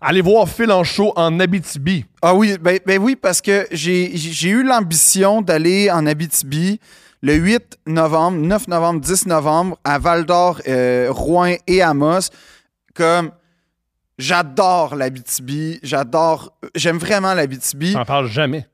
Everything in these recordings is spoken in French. Allez voir Phil en show en Abitibi. Ah oui, ben, ben oui, parce que j'ai j'ai eu l'ambition d'aller en Abitibi le 8 novembre, 9 novembre, 10 novembre à Val d'Or, euh, Rouen et Amos. Comme j'adore l'Abitibi, j'adore, j'aime vraiment l'Abitibi. T'en parles jamais.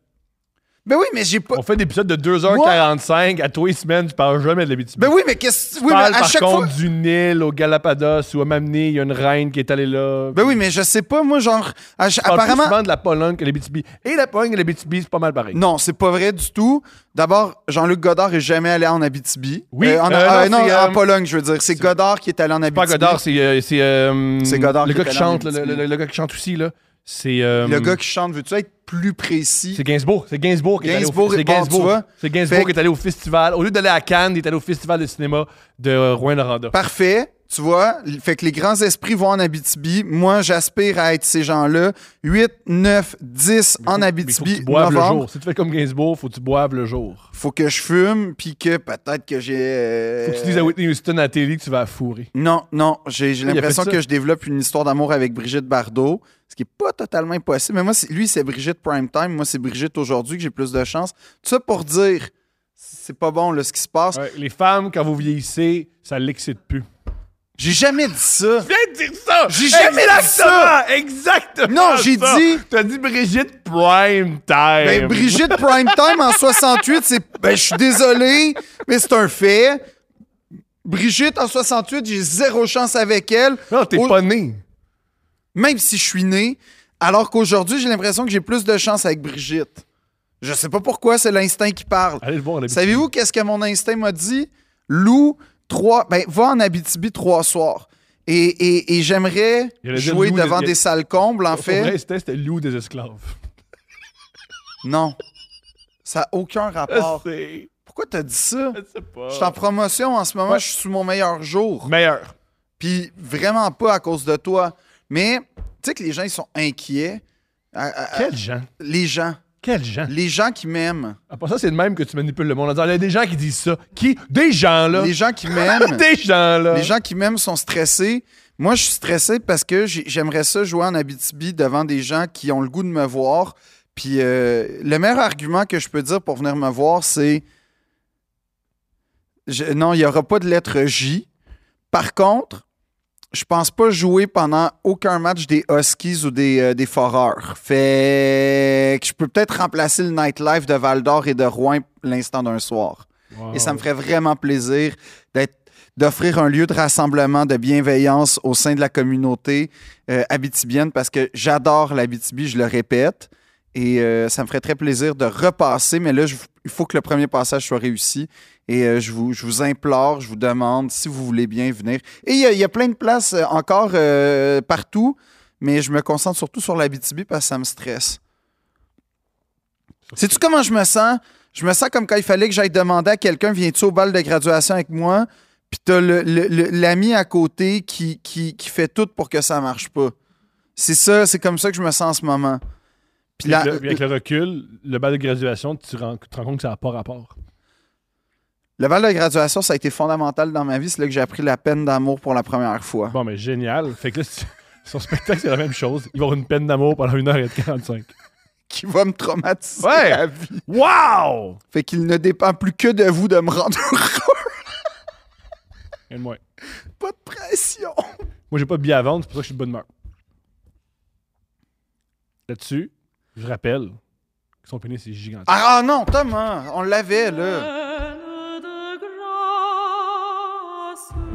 Ben oui, mais j'ai pas. Ah. On fait des épisodes de 2h45 à tous les semaines, tu parles jamais de l'Abitibi. Ben oui, mais qu'est-ce Tu oui, mais parles, à par chaque fois. contre du Nil au Galapagos ou à Mamné, il y a une reine qui est allée là. Ben oui, mais je sais pas, moi, genre, à ch- Tu parles plus apparemment. souvent de la Pologne que l'Abitibi. Et la Pologne et l'Abitibi, c'est pas mal pareil. Non, c'est pas vrai du tout. D'abord, Jean-Luc Godard est jamais allé en Abitibi. Oui, en, euh, non, non, c'est, euh, en Pologne, je veux dire. C'est Godard qui est allé en C'est pas Abitibi. Godard, c'est euh, c'est, euh, C'est Godard le qui gars qui était dans chante, le, l'Abitibi. le- le gars qui chante aussi là. C'est euh, Le gars qui chante, veux-tu être plus précis? c'est Gainsbourg, c'est Gainsbourg qui est allé au- Gainsbourg, c'est bon, tu Gainsbourg, vois. c'est Gainsbourg Fait qui est allé au festival. Au lieu d'aller à Cannes, il est allé au festival de cinéma de euh, Rouen-Noranda. Parfait. Tu vois, l- fait que les grands esprits vont en Abitibi. Moi, j'aspire à être ces gens-là. 8, 9, 10 en Mais Faut que Abitibi. tu boives le novembre. jour. Si tu fais comme Gainsbourg, faut que tu boives le jour. Faut que je fume, puis que peut-être que j'ai. euh, Faut que tu dises à Whitney Houston à la télé que tu vas la fourrer. Non, non, j'ai j'ai Il a fait l'impression ça. que je développe une histoire d'amour avec Brigitte Bardot, ce qui n'est pas totalement impossible. Mais moi, c'est- lui, c'est Brigitte Prime Time, moi, c'est Brigitte aujourd'hui que j'ai plus de chance. Tout ça pour dire, c'est pas bon là, ce qui se passe. Ouais, les femmes, quand vous vieillissez, ça l'excite plus. J'ai jamais dit ça. viens de dire ça! J'ai jamais dit ça! Exactement! Non, j'ai ça. dit- T'as dit Brigitte Prime Time! Ben, Brigitte Prime Time en 68, c'est. Ben, je suis désolé, mais c'est un fait. Brigitte en 68, j'ai zéro chance avec elle. Non, t'es Au- pas né. Même si je suis né, alors qu'aujourd'hui, j'ai l'impression que j'ai plus de chance avec Brigitte. Je sais pas pourquoi, c'est l'instinct qui parle. Allez le voir, la Savez-vous qu'est-ce que mon instinct m'a dit? Lou, trois, ben, va en Abitibi trois soirs. Et, et- et j'aimerais Il allait dire jouer Lou devant des- des salles combles, en Pour vrai, fait. C'était c'était Lou des esclaves. Non. Ça n'a aucun rapport. Je sais, Pourquoi t'as dit ça? Ah. je sais pas. Je suis en promotion en ce moment, Ah. Ouais. je suis sous mon meilleur jour. Meilleur. Puis vraiment pas à cause de toi. Mais tu sais que les gens, ils sont inquiets. À- à- à- Quel gens? les gens. Quel gens? Les gens qui m'aiment. Après ça, c'est le même que tu manipules le monde en disant, il y a des gens qui disent ça. Qui? Des gens, là! Les gens qui m'aiment. des gens, là! Les gens qui m'aiment sont stressés. Moi, je suis stressé parce que j'ai- j'aimerais ça jouer en Abitibi devant des gens qui ont le goût de me voir. Puis euh, le meilleur argument que je peux dire pour venir me voir, c'est je- non, il n'y aura pas de lettre J. Par contre, je pense pas jouer pendant aucun match des Huskies ou des, euh, des Foreurs. Fait que je peux peut-être remplacer le nightlife de Val d'Or et de Rouen l'instant d'un soir. Wow. Et ça me ferait vraiment plaisir d'être d'offrir un lieu de rassemblement, de bienveillance au sein de la communauté euh, abitibienne parce que j'adore l'Abitibi, je le répète. Et euh, ça me ferait très plaisir de repasser, mais là, je- il faut que le premier passage soit réussi. Et euh, je, vous, je vous implore, je vous demande, si vous voulez bien venir. Et il y, a- il y a plein de places euh, encore euh, partout, mais je me concentre surtout sur l'Abitibi parce que ça me stresse. Sais-tu comment je me sens? Je me sens comme quand il fallait que j'aille demander à quelqu'un Viens-tu au bal de graduation avec moi? Puis t'as le- le- le- l'ami à côté qui, qui, qui fait tout pour que ça marche pas. C'est ça, c'est comme ça que je me sens en ce moment. Puis Puis la- euh, avec, le, puis avec le recul, le bal de graduation, tu ren- tu te rends compte que ça n'a pas rapport. le bal de graduation, ça a été fondamental dans ma vie. C'est là que j'ai appris la peine d'amour pour la première fois. Bon, mais génial. Fait que là, si- son spectacle, c'est la même chose. Il va avoir une peine d'amour pendant 1h45. Qui va me traumatiser Ouais. à vie. Wow! Fait qu'il ne dépend plus que de vous de me rendre heureux. Et moi. Pas de pression. Moi, j'ai pas de billet à vendre, c'est pour ça que je suis de bonne humeur. Là-dessus, je rappelle que son pénis est gigantesque. Ah, ah non, Thomas, on l'avait là. Pleine de grâce.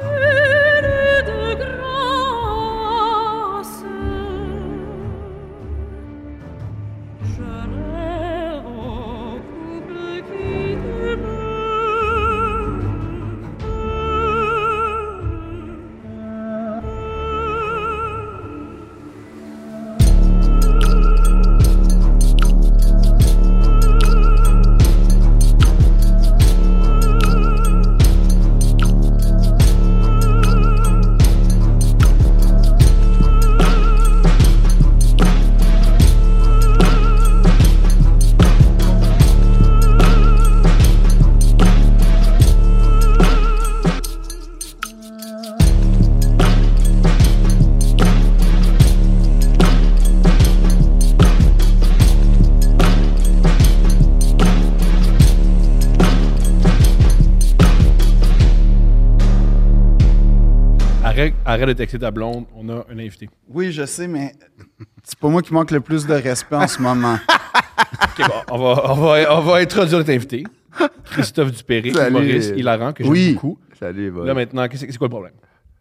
Pleine de grâce. Je rêve au couple qui demeure. Ah! Arrête, arrête de texter ta blonde, on a un invité. Oui, je sais, mais c'est pas moi qui manque le plus de respect en ce moment. Ok, bon, on, va, on, va, on va introduire notre invité, Christophe Dupéré, Salut. humoriste hilarant, que j'aime Oui. beaucoup. Salut, boy. Là maintenant, qu'est-ce- c'est quoi le problème?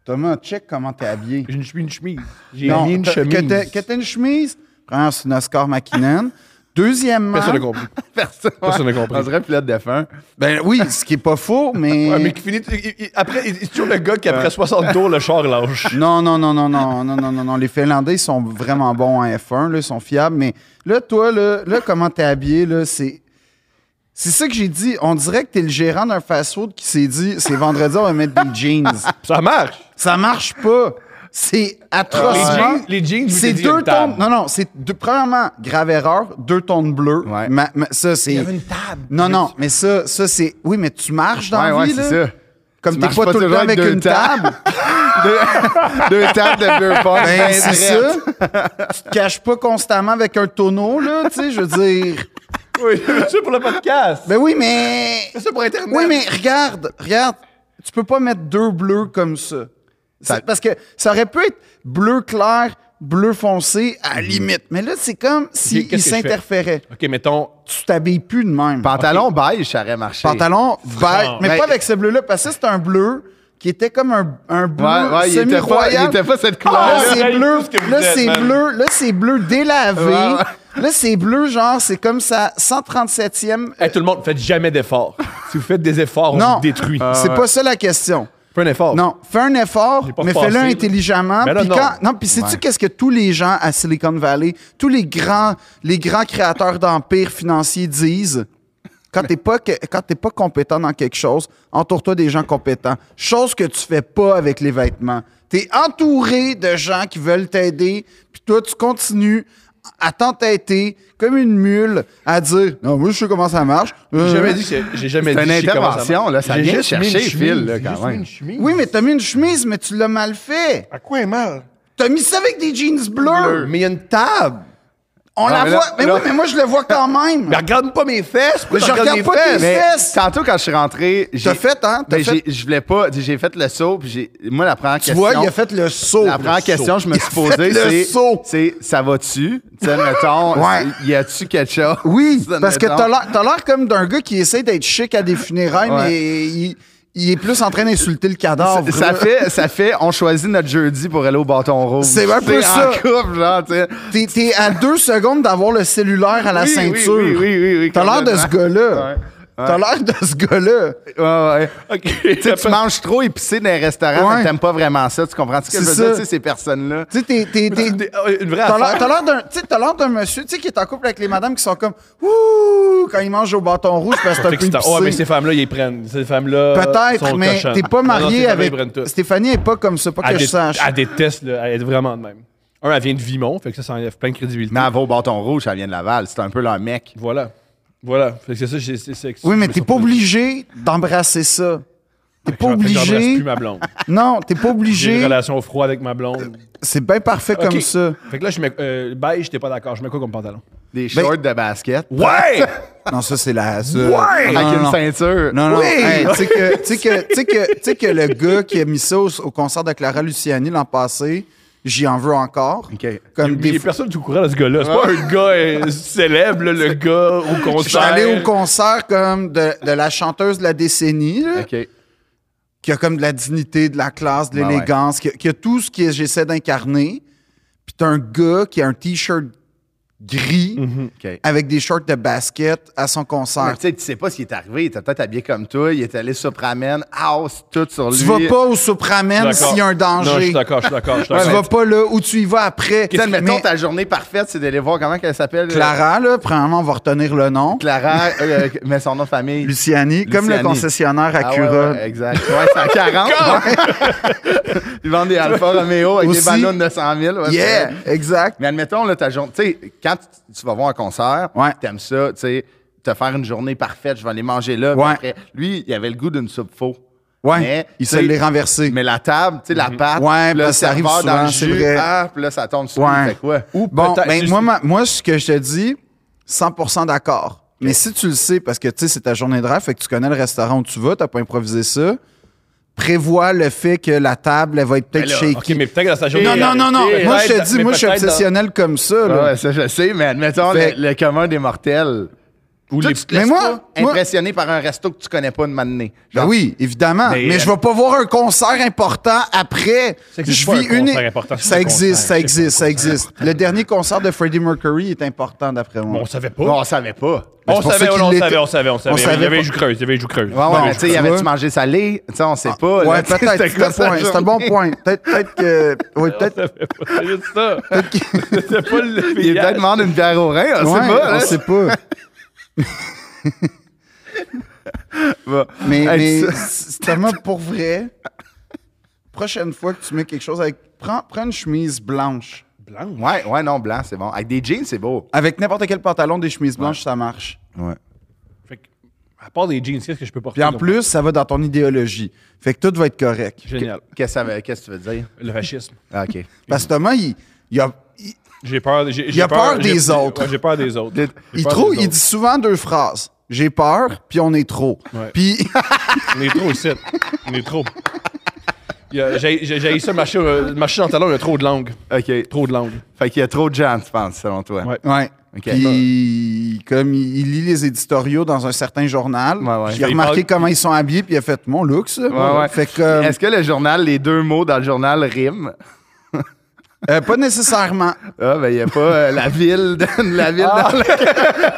Thomas, check comment t'es habillé. J'ai une chemise. Une chemise. J'ai Non, mis une t'as- chemise. Que t'as- que t'as une chemise? Premièrement, c'est une Oscar McKinnon. Deuxièmement. Personne n'a compris. personne Personne n'a On compris. dirait pilote de fin. Ben oui, ce qui est pas faux, mais. Ouais, Ah, mais qui finit. il- il- après, il- c'est toujours le gars qui, après 60 tours, le char lâche. Non, non, non, non, non, non, non, non, non. Les Finlandais, ils sont vraiment bons en F1, là, ils sont fiables. Mais là, toi, là, là comment t'es habillé, là, c'est. C'est ça que j'ai dit. On dirait que t'es le gérant d'un fast-food qui s'est dit c'est vendredi, on va mettre des jeans. Ça marche! Ça marche pas. C'est atroce. Les jeans- les jeans, vous c'est étiez une deux table. tonnes. Non, non, c'est deux- premièrement grave erreur, deux tonnes bleues. Ouais. Ma- ma- ça c'est. table. Non, non, mais ça, ça c'est. Oui, mais tu marches dans Ouais, la ouais, vie c'est là. ça. Comme Tu t'es marches pas, pas tout le toujours temps avec avec deux une tables. table. Deux, deux tables de beer pong. Ben, ben, c'est drette. ça. tu te caches pas constamment avec un tonneau, là, tu sais, je veux dire. Oui, c'est pour le podcast. Ben oui, mais. C'est pour Internet. Oui, mais regarde, regarde. Tu peux pas mettre deux bleus comme ça. C'est- Ça- Parce que ça aurait pu être bleu clair, bleu foncé, à la limite. Mais là, c'est comme s'il qu'est-ce que je fais? s'interférait. Ok, mettons. Tu t'habilles plus de même. Pantalon beige, ça aurait marché. Pantalon beige, mais Ben- pas avec ce bleu-là, parce que c'est un bleu qui était comme un, un bleu Ouais, ouais, il était, pas, il semi-royal. était pas cette Là, Ah, couleur-là. ouais, c'est ouais, bleu. tout ce que vous Là, êtes, c'est man. bleu. Là, c'est bleu délavé. Ouais, ouais. Là, c'est bleu, genre, c'est comme ça, 137e. Hey, tout le monde, faites jamais d'efforts. si vous faites des efforts, on non, vous détruit. Ah, C'est pas ça la question. Fais un effort. Non, fais un effort, J'ai pas mais repassé, fais-le là. intelligemment. Ben là, Puis non. quand- non, puis sais-tu qu'est-ce que tous les gens à Silicon Valley, tous les grands, les grands créateurs d'empires financiers disent? Quand t'es pas, que- quand t'es pas compétent dans quelque chose, entoure-toi des gens compétents. Chose que tu fais pas avec les vêtements. T'es entouré de gens qui veulent t'aider, puis toi, tu continues à t'entêter comme une mule à dire « Non, moi, je sais comment ça marche. Euh, J'ai jamais dit que j'ai jamais C'est dit une je sais comment intervention, marche. là, ça J'ai vient juste chercher mis une le fil, chemise, là, j'ai quand juste même. mis une chemise. Oui, mais t'as mis une chemise, mais tu l'as mal fait. À quoi est mal? T'as mis ça avec des jeans bleus. Mais il y a une table. On Ah, la mais là- voit. mais là- oui, mais moi, je le vois quand même. Mais regarde pas mes fesses. pourquoi Mais tu je regardes regarde mes pas tes fesses? Mais fesses. tantôt, quand je suis rentré, j'ai. T'as fait, hein? T'as Mais fait- j'ai- je voulais pas. J'ai fait le saut, puis j'ai. Moi, la première Tu question. vois, il a fait le saut. La première Le saut. question, je me suis Il a fait posée, le c'est, saut. c'est ça va-tu? Tu sais, mettons, Ouais. c'est- y a-tu quelque chose? Oui, parce que Mettons. t'as l'air- t'as l'air comme d'un gars qui essaie d'être chic à des funérailles, Ouais. mais il, il est plus en train d'insulter le cadavre. ça là. fait, ça fait, on choisit notre jeudi pour aller au bâton rouge. C'est un peu Tu sais, ça. En couple, genre, tu sais. T'es t'es à deux secondes d'avoir le cellulaire à la Oui, oui, ceinture. oui, oui, oui, oui, T'as l'air de ce complètement. gars-là. Ouais, ouais. T'as l'air de ce gars-là. Ouais, ouais. Ok. Tu sais, tu manges trop épicé dans les restaurants, Ouais. mais t'aimes pas vraiment ça. Tu comprends ce que je C'est veux ça. dire? Tu sais, ces personnes-là. Tu sais, t'es- t'es- t'es- Une vraie T'as l'air- affaire. t'as l'air d'un, tu sais, t'as l'air d'un monsieur, tu sais, qui est en couple avec les madames qui sont comme ouh quand ils mangent au bâton rouge parce que t'as Fait que plus c'est- épicé. oh, mais ces femmes-là, ils les prennent. Ces femmes-là. Peut-être, sont mais cochonnes. t'es pas Non, non, ces marié femmes-là, avec Ils prennent tout. Stéphanie est pas comme ça, pas que Elle, je dé- sache. elle déteste, là. Elle est vraiment de même. Un, elle vient de Vimont, fait que ça, ça enlève plein de crédibilité. Mais elle va au bâton rouge, elle vient de Laval. C'est un peu leur mec. Voilà. Voilà. Fait que c'est ça, j'ai- c'est c'est- Oui, mais je me t'es sens pas plus- obligé d'embrasser ça. T'es pas Fait que j'embrasse obligé. plus ma blonde. Non, t'es pas J'ai une obligé. relation froide avec ma blonde. C'est bien parfait Ok. Euh, comme ça. Fait que là, je mets. Euh, beige, t'es pas d'accord. Je mets quoi comme pantalon? Ben- Des shorts de basket. Ouais! Non, ça c'est la. ça- Ouais! Non, non, Avec une non. ceinture. Non, non, Oui! hey, tu sais que, tu sais que, tu sais que, tu sais que le gars qui a mis ça au, au concert de Clara Luciani l'an passé, j'y en veux encore. OK. Comme J'ai des personne tout courant de ce gars-là. C'est pas un gars euh, célèbre, là, le gars au concert. J'allais au concert comme de, de la chanteuse de la décennie, là, OK. Ben qui a comme de la dignité, de la classe, de Ouais, l'élégance, qui a- qui, a tout ce que j'essaie d'incarner. Puis t'as un gars qui a un t-shirt gris OK. avec des shorts de basket à son Mhm. Mais concert. tu sais, tu sais pas ce qui est arrivé. Il était peut-être habillé comme toi. Il est allé Supramen, house, tout sur lui. Tu vas pas au Supramen D'accord. s'il y a un Non, je suis danger. d'accord, je suis d'accord, je suis tu d'accord. vas pas là où tu y vas après. Tu sais, admettons, Mais ta journée parfaite, c'est d'aller voir comment elle s'appelle. euh, Clara, là, premièrement, on va retenir le nom. Clara, euh, mais son nom de famille. Luciani, comme le Luciani. concessionnaire à Ah ouais, Cura. ouais, exact. Ouais, c'est à 40. ouais. Ils vendent des Alfa Romeo avec Aussi. des ballons de 900 000. ouais, c'est Yeah, vrai. exact. Mais admettons, là, ta journée. Tu sais, quand tu- tu vas voir un concert, Ouais. t'aimes ça, tu sais, te faire une journée parfaite, je vais aller manger là. puis Ouais. après, lui, il avait le goût d'une soupe faux. Ouais, Mais, il se tu sais, l'est renversé. Mais la table, tu sais, la pâte, Mm-hmm. Ouais, puis là, parce que ça arrive serveur dans souvent, le c'est jus, vrai. ah, puis là, ça tombe sur lui, Ouais. fait quoi? Ou bon, peut-être ben, juste- moi, ma- moi, ce que je te dis, 100 d'accord. Mais si tu le sais, parce que tu sais, c'est ta journée de rêve, fait que tu connais le restaurant où tu vas, t'as pas improvisé ça. prévoit le fait que la table, elle va être peut-être Ben là, shaky. OK, mais peut-être que dans sa journée... Non, non, non, non. Et Moi, je te peut-être- dis, mais moi, je suis peut-être dans- obsessionnel comme ça. là. Ah Ouais, ça, je le sais, mais admettons, Fait- le, le commun des mortels. Ou Toi, les- tu te laisses Mais moi, pas moi- impressionner par un resto que tu connais pas de matinée. Ben oui, évidemment. Mais, Mais, euh, je vais pas voir un concert important après. Ça existe Je pas, vis un une. concert important, c'est ça un existe, concert, ça c'est existe, ça existe. Le dernier concert de Freddie Mercury est important d'après Bon, moi. on savait pas. Bon, Oh, on savait pas. c'est on, pour ça savait, on, qu'il on l'était. savait, on savait, on savait, Il y savait avait pas. les joues creuses, il y avait les joues creuses. Ouais, ouais, Bon, mais tu sais, tu y avait-tu vois. mangé salé? Tu sais, on sait pas. Ah, ouais, là, tu sais, peut-être. c'était C'est quoi un sa point, c'est un bon journée? point. Peut-être peut-être que. Oui, peut-être. On savait pas, c'est juste ça. C'était pas le Il est peut-être pillage. demandé une bière au rein, on Ouais, sait pas. on hein. sait pas. Bon. Mais, Hey, mais ça- c'est tellement pour vrai. Prochaine fois que tu mets quelque chose avec. Prends, prends une chemise blanche. Blanc. Ouais, ouais, non, blanc, c'est bon. Avec des jeans, c'est beau. Avec n'importe quel pantalon, des chemises blanches, ça marche. Ouais. Fait que, à part des jeans, qu'est-ce que je peux porter? Puis en non? plus, ça va dans ton idéologie. Fait que tout va être correct. Génial. Qu'est-ce que ça veut- qu'est-ce que tu veux dire? Le fascisme. Ah, OK. Parce que Thomas, il, il a- il- J'ai peur. J'ai, Il a peur des j'ai- autres. ouais, j'ai peur des autres. J'ai il peur trouve- des il autres. dit souvent deux phrases. J'ai peur, puis on est trop. Ouais. Puis On est trop ici. On est trop. Il y a- J'ai j'ai- j'ai ça, marcher, euh, marcher dans le talon, il y a trop de langues. OK. Trop de langues. Fait qu'il y a trop de gens, tu penses, selon toi. Ouais. Ouais. Ok. Puis, comme il, il lit les éditoriaux dans un certain journal, Ouais, ouais. il a Il parle- remarqué comment ils sont habillés, puis il a fait mon look, ça. Ouais, ouais. Fait que, euh, Est-ce que le journal, les deux mots dans le journal riment? euh, pas nécessairement. Ah, ben, il n'y a pas euh, la ville, de, la ville dans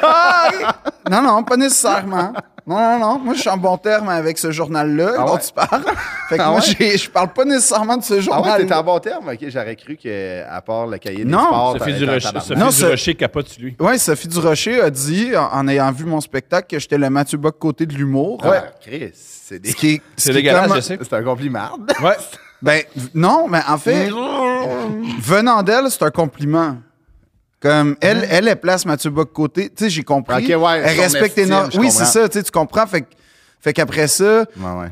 Ah, le- Non, non, pas nécessairement. Non, non, non. Moi, je suis en bon terme avec ce journal-là Ah dont ouais? tu parles. Fait que Ah moi, ouais? j'ai- je parle pas nécessairement de ce Ah journal. ouais, t'es en bon terme? OK, j'aurais cru que à part le cahier des Non, sports... Sophie t'aurais du été en Rocher, tabarnak. Sophie ben, Non, du ça- Rocher capote sur lui. Ouais, Sophie Durocher a dit, en, en ayant vu mon spectacle, que j'étais le Mathieu Bock côté de l'humour. Ouais, Ah, Chris, c'est des... Ce qui est, ce C'est qui est dégueulasse, comme- je sais. C'est un compliment. Ouais. Ben, v- non, mais en fait, venant d'elle, c'est un compliment. Comme elle, elle, elle place Mathieu Bock côté. Tu sais, j'ai compris. Ok, ouais, elle son respecte estime, énormément. je Oui, comprends. c'est ça, tu sais, tu comprends. Fait, que- fait qu'après ça, Ouais, ouais.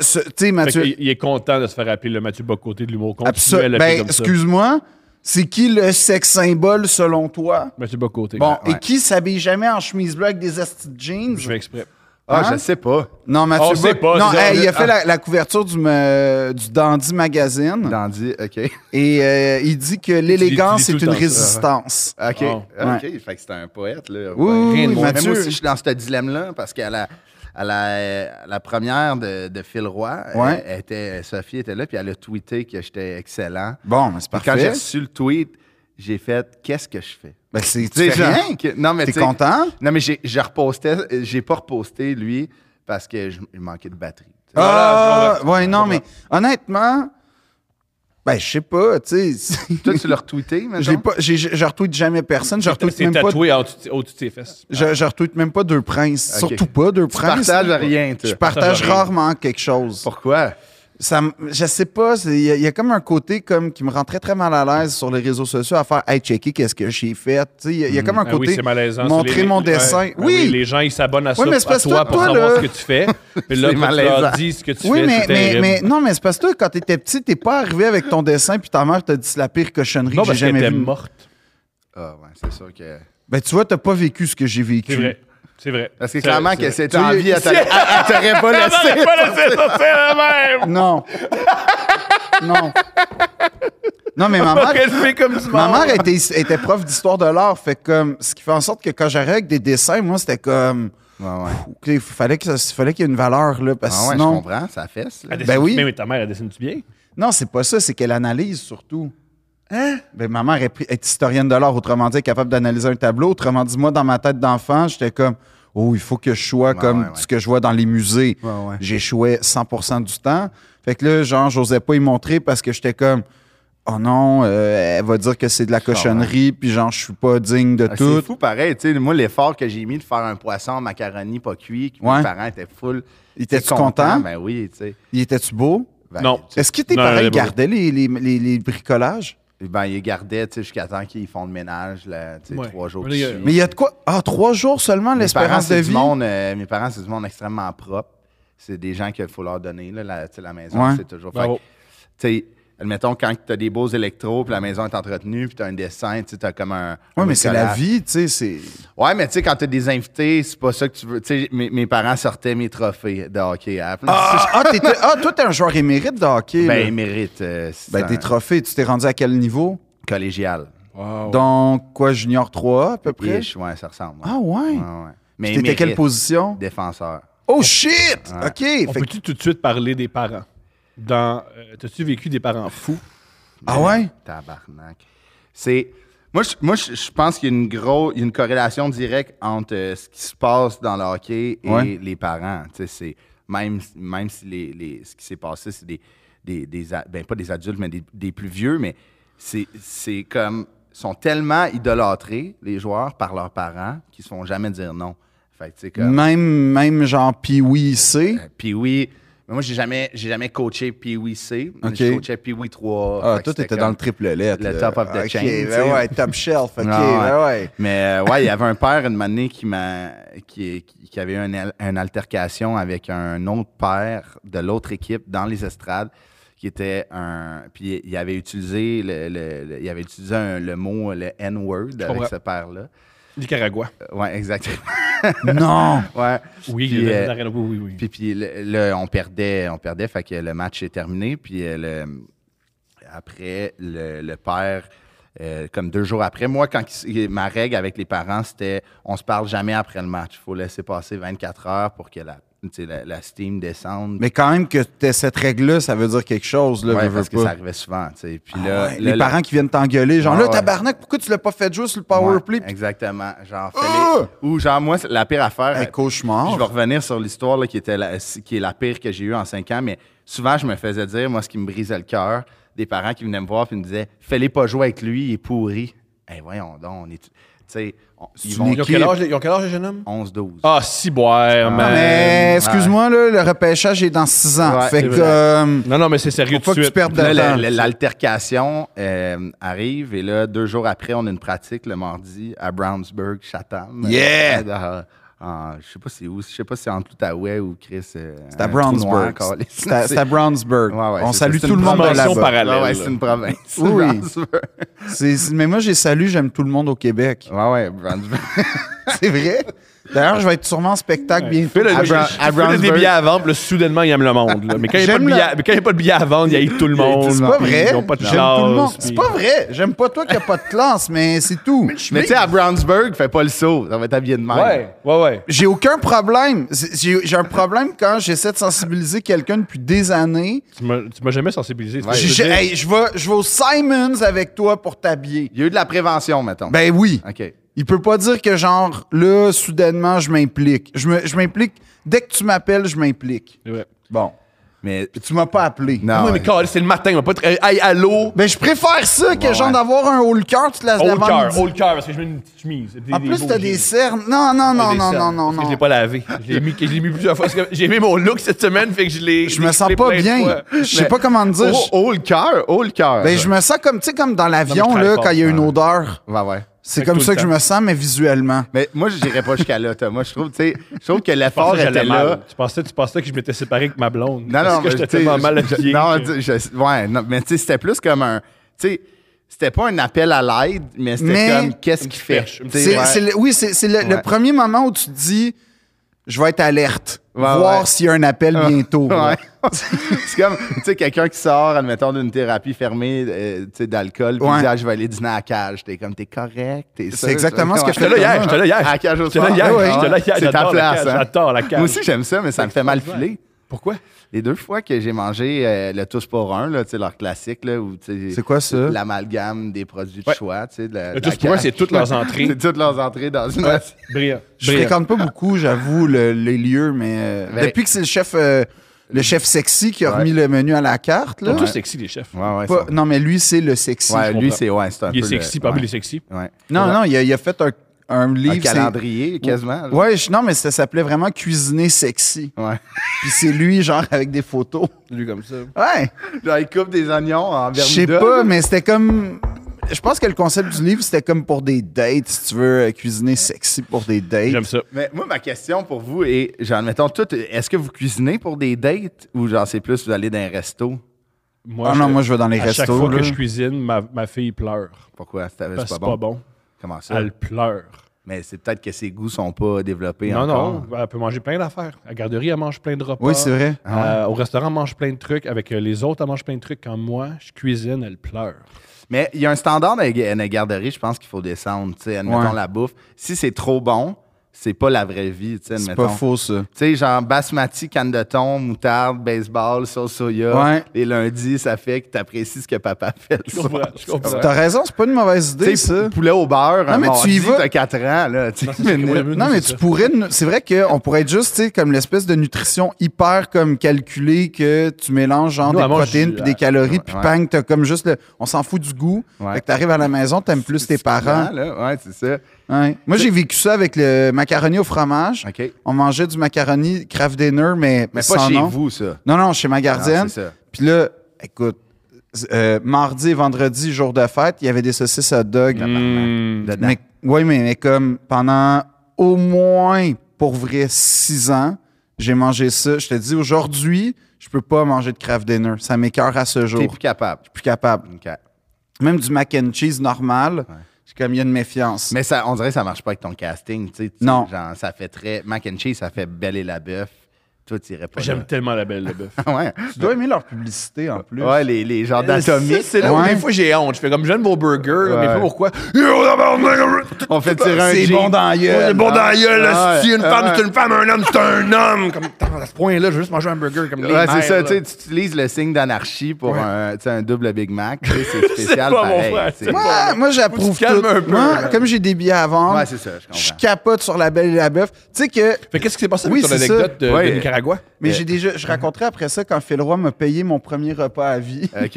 ce- tu sais, Fait Mathieu. qu'il- il est content de se faire appeler le Mathieu Bocoté de l'humour. Continue Absol- à l'appeler Ben, comme ça. excuse-moi, c'est qui le sex symbole selon toi? Mathieu Bocoté. Bon, Ouais. et qui s'habille jamais en chemise bleue avec des astis de jeans? Je fais exprès. Ah, Hein? je sais pas. Non, Mathieu On sait Bock- pas, Non, c'est ça, hey, on- il a fait ah. la, la couverture du, me- du Dandy Magazine. Dandy, OK. Et euh, il dit que l'élégance Il est dit tout une le temps ça, résistance. OK. Ah, OK. Fait que c'était un poète, là. Oui, oui, Rien de oui, bon. Mais Mathieu. moi aussi, je suis dans ce dilemme-là parce qu'à la, à la, à la première de, de Phil Roy, Ouais. elle était, Sophie était là, puis elle a tweeté que j'étais excellent. Bon, mais c'est Puis quand j'ai parfait. reçu le tweet, j'ai fait Qu'est-ce que je fais? Ben, c'est Tu sais, tu fais genre, rien. que- non, mais T'es tu sais- content? Non, mais j'ai, j'ai reposté, euh, j'ai pas reposté lui parce que je, il manquait de batterie. tu sais. Ah, Voilà, je ouais, non, comprends. mais honnêtement, ben, je sais pas, tu sais. Toi, tu l'as retweeté, maintenant? j'ai pas- j'ai- Je retweete jamais personne. Je retweete C'est même pas. tatoué en dessous- au-dessus de ses fesses. Je, je retweete même pas deux princes. Ok. Surtout pas deux Tu princes. partages rien, toi. Je partage rien. rarement quelque chose. Pourquoi? Ça, m- je sais pas, c'est- il y, a- il y a comme un côté comme qui me rend très très mal à l'aise sur les réseaux sociaux à faire hey checker qu'est-ce que j'ai fait. Tu sais, Il y, a- il y a comme un Ah oui, côté c'est malaisant. C'est montrer les- mon ouais. dessin. Ah oui, Les gens, ils s'abonnent à ça, Oui, mais c'est à parce que toi pour toi, savoir là- ce que tu fais. Puis là, C'est quand tu leur malaisant. dis ce que tu oui, fais, mais, c'est mais, terrible. mais- non, mais c'est parce que toi, quand t'étais petit, t'es pas arrivé avec ton dessin puis ta mère t'a dit c'est la pire cochonnerie non, que j'ai parce qu'elle jamais était vue. morte. Ah, ouais, c'est sûr que. Ben tu vois, t'as pas vécu ce que j'ai vécu. C'est vrai. C'est vrai. Parce que C'est- clairement, c'est que vrai. si elle était en vie, elle t'aurait Si- elle- elle t'aurait pas Elle m'aurait laissé. pas laissé sortir la même! Non. non. Non, mais ma Pas mère, qu'elle fait comme du ma monde. mère était, était prof d'histoire de l'art, fait comme ce qui fait en sorte que quand j'arrivais avec des dessins, moi c'était comme Ouais, ouais. il fallait que ça- fallait qu'il y ait une valeur là parce que Ah, ouais, je sinon comprends, ça fesse. là. Elle dessine- Ben oui. Mais ta mère, elle dessine-tu bien? non c'est pas ça c'est qu'elle analyse surtout hein ben ma mère est, pri- est historienne de l'art autrement dit elle est capable d'analyser un tableau autrement dit moi dans ma tête d'enfant j'étais comme oh il faut que je sois comme ouais, ouais. ce que je vois dans les musées Ouais, ouais. j'échouais 100% du temps fait que là genre j'osais pas y montrer parce que j'étais comme oh non euh, elle va dire que c'est de la cochonnerie puis genre je suis pas digne de Ah, Ben, tout C'est fou, pareil. Tu sais, moi, l'effort que j'ai mis de faire un poisson en macaroni pas cuit, que Ouais. mes parents étaient full. Il était-tu content? Ben oui, tu sais. il était-tu beau Ben, Non. tu sais, est-ce que tes Non, elle est parents beau. gardaient les- les- les- les bricolages Ben, ils gardaient, tu sais, jusqu'à temps qu'ils font le ménage, là, tu sais, Ouais. trois jours Mais de il y a- suite. Mais il y a de quoi? Ah, trois jours seulement, Mes parents, l'espérance de c'est du vie? monde, euh, mes parents, c'est du monde extrêmement propre. C'est des gens qu'il faut leur donner, là, la, tu sais, la maison, Ouais. c'est toujours... Fait que, Bravo. tu sais, admettons, quand tu as des beaux électros, puis la maison est entretenue, puis tu as un dessin, tu as comme un. Oui, un mais c'est la collage. vie, tu sais. c'est- Ouais, mais tu sais, quand t'as des invités, c'est pas ça que tu veux. Tu sais, mes, mes parents sortaient mes trophées de hockey à la place. Ah, ah, t'étais- ah, toi, t'es un joueur émérite de hockey. ben, ils là. méritent. euh, c'est ben un des trophées. Tu t'es rendu à quel niveau? collégial. Oh. Wow. Donc, quoi, junior 3 à peu près? Ish, ouais, ça ressemble. Ah ouais? Ouais, ouais. Mais ils T'étais quelle méritent. position? Défenseur. Oh shit! Ah, OK. On fait que- peut-tu tout de suite parler des parents? Dans, euh, t'as-tu vécu des parents fous? Ah ouais? Tabarnak. C'est. Moi, je, moi, je- je pense qu'il y a une grosse, une corrélation directe entre euh, ce qui se passe dans le hockey et Ouais. les parents. Tu sais, c'est même, même si les, les- ce qui s'est passé, c'est des, des, des a- ben, pas des adultes, mais des, des plus vieux, mais c'est, c'est comme sont tellement idolâtrés les joueurs par leurs parents qu'ils se font jamais dire non. Fait que, tu sais, comme, Même, même genre Pee-Wee C. Ah, euh, Puis oui, mais moi j'ai jamais, j'ai jamais coaché Puis oui C, mais Ok. je coachais Puis oui 3. Ah, Fait que toi, c'était t'étais dans comme- le triple lettre. le là. top of the Ok, chain, tu Ben sais. ouais, top shelf. OK, Non, ben ouais. ouais. Mais euh, ouais, il y avait un père une année qui m'a qui, qui- qui avait eu une, al- une altercation avec un autre père de l'autre équipe dans les estrades qui était un puis il avait utilisé le, le- le- il avait utilisé un- le mot le N-word avec comprends. ce père là. Nicaragua. Ouais, exactement. ben Non! Ouais. Euh, Oui, Puis, le- euh, l'arène- oui, oui, oui. Puis, puis le- le- on perdait, on perdait, fait que le match est terminé. Puis euh, le- après, le, le père, euh, comme deux jours après, moi, quand il s- ma règle avec les parents, c'était on se parle jamais après le match. Il faut laisser passer 24 heures pour que la, tu sais, la, la steam descende. Mais quand même que t'aies cette règle-là, ça veut dire quelque chose, là, Ouais, veux, veux parce que pas. ça arrivait souvent. tu sais. Puis Ah là, ouais, là, les là- parents qui viennent t'engueuler, genre Ah là, ouais. tabarnak, pourquoi tu l'as pas fait jouer sur le Ouais, powerplay? Puis- Exactement. Genre, Ah! fallait- ou genre, moi, c'est la pire affaire. Un cauchemar. Puis Je vais revenir sur l'histoire là, qui, était la, qui est la pire que j'ai eue en cinq ans, mais souvent, je me faisais dire, moi, ce qui me brisait le cœur, des parents qui venaient me voir et me disaient Fais-les pas jouer avec lui, il est pourri. Eh, voyons donc, on est. Tu sais, on- ils une vont Ils ont, quel âge, les- ils ont quel âge, les jeunes hommes? 11-12. Ah, si, boire, Non, mais excuse-moi, là, le repêchage est dans 6 ans. Ouais, fait c'est que. vrai. euh, Non, non, mais c'est sérieux faut pas tout de que tu suite. perdes de Là, la- temps. la- l'altercation euh, arrive et là, deux jours après, on a une pratique le mardi à Brownsburg, Chatham. Yeah! Euh, en- en- je sais pas c'est où, je sais pas si c'est entre l'Outaouais ou Chris. euh, C'est à un trou noir, Brownsburg. câlisse. C'est à- C'est à Brownsburg. Ouais, ouais, On c'est salue ça, c'est tout le une monde de promotion là-bas. parallèle. Ouais, ouais, c'est une province. Oui, oui. Brownsburg. C'est- c'est- Mais moi, j'ai salué, j'aime tout le monde au Québec. Ouais, ouais, Brownsburg. C'est vrai? D'ailleurs, je vais être sûrement en spectacle bientôt. Ah, Fais le- À je- je- Brown- je à fais des Brownsburg. billets à vendre, puis là, soudainement, ils aiment le monde. là. Mais quand il n'y a, pas de J'aime billets le- à- mais quand il y a pas de billets à vendre, ils haïssent tout le monde. ben, C'est pas puis vrai. Ils n'ont pas de J'aime tout le monde. chance. C'est puis- pas vrai. J'aime pas toi qui a pas de classe, mais c'est tout. Mais tu sais, à Brownsburg, fais pas le saut. Ça va être habillé de même. Ouais, ouais, ouais. J'ai aucun problème. C'est- J'ai j'ai un problème quand j'essaie de sensibiliser quelqu'un depuis des années. Tu m'as tu m'as jamais sensibilisé. c'est Ouais. ce que J'ai- je j'ai- veux dire. hey, Je vais je vais au Simons avec toi pour t'habiller. Il y a eu de la prévention, mettons. Ben oui. OK. Il peut pas dire que genre là, soudainement, je m'implique. Je me- je m'implique. Dès que tu m'appelles, je m'implique. Ouais. Bon. Mais. Tu m'as pas appelé. Non. Ah Ouais, mais ouais. câlisse, c'est le matin. on va pas te- Hey, allô? Ben je préfère ça que Ouais, genre ouais. d'avoir un haut le cœur toute la Haut le cœur, l'avant-midi. haut le cœur, parce que je mets une petite chemise. En plus, t'as des serres. cernes. Non, non, non, des Oh, non, cernes, non, non, parce que Je l'ai non. pas lavé. Je l'ai mis, je l'ai mis plusieurs fois. parce que J'ai mis mon look cette semaine, fait que je l'ai. Je me l'ai sens plein pas de bien. fois. Je sais Mais- pas comment te dire. Oh, Je- oh, le cœur, oh, le cœur. Ben, je me sens comme, tu sais, comme dans Non, mais l'avion, je là, travaille quand il y a fort. une odeur. Ouais, ouais. C'est Fait comme tout ça le que je me sens, mais visuellement. Mais moi, je n'irais pas jusqu'à là, Thomas. Je trouve, tu sais, je trouve que Je pensais l'effort que j'allais était là. mal. Tu pensais, tu pensais que je m'étais séparé avec ma blonde. Non, Parce non, que mais j'étais tu sais, tellement mal je- habillé. Non, que- tu- je- ouais, non, mais tu sais, c'était plus comme un. Tu sais, c'était pas un appel à l'aide, mais c'était Mais- comme qu'est-ce qu'il fait. perche, une Tu petite sais, C'est- ouais. c'est le- oui, c'est c'est le, le Ouais. premier moment où tu te dis je vais être alerte, Ouais, voir ouais. s'il y a un appel bientôt. là. Ouais. c'est comme, tu sais, quelqu'un qui sort, admettons, d'une thérapie fermée euh, tu sais, d'alcool, puis Ouais. il dit, ah, je vais aller dîner à la cage. T'es comme, t'es correct, t'es sûr. exactement ce que je J'étais là hier, Thomas. j'étais là hier. À la cage au J'étais sport. là hier, Ah ouais. j'étais là hier. C'est ta J'adore la place, cage, hein. J'adore la cage. Moi aussi, j'aime ça, mais ça me fait mal filer. Pourquoi? Les deux fois que j'ai mangé euh, le tous pour un, là, tu sais, leur classique, là, où, tu sais, C'est quoi ça? L'amalgame des produits de Ouais. choix, tu sais, de la- Le de la tous pour un, cage. c'est toutes leurs entrées. c'est toutes leurs entrées dans une assiette. Brillant. Je Brillant. fréquente pas beaucoup, j'avoue, le- les lieux, mais euh, Ben- depuis que c'est le chef euh, le chef sexy qui a Ouais. remis le menu à la carte, Ils là, sont tous sexy, les chefs. Ouais, ouais, pas- ça- non, mais lui, c'est le sexy. ouais, lui, comprends. c'est ouais, c'est un Il est peu le- sexy parmi ouais. les sexy. Ouais. Non, non, il a, il a fait un, un livre. Un c'est- calendrier, quasiment. Ouais, je- non, mais ça s'appelait vraiment Cuisiner sexy. Ouais. Puis c'est lui, genre, avec des photos. Lui comme ça. Ouais. Genre, il coupe des oignons en Je vermouth. sais pas, mais c'était comme. Je pense que le concept du livre, c'était comme pour des dates, si tu veux euh, cuisiner sexy pour des dates. J'aime ça. Mais moi, ma question pour vous est, genre, mettons tout, est-ce que vous cuisinez pour des dates ou genre c'est plus vous allez dans un resto? Moi, Ah non, je- moi, je vais dans les à chaque restos. fois là. que je cuisine, ma, ma fille pleure. Pourquoi? C'est Parce que pas c'est bon. pas bon. Comment ça? Elle pleure. Mais c'est peut-être que ses goûts sont pas développés non, encore. non, elle peut manger plein d'affaires. À la garderie, elle mange plein de repas. Oui, c'est vrai. Ah Euh, au restaurant, elle mange plein de trucs. Avec euh, les autres, elle mange plein de trucs. Quand moi, je cuisine, elle pleure. Mais il y a un standard dans les ga- dans les garderies, je pense qu'il faut descendre. tu sais, Admettons Ouais. la bouffe. Si c'est trop bon, c'est pas la vraie vie. tu sais, C'est admettons. pas faux, ça. Tu sais, genre basmati, canne de thon, moutarde, baseball, sauce soya. Ouais. Les lundis, ça fait que t'apprécies ce que papa fait. le Je comprends, soir. je comprends. T'as raison, c'est pas une mauvaise Tu idée, sais, ça. poulet au beurre, Non, un mais tu y mardi, vas. t'as 4 ans, là. tu sais, mais- Non, mais tu pourrais. nous- C'est vrai qu'on pourrait être juste, tu sais, comme l'espèce de nutrition hyper comme calculée que tu mélanges genre Nous, des elle mange protéines du- puis des calories, puis ouais. pang, t'as comme juste le. On s'en fout du goût. Ouais. Fait que t'arrives à la maison, t'aimes plus tes parents. Hein? là. Ouais, c'est ça. Ouais. Moi, j'ai vécu ça avec le macaroni au fromage. OK. On mangeait du macaroni craft dinner, mais, Mais pas sans chez nom. vous, ça. Non, non, chez ma gardienne. Non, c'est ça. Puis là, écoute, euh, mardi et vendredi, jour de fête, il y avait des saucisses hot dog. Dedans. Hmm. Mais, oui, mais, mais comme pendant au moins, pour vrai, six ans, j'ai mangé ça. Je te dis, aujourd'hui, je peux pas manger de Kraft Dinner. Ça m'écœure à ce jour. T'es Je plus suis capable. plus capable. OK. Même du mac and cheese normal, j'ai comme il y a une méfiance. Mais ça, on dirait que ça marche pas avec ton casting. Tu sais, tu- Non. Genre, ça fait très. Mac and cheese, ça fait belle et la bœuf. Toi, t'irais pas. J'aime tellement la belle, le bœuf. là. ouais. tu dois aimer leur publicité en plus. Ouais, les, les Euh, genres Ça, d'atomique. C'est là où Ouais. des fois j'ai honte. Je fais comme j'aime vos burgers, là, mais je sais pas Ouais. pourquoi. On fait tirer un C'est G. bon dans la gueule. C'est bon dans la gueule, là, Ouais, si une femme, ouais. c'est une femme, un homme, c'est un homme. Comme, attends, à ce point-là, je veux juste manger un burger comme les Ouais, c'est mères, ça. là. Tu sais, tu utilises le signe d'anarchie pour un, tu sais, un double Big Mac. tu sais, C'est spécial pas mon pareil. frère, tu sais. c'est Moi, pas- moi j'approuve Faut que tu tout. te calmes un peu, Moi, là. comme j'ai des billets à vendre, Ouais, c'est ça, je comprends. capote sur la belle et la bœuf. Tu sais que Fait qu'est-ce qui s'est passé Oui, avec ton c'est ça. anecdote de, de Ouais. Nicaragua? Mais j'ai déjà, je raconterai après ça quand Phil Roy m'a payé mon premier repas à vie. OK.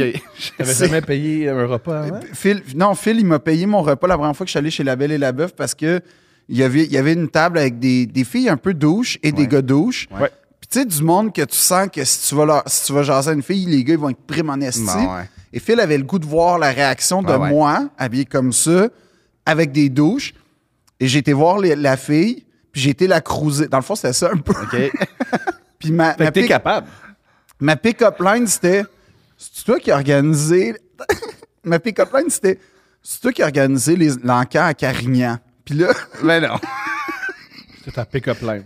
T'avais C'est- jamais payé un repas hein? avant? Phil, non, Phil, il m'a payé mon repas la première fois que je suis allé chez La Belle et la Bœuf parce que il y avait, il y avait une table avec des, des filles un peu douches et des gars douches. Ouais. Puis tu sais, du monde que tu sens que si tu vas, leur- si tu vas jaser à une fille, les gars, ils vont être primes en Bah, esti. Bon, ouais. Et Phil avait le goût de voir la réaction de Ouais, ouais. moi, habillé comme ça, avec des douches. Et j'ai été voir les- la fille, puis j'ai été la cruiser. Dans le fond, c'était ça un peu. OK. Puis ma, Fait ma que t'es pick- capable. ma pick-up line, c'était C'est toi qui as organisé. ma pick-up line, c'était C'est toi qui as organisé les- l'enquête à Carignan. Puis là, Mais non. C'est ta pick-up line.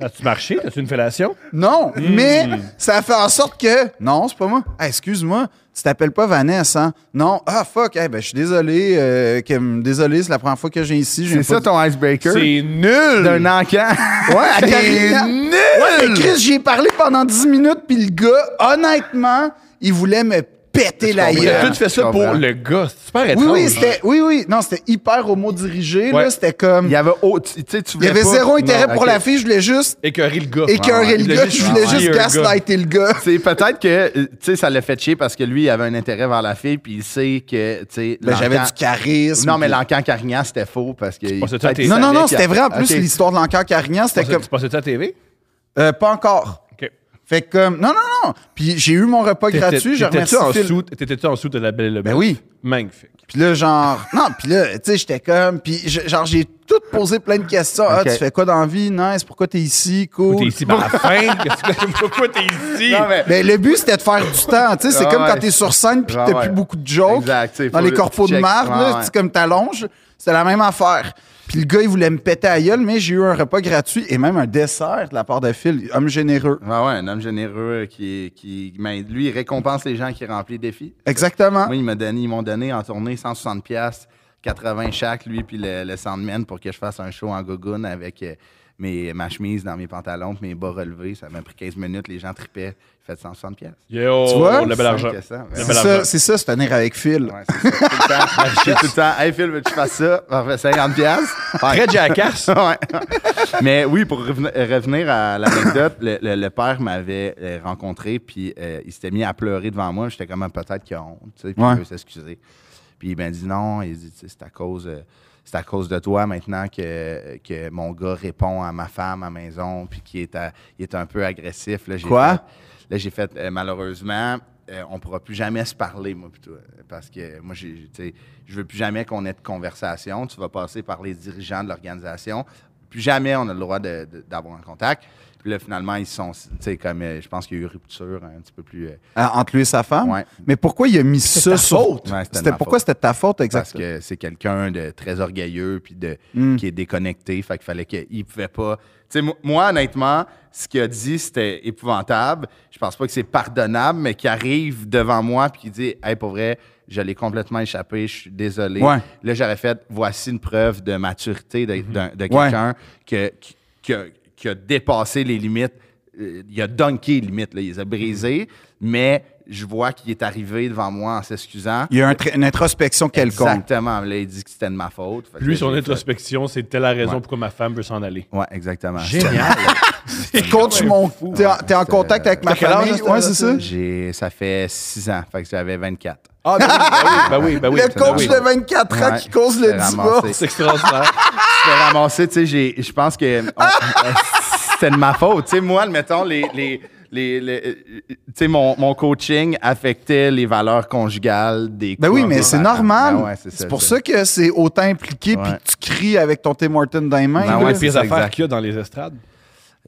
As-tu marché? As-tu une fellation? non, Hmm. mais ça a fait en sorte que Non, c'est pas moi. Ah, excuse-moi, tu t'appelles pas Vanessa, hein? Non, ah fuck, eh ben, je suis désolé, euh, que- désolé, c'est la première fois que j'ai ici. j'ai C'est pas ça dit- ton icebreaker? C'est nul! D'un encan. Ouais, à Carignan. nul! Ouais, mais Eh, Chris, j'y ai parlé pendant 10 minutes, puis le gars, honnêtement, il voulait me péter la Il a gueule. tout fait Je ça comprends. pour le gars. C'est super étrange. hein. Oui, oui, c'était, oui, oui. Non, c'était hyper homo dirigé. Ouais. Là, c'était comme. hein. Il y avait au- tu tu sais, tu Il y voulais avait pas- zéro intérêt Non, pour ok. la fille. Je voulais juste Écœurer le gars. Ah, écœurer Ouais, ouais. le Il a gars. Je voulais chier juste un gars. gaslighter le gars. C'est peut-être que euh, tu sais ça l'a fait chier parce que lui il avait un intérêt vers la fille puis il sait que tu sais Ben, j'avais l'encan- du charisme. Non mais puis- l'encan Carignan c'était faux parce que pensais-tu peut-être à tes- il Non, non, savait non, qu'il- c'était vrai. En plus, Ok. l'histoire de l'encore Carignan, c'était comme. Tu passais ça à la TV? Euh, pas encore. OK. Fait que comme. Non, non, non. Puis j'ai eu mon repas gratuit. Je remercie T'étais-tu en Phil. sous- T'étais-tu en sous de la belle et le Ben Bête? oui. Magnifique. Puis là, genre, non, puis là, tu sais, j'étais comme, puis je- genre, j'ai tout posé plein de questions. Ah, Ok. tu fais quoi dans la vie? Nice, pourquoi t'es ici? Pourquoi Cool. T'es ici par la fin? Qu'est-ce que- Pourquoi t'es ici? Non, mais- Ben, le but, c'était de faire du temps. Tu sais, c'est Ah comme ouais. quand t'es sur scène puis que Ah t'as ouais. plus beaucoup de jokes. Exact, tu sais, dans faut les le corpos de check. marde, là, Ah ouais. c'est comme t'allonges. C'était la même affaire. Puis le gars, il voulait me péter à gueule, mais j'ai eu un repas gratuit et même un dessert de la part de Phil. Homme généreux. Ah Ouais, ouais, un homme généreux qui, qui mais lui, il récompense les gens qui remplissent des défis. Exactement. Moi, ils m'ont donné, ils m'ont donné en tournée 160 pièces, 80 chaque, lui puis le, le Sandman pour que je fasse un show en gogoon avec euh, mes, ma chemise dans mes pantalons, puis mes bas relevés. Ça m'a pris 15 minutes, les gens tripaient. J'ai fait 160 pièces. Yo, Tu vois? le bel argent. C'est ça. Le C'est bel ça, argent. c'est ça, se tenir avec Phil. Ouais, c'est ça. Tout le temps, j'ai tout le temps, hey Phil, veux-tu que je fasse ça? Parfait, 50 pièces. Très jackass. Ouais. Mais oui, pour reven- euh, revenir à l'anecdote, le, le- le père m'avait euh, rencontré, puis euh, il s'était mis à pleurer devant moi. J'étais comme, Ah, peut-être qu'il a honte, tu sais, puis Ouais. il veut s'excuser. Puis il m'a dit non, il dit, Tu sais, c'est à cause. euh, c'est à cause de toi maintenant que, que mon gars répond à ma femme à la maison, puis qu'il est, à- il est un peu agressif. Là, j'ai Quoi? fait- là, j'ai fait, euh, malheureusement, euh, on pourra plus jamais se parler, moi, puis toi. Parce que moi, j'ai, tu sais, je veux plus jamais qu'on ait de conversation. Tu vas passer par les dirigeants de l'organisation. Plus jamais on a le droit de- de- d'avoir un contact. Puis là, finalement, ils sont, tu sais, comme, euh, je pense qu'il y a eu rupture un petit peu plus. euh, Ah, entre lui et sa femme. Ouais. Mais pourquoi il a mis ça ta sur- faute. Ouais, c'était de c'était ma pourquoi faute. c'était de ta faute parce exactement que c'est quelqu'un de très orgueilleux puis de Mm. qui est déconnecté fait qu'il fallait qu'il pouvait pas tu sais mo- moi honnêtement ce qu'il a dit c'était épouvantable je pense pas que c'est pardonnable mais qu'il arrive devant moi puis qu'il dit hey pour vrai je l'ai complètement échappé je suis désolé Ouais. Mm-hmm. là j'aurais fait voici une preuve de maturité de, d'un- de Ouais. quelqu'un que- qui, qui a, qui a dépassé les limites Euh, il a dunké les limites là, il les a brisées mais je vois qu'il est arrivé devant moi en s'excusant Il y a un tra- une introspection quelconque. Exactement. Là, il dit que c'était de ma faute. Fait que Lui, là, son j'ai introspection, c'était la raison Ouais. pourquoi ma femme veut s'en aller. fait- Ouais, exactement. Génial! Coach mon T'es en, t'es en C'était- contact avec ma T'as quel âge, famille? à cette Ouais, c'est ça. heure-là? J'ai, ça fait six ans. Fait que j'avais 24. Ah, ben oui, ben oui, ben oui. le ben oui, ben coach oui. de 24 ans Ouais, qui cause le c'est ramassé. divorce. C'est extraordinaire. Je l'ai ramassé, tu sais, j'ai- je pense que on- euh, c'était de ma faute. Tu sais, moi, admettons, les, les, les, les- euh, tu sais, mon, mon coaching affectait les valeurs conjugales des Ben oui, couples. mais c'est Ah, normal. ben ouais, c'est pour ça que que c'est autant impliqué puis Ouais. que tu cries avec ton Tim Martin dans les mains. Ben là. Une ouais, des c'est pires ça, affaires exact. qu'il y a dans les estrades.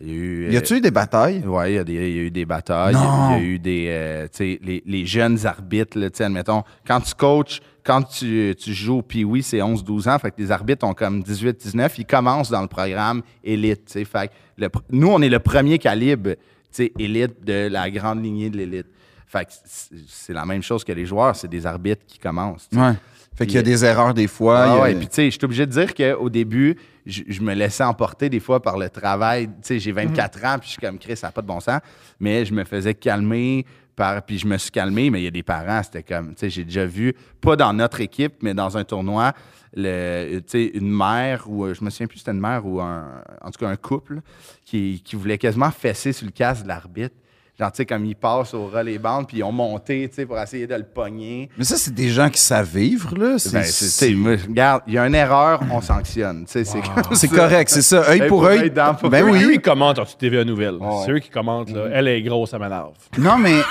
Il y a eu, euh, y a-tu eu des batailles? Oui, il y, a des- il y a eu des batailles. Il y Non. a- il y a eu des. euh, tu sais, les, les jeunes arbitres, là, tu sais, admettons, quand tu coaches, quand tu, tu joues, puis oui, c'est 11-12 ans, fait que les arbitres ont comme 18-19, ils commencent dans le programme élite. tu sais, Fait que le pr- nous, on est le premier calibre tu sais, élite de la grande lignée de l'élite. Fait que c'est- c'est la même chose que les joueurs, c'est des arbitres qui commencent. tu sais. Ouais. Fait qu'il y a Puis- des erreurs des fois. Ah il y a- ouais, puis tu sais, je suis obligé de dire qu'au début, je je me laissais emporter des fois par le travail. Tu sais, j'ai Mhm. 24 ans, puis je suis comme Chris, ça n'a pas de bon sens. Mais je me faisais calmer, par, puis je me suis calmé, mais il y a des parents, c'était comme, tu sais, j'ai déjà vu, pas dans notre équipe, mais dans un tournoi, le, tu sais, une mère, ou euh, je me souviens plus, c'était une mère ou un, en tout cas un couple, qui, qui voulait quasiment fesser sur le casque de l'arbitre. Genre, tu sais, comme ils passent au ras les bandes, puis ils ont monté, tu sais, pour essayer de le pogner. Mais ça, c'est des gens qui savent vivre, là. C'est Ben, c'est- c'est- moi, regarde, il y a une erreur, on sanctionne. Tu sais, C'est comme c'est ça. correct, c'est ça. Œil Œil pour pour œil. œil, dent pour Ben dent. Lui, oui. il commente en TVA Nouvelle. Ouais. C'est eux qui commentent, là. Elle est grosse, ça m'énerve. Non, mais.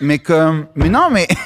Mais comme. Mais non, mais.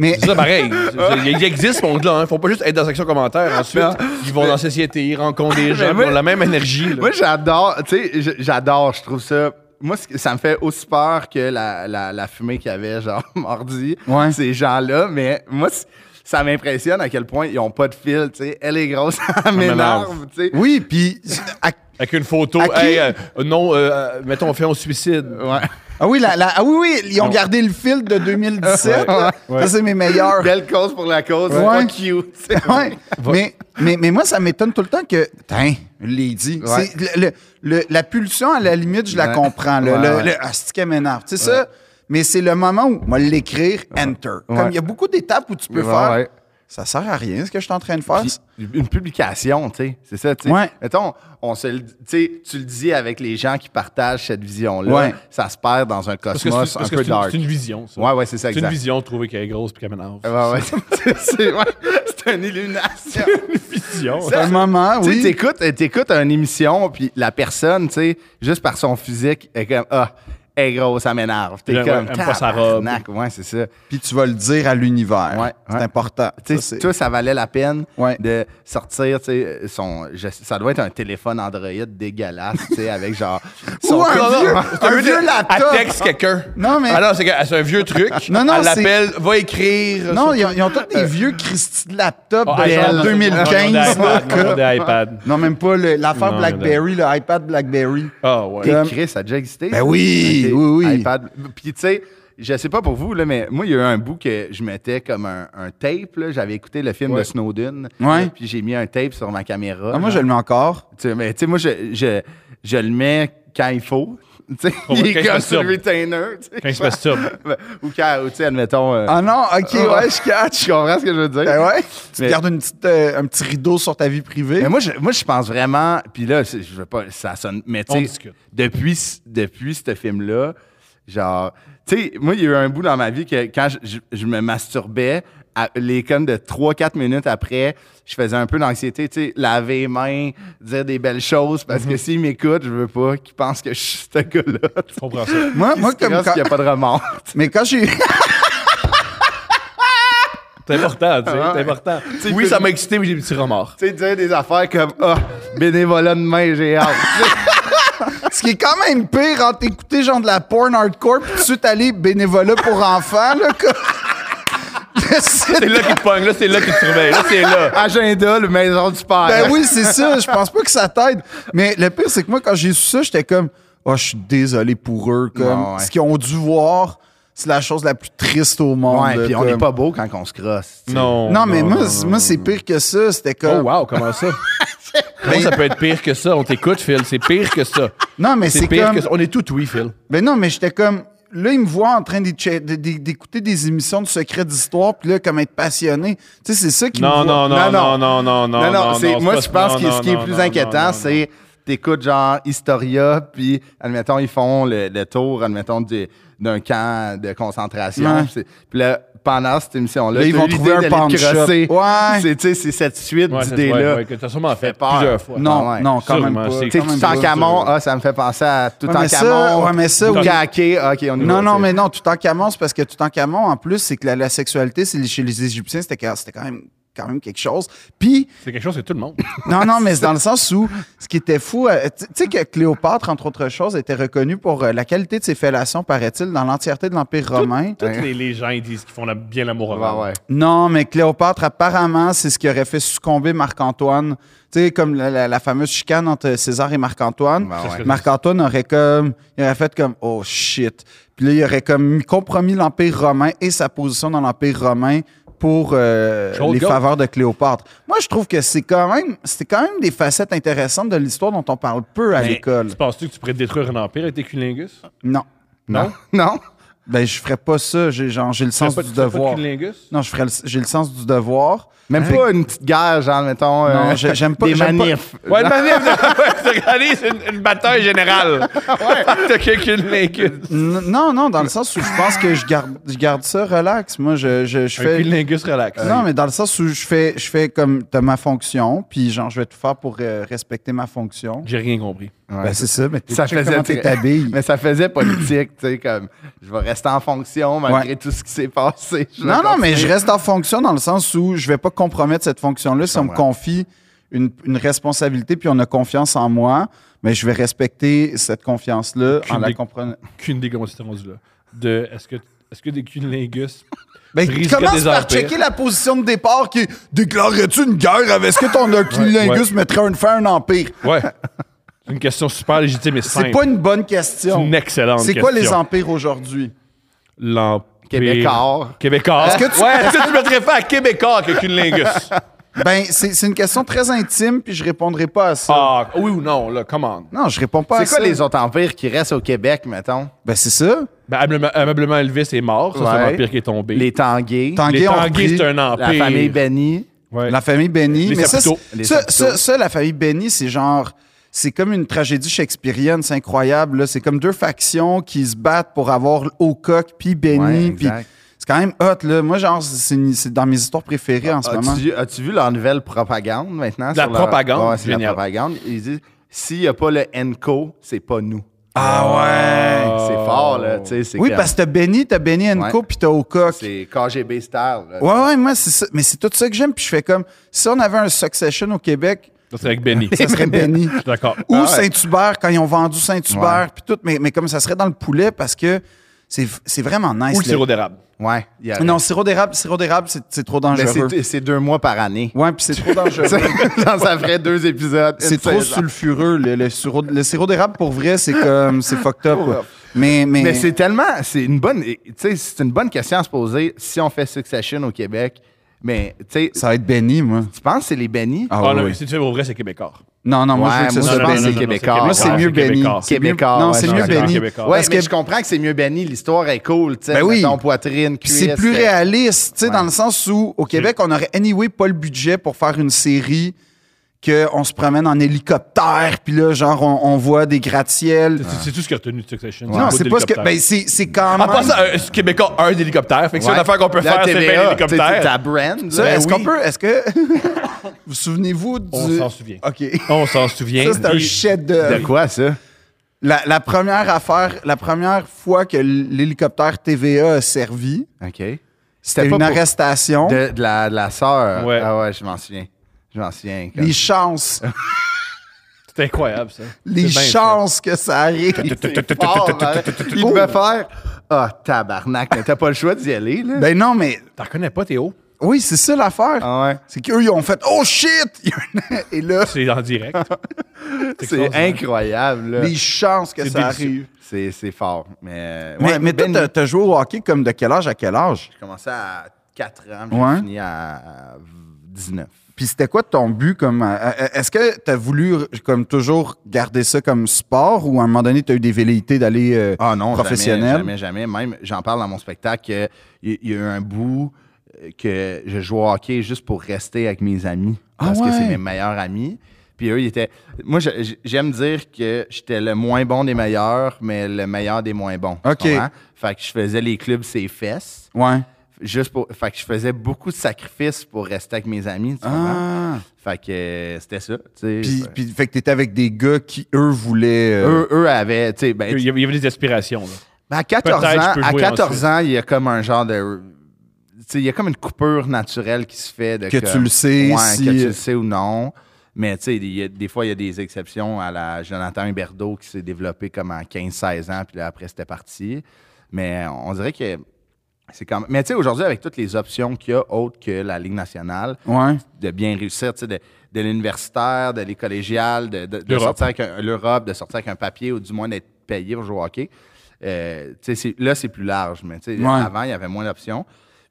Mais. C'est ça, pareil. C'est- Il existe, mon gars. Hein. Faut pas juste être dans la section commentaires. Ensuite, ils vont dans la société, ils rencontrent des gens, moi- ils ont la même énergie. là. Moi, j'adore, tu sais, j- j'adore, je trouve ça. Moi, ce que- ça me fait aussi peur que la, la, la fumée qu'il y avait, genre, mardi, Ouais. ces gens-là, mais moi, c- ça m'impressionne à quel point ils ont pas de fil, tu sais. Elle est grosse, elle m'énerve, tu sais. Oui, puis. à- Avec une photo. À qui- Hey, euh, euh, non, euh, euh, mettons, on fait un suicide. Ouais. Ah oui, la- la- ah oui, oui, ils ont gardé le fil de 2017. là. Ça, c'est mes meilleurs. Belle cause pour la cause, Ouais. fuck you, tu sais. Ouais. Mais, mais, mais moi, ça m'étonne tout le temps que. Tain, Lady. Ouais. C'est le- le- le- la pulsion, à la limite, je la Ouais. comprends. là. Ouais, le, ouais. le- ah, c'est-tu qu'elle m'énerve. Tu sais ça? Mais c'est le moment où, moi, l'écrire, enter. Comme il y a beaucoup d'étapes où tu peux Ouais, faire. ouais. Ça sert à rien, ce que je suis en train de faire. Puis, une publication, tu sais. C'est ça, tu sais. Ouais. Mettons, on se le- tu sais, tu le dis avec les gens qui partagent cette vision-là. Ouais. Ça se perd dans un Parce que c'est- cosmos parce un que peu c'est une, dark. c'est une vision, ça. Ouais, ouais, c'est ça, C'est une exact. vision de trouver qu'elle est grosse puis qu'elle m'énerve. Ouais, ouais. c'est c'est- ouais, c'est une illumination. Vision. C'est un moment, Tu sais, oui. t'écoutes, euh, t'écoutes une émission, puis la personne, tu sais, juste par son physique, est comme, ah, elle est grosse, ça m'énerve. T'es Ouais, comme, ouais, aime pas sa robe. tabarnak. Ouais, c'est ça. Puis tu vas le dire à l'univers. Ouais, c'est ouais. important. Tu Ça, sais, c'est- toi, ça valait la peine Ouais. de sortir, tu sais, son, je- ça doit être un téléphone Android dégueulasse, tu sais, avec genre son Ou un code- vieux- un Elle vieux laptop. texte quelqu'un. Non, mais- Ah non, c'est que- c'est un vieux truc. Non, non, Elle c'est- l'appelle, va écrire. Non, ils ont, ils ont tous des vieux Christy de laptop Ah, de ils ont- Oh, genre ils ont 2015. des là, iPads, ils ont que- des iPads. Non, même pas le- l'affaire Non, BlackBerry, le iPad BlackBerry. Ah, ouais. T'es Comme- Chris, ça a déjà existé? Ben ça? oui, Ok, oui, oui. iPad. Puis tu sais, je sais pas pour vous, là, mais moi, il y a eu un bout que je mettais comme un, un tape. là. J'avais écouté le film Ouais. de Snowden. Ouais. Puis j'ai mis un tape sur ma caméra. Ah, moi, je genre. le mets encore. Tu sais, mais tu sais, moi, je, je, je le mets quand il faut. Tu sais, Oh, il ouais, quand est il comme se sur le perturbe. retainer. tu sais. Quand il se perturbe. Ou quand, ou tu sais, admettons. euh, Ah non, ok, ouais, je catch. tu comprends ce que je veux dire? Ben ouais. Tu Mais- gardes une petite, euh, un petit rideau sur ta vie privée. Mais moi, je, moi, je pense vraiment. Puis là, c'est- je veux pas. Ça sonne. Mais On tu sais, discute. depuis, c- depuis ce film-là, genre. Tu sais, moi, il y a eu un bout dans ma vie que quand je, je- je me masturbais, à- les comme de 3-4 minutes après, je faisais un peu d'anxiété. Tu sais, laver les mains, dire des belles choses, parce Mhm. que s'ils m'écoutent, je veux pas qu'ils pensent que je suis ce gars-là. tu sais. Je comprends ça. moi, moi, Parce comme quand... qu'il n'y a pas de remords. tu Mais quand j'ai. C'est important, tu sais. C'est important. sais, Oui, tu- ça m'a excité, mais j'ai des petits remords. sais, dire des affaires comme Ah, bénévolat demain, j'ai hâte. Ce qui est quand même pire entre écouter genre de la porn hardcore puis tout de suite aller bénévolat pour enfants, là, que- que c'est- C'est là qu'il te pogne, là, c'est là qu'il te surveille, là, c'est là. Agenda, le maison du père. Ben oui, c'est ça. Je pense pas que ça t'aide. Mais le pire, c'est que moi, quand j'ai su ça, j'étais comme, oh, je suis désolé pour eux. Comme, Ah Ouais, ouais. Ce qu'ils ont dû voir, c'est la chose la plus triste au monde. Ouais, puis on comme. n'est pas beau quand on se crosse. tu sais. Non. Non, mais moi, non, c'est- non, moi non. c'est pire que ça. C'était Oh, comme. wow, comment ça? Comment ça peut être pire que ça? On t'écoute, Phil. C'est pire que ça. Non, mais C'est c'est pire comme. que ça. On est tout oui, Phil. Ben non, mais j'étais comme. Là, ils me voient en train d'éche- de- de- d'écouter des émissions de secrets d'histoire, puis là, comme être passionné. Tu sais, c'est ça qui Non, me voient. non, non, Non, non, non. non, non, non. Non, non, c'est- c'est moi, pas- je pense non, que ce qui non, est plus non, non, inquiétant, non, c'est t'écoutes genre Historia, puis admettons, ils font le, le tour, admettons, du- d'un camp de concentration. Ouais. puis c'est- Puis là, pendant cette émission-là, Là, ils t'as vont eu l'idée trouver un d'aller te pawn shop. crosser. Ouais. C'est, tu sais, c'est cette suite Ouais, c'est- d'idées-là. ouais, ouais, que t'as sûrement fait peur. plusieurs fois. Non, Ah ouais. non, quand Sûrement, même pas. c'est- Tu quand sais, même tout en pas. camon, ah, ça me fait penser à tout Ouais, en mais ça, camon. ouais, mais ça, Ou oui. Kaké, ok, on y va, Non, tu non, sais. mais non, Toutankhamon, c'est parce que Toutankhamon, en plus, c'est que la, la sexualité, c'est chez les Égyptiens, c'était quand c'était quand même, quand même quelque chose. Puis, C'est quelque chose que tout le monde. non, non, mais c'est dans le sens où ce qui était fou, euh, tu tu sais que Cléopâtre, entre autres choses, était reconnue pour euh, la qualité de ses fellations, paraît-il, dans l'entièreté de l'Empire romain. Tous les, les gens, ils disent qu'ils font la- bien l'amour Ouais, avant. ouais. Non, mais Cléopâtre, apparemment, c'est ce qui aurait fait succomber Marc-Antoine. Tu sais, comme la, la- la fameuse chicane entre César et Marc-Antoine. Ben ouais. Marc-Antoine aurait comme. Il aurait fait comme Oh shit. Puis là, il aurait comme compromis l'Empire romain et sa position dans l'Empire romain pour euh, Chaud les goat. faveurs de Cléopâtre. Moi, je trouve que c'est quand même c'était quand même des facettes intéressantes de l'histoire dont on parle peu à Mais l'école. Ben, Tu penses-tu que tu pourrais détruire un empire avec tes cunilingus? Non. Non? Non? Ben, je ferais pas ça. J'ai genre, j'ai le sens Tu ferais pas- tu du ferais pas de devoir. cunilingus? Non, je ferais le- j'ai le sens du devoir. Même Fait- pas une petite guerre, genre, mettons. Non, euh, j'ai- j'aime pas- Des j'aime pas- manifs. Ouais, une manif de- tu organises une, une bataille générale. ouais. T'as que cunilingus. N- Non, non, dans le sens où je pense que je garde, je garde ça relax. Moi, je, je, je Un fais. cunilingus relax. Non, mais dans le sens où je fais, je fais comme t'as ma fonction, puis genre, je vais tout faire pour euh, respecter ma fonction. J'ai rien compris. Ouais. Ben, c'est ça, mais t'es- ça check faisait comment t'es très- habillé. mais ça faisait politique, tu sais, comme je vais rester en fonction malgré Ouais. tout ce qui s'est passé. Je vais Non, non, mais je continuer. reste en fonction dans le sens où je vais pas compromettre cette fonction-là si on me comprends. confie une, une responsabilité, puis on a confiance en moi, mais je vais respecter cette confiance-là Aucune en la des- comprenant. Qu'une des conditions rendues là. De est-ce que, est que des cunilingus Ben, Brise commence des par empires. checker la position de départ qui est Déclarerais-tu une guerre avec ce que ton lingus mettrait une fin à un empire? Ouais. C'est une question super légitime et simple. C'est pas une bonne C'est question. une excellente C'est quoi les question. empires aujourd'hui? L'empire. Québécois. Québécois. Est-ce que tu- Ouais, est-ce que tu mettrais pas à Québécois que cunilingus? Ben, c'est c'est une question très intime, puis je répondrai pas à ça. Ah, oui ou non, là, commande. Non, je réponds pas à C'est ça. quoi les autres empires qui restent au Québec, mettons? Ben, c'est ça. Ben, ameublement- ameublement, Elvis est mort. Ça, c'est Ouais. l'empire qui est tombé. Les Tanguay, Les Tanguay, ont repris. Tanguay, c'est un la empire. famille Benny. Ouais. Ben- La famille Benny. Les mais ça, Saputo. c'est- Les ça, Saputo. ça- ça, la famille Benny, c'est genre. C'est comme une tragédie shakespearienne, c'est incroyable. là. C'est comme deux factions qui se battent pour avoir Coq puis Ouais, Benny. puis exact. c'est quand même hot. Là. Moi, genre, c'est une- c'est dans mes histoires préférées en ce moment. As-tu as-tu vu leur nouvelle propagande maintenant? La sur leur- propagande, Ouais, c'est la génial. propagande. Ils disent s'il n'y a pas le NCO, c'est pas nous. Ah ouais! C'est fort, là. tu sais, c'est Oh. Oui, comme- parce que t'as Benny, t'as Benny Enco, Ouais. puis t'as Oka. C'est KGB style. là. Ouais, ouais, moi, c'est ça. Mais c'est tout ça que j'aime. Puis je fais comme, si on avait un Succession au Québec, Ça, c'est avec Benny. ça serait Benny. D'accord. Ou Ah ouais. Saint-Hubert, quand ils ont vendu Saint-Hubert, puis tout. Mais, mais comme ça serait dans le poulet, parce que c'est c'est vraiment nice. Ou le là. sirop d'érable. Ouais. il y a- Ah, Non, sirop d'érable, sirop d'érable, c'est- c'est trop Mais dangereux. c'est- c'est deux mois par année. ouais, puis c'est trop dangereux. Genre, ça ferait deux épisodes. une C'est trop saison. sulfureux. Le, le sirop, le sirop d'érable, pour vrai, c'est comme, c'est fucked up. quoi. Mais, mais, Mais c'est tellement, c'est une bonne, tu sais, c'est une bonne question à se poser si on fait Succession au Québec. Mais tu sais, ça va être Benny, moi. tu penses que c'est les bénis? Ah, Ah, non, oui. mais si tu fais au vrai, c'est Québécois. Non, non, moi, Ouais, je veux que moi, ça je soit pense que Benny. c'est Québécois. Moi, c'est Ouais, mieux Benny. C'est C'est mieux- Québécois, Non, ouais, c'est non, mieux c'est Benny. Québécois. Ouais, Parce mais que- je comprends que c'est mieux béni, l'histoire est cool, tu sais, Ben oui. mettons, poitrine, Puis cuisse. c'est plus euh, réaliste, tu sais, Ouais. dans le sens où au Québec, on aurait anyway pas le budget pour faire une série qu'on se promène en hélicoptère, puis là, genre, on, on voit des gratte-ciel. C'est- C'est tout ce qu'il a retenu de Succession. Non, c'est pas ce que. d'hélicoptère. Ben, c'est c'est quand même. En passant, euh, ce Québécois a un hélicoptère. Fait que c'est une ouais. affaire qu'on peut La faire, c'est TVA, bien tu sais, c'est l'hélicoptère. Ta brand, Ça, là. Ben est-ce oui. qu'on peut. Est-ce que. vous vous souvenez-vous du. On s'en souvient. OK. On s'en souvient. Ça, c'est un Puis- chef De quoi, ça? La, la première affaire, la première fois que l'hélicoptère TVA a servi, OK. c'était une pas pour- arrestation. De, de la, de la sœur. Ouais. Ah ouais, je m'en souviens. Je m'en souviens. comme- Les chances. C'est incroyable, ça. Les C'est bien, chances que ça arrive. C'est fort, hein? Il Oh. devait faire Ah, tabarnak, mais t'as pas le choix d'y aller, là. Ben non, mais ça. T'en connais pas, Théo? oui, c'est ça l'affaire. Ah ouais. C'est qu'eux, ils ont fait Oh shit! Et là, C'est en direct. C'est extraordinaire. incroyable, là. les chances que C'est ça délicieux. arrive. C'est c'est fort. Mais, Mais, ouais, mais toi, Ben, t'as- t'as joué au hockey comme de quel âge à quel âge? J'ai commencé à 4 ans, puis j'ai Ouais. fini à à 19. Puis c'était quoi ton but comme euh, euh, est-ce que t'as voulu comme toujours garder ça comme sport ou à un moment donné t'as eu des velléités d'aller euh, Ah non, jamais, professionnel? Jamais, jamais, Même, j'en parle dans mon spectacle, qu'il y, y a eu un bout euh, que je jouais au hockey juste pour rester avec mes amis. Ah Parce que c'est ouais? mes meilleurs amis. Puis eux, ils étaient. Moi, je- je- j'aime dire que j'étais le moins bon des meilleurs, mais le meilleur des moins bons. tu OK. comprends? Fait que je faisais les clubs, ses fesses. Ouais. Juste pour. Fait que je faisais beaucoup de sacrifices pour rester avec mes amis. Tu comprends? Ah. Fait que euh, c'était ça. tu sais. Puis, puis fait que t'étais avec des gars qui eux voulaient. euh, euh, eux, eux avaient. tu sais, ben, Il y avait il y avait des aspirations, là. Ben, à 14 Peut-être, ans, je peux à jouer 14 ensuite. ans, il y a comme un genre de. Tu sais, il y a comme une coupure naturelle qui se fait. De Que comme- tu le sais, Ouais, si- euh, que tu le sais ou non. Mais tu sais, il y a- des fois, il y a des exceptions à la Jonathan Huberdeau qui s'est développé comme en 15-16 ans, puis là, après, c'était parti. Mais on dirait que c'est quand même. Mais tu sais, aujourd'hui, avec toutes les options qu'il y a autres que la Ligue nationale, Ouais. de bien réussir, tu sais, de, de l'universitaire, de les collégiales, de, de- de L'Europe. sortir avec un- l'Europe, de sortir avec un papier ou du moins d'être payé pour jouer au hockey. Euh, tu sais, c'est- là, c'est plus large, mais tu sais, Ouais. avant, il y avait moins d'options.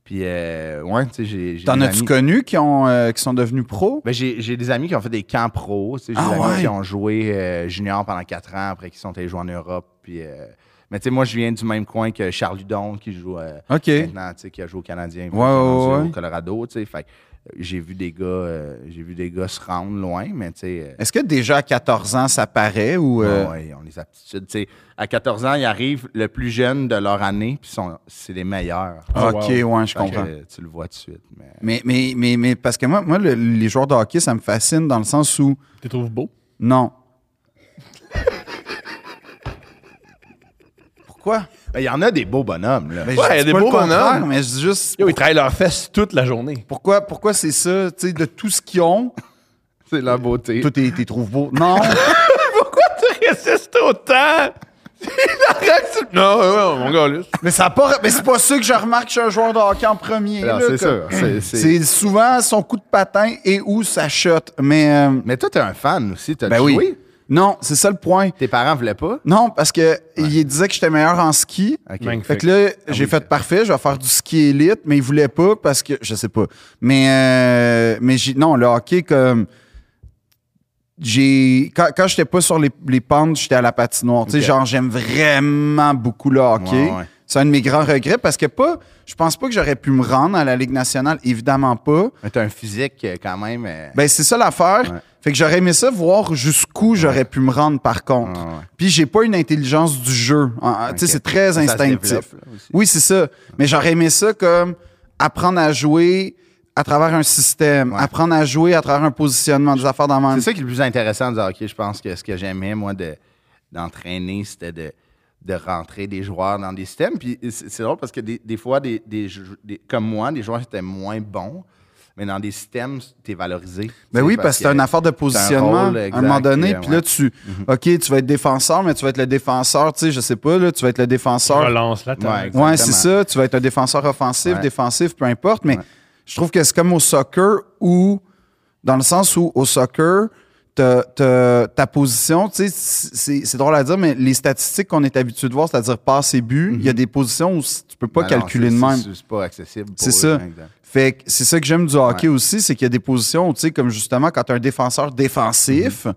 Puis, euh, ouais, tu sais, j'ai. j'ai T'en des as-tu amis- connu qui ont euh, qui sont devenus pros? Ben, j'ai j'ai des amis qui ont fait des camps pro. tu sais, J'ai Ah des amis ouais? qui ont joué euh, junior pendant quatre ans, après qui sont allés jouer en Europe. Puis, euh, mais tu sais, moi, je viens du même coin que Charles Hudon, qui joue euh, OK. maintenant, tu sais, qui a joué au Canadien, qui Ouais, est ouais, rendu ouais. au Colorado. tu sais. Fait que, euh, j'ai vu des gars, euh, j'ai vu des gars se rendre loin, mais tu sais. euh, Est-ce que déjà à 14 ans ça paraît ou euh, ah ouais, on les aptitudes. tu sais. à 14 ans, ils arrivent le plus jeune de leur année, puis sont- c'est les meilleurs. Ah, OK, wow. ouais, je Fait que, comprends. euh, tu le vois tout de suite. Mais... Mais, mais, mais, mais parce que moi, moi le- les joueurs de hockey, ça me fascine dans le sens où Tu les trouves beau? non. Pourquoi? Ben, Il y en a des beaux bonhommes, là. Ben, Ouais, je dis des pas le beaux contraire, bonhommes. Mais je dis juste Yo, ils travaillent leurs fesses toute la journée. pourquoi, pourquoi c'est ça, tu sais, de tout ce qu'ils ont, c'est leur beauté. toi, t'es t'es trouves beau. Non, Pourquoi tu résistes autant? non, ouais, ouais, mon gars, là. mais ça a pas, mais c'est pas ça que je remarque chez un joueur de hockey en premier. Non, là, c'est comme- sûr, c'est- c'est- C'est souvent son coup de patin et où ça shot. Mais, euh, Mais toi, t'es un fan aussi, t'as ben joué. oui. Non, c'est ça le point. Tes parents voulaient pas. Non, parce que il disait que j'étais meilleur en ski. Ok. Ah Magnifique. Fait que là, j'ai oui, fait fait. parfait, je vais faire du ski élite, mais il voulait pas parce que je sais pas. Mais euh, mais j'ai non, le hockey comme j'ai quand, quand j'étais pas sur les, les pentes, j'étais à la patinoire, tu sais Ok. genre j'aime vraiment beaucoup le hockey. Ouais, ouais. C'est un de mes grands regrets parce que pas je pense pas que j'aurais pu me rendre à la Ligue nationale, évidemment pas. Mais t'as un physique euh, quand même. euh, Ben c'est ça l'affaire. Ouais. Fait que j'aurais aimé ça voir jusqu'où j'aurais pu me rendre par contre. Ouais, ouais. Puis j'ai pas une intelligence du jeu. En- Tu sais Ok. c'est très Ça se instinctif. développe, là, aussi. Oui, c'est ça. Mais j'aurais aimé ça comme apprendre à jouer à travers un système, Ouais. apprendre à jouer à travers un positionnement, des affaires dans le C'est même. ça qui est le plus intéressant du hockey, je pense que ce que j'aimais, moi, de, d'entraîner, c'était de, de rentrer des joueurs dans des systèmes. Puis c'est, c'est drôle parce que des, des fois, des, des jou- des- comme moi, des joueurs étaient moins bons, mais dans des systèmes, t'es valorisé. Ben Tu sais, oui, parce que c'est une affaire de positionnement rôle, à exact, un moment donné. euh, Puis là, ouais. tu, OK, tu vas être défenseur, mais tu vas être le défenseur, tu sais, je sais pas, là, tu vas être le défenseur. Relance la table. Ouais. Ouais, c'est Exactement. ça. Tu vas être un défenseur offensif, Ouais. défensif, peu importe. Mais Ouais. je trouve que c'est comme au soccer où, dans le sens où au soccer, t'as- t'as- ta position, tu sais, c'est c'est drôle à dire, mais les statistiques qu'on est habitué de voir, c'est-à-dire passe et but, il y a des positions où c- tu peux pas Mhm. Ben non, calculer c'est- de même. C'est, c'est pas accessible. pour C'est eux, ça. exact. Fait que c'est ça que j'aime du hockey aussi, c'est qu'il y a des positions, où, tu sais, comme justement quand t'as un défenseur défensif,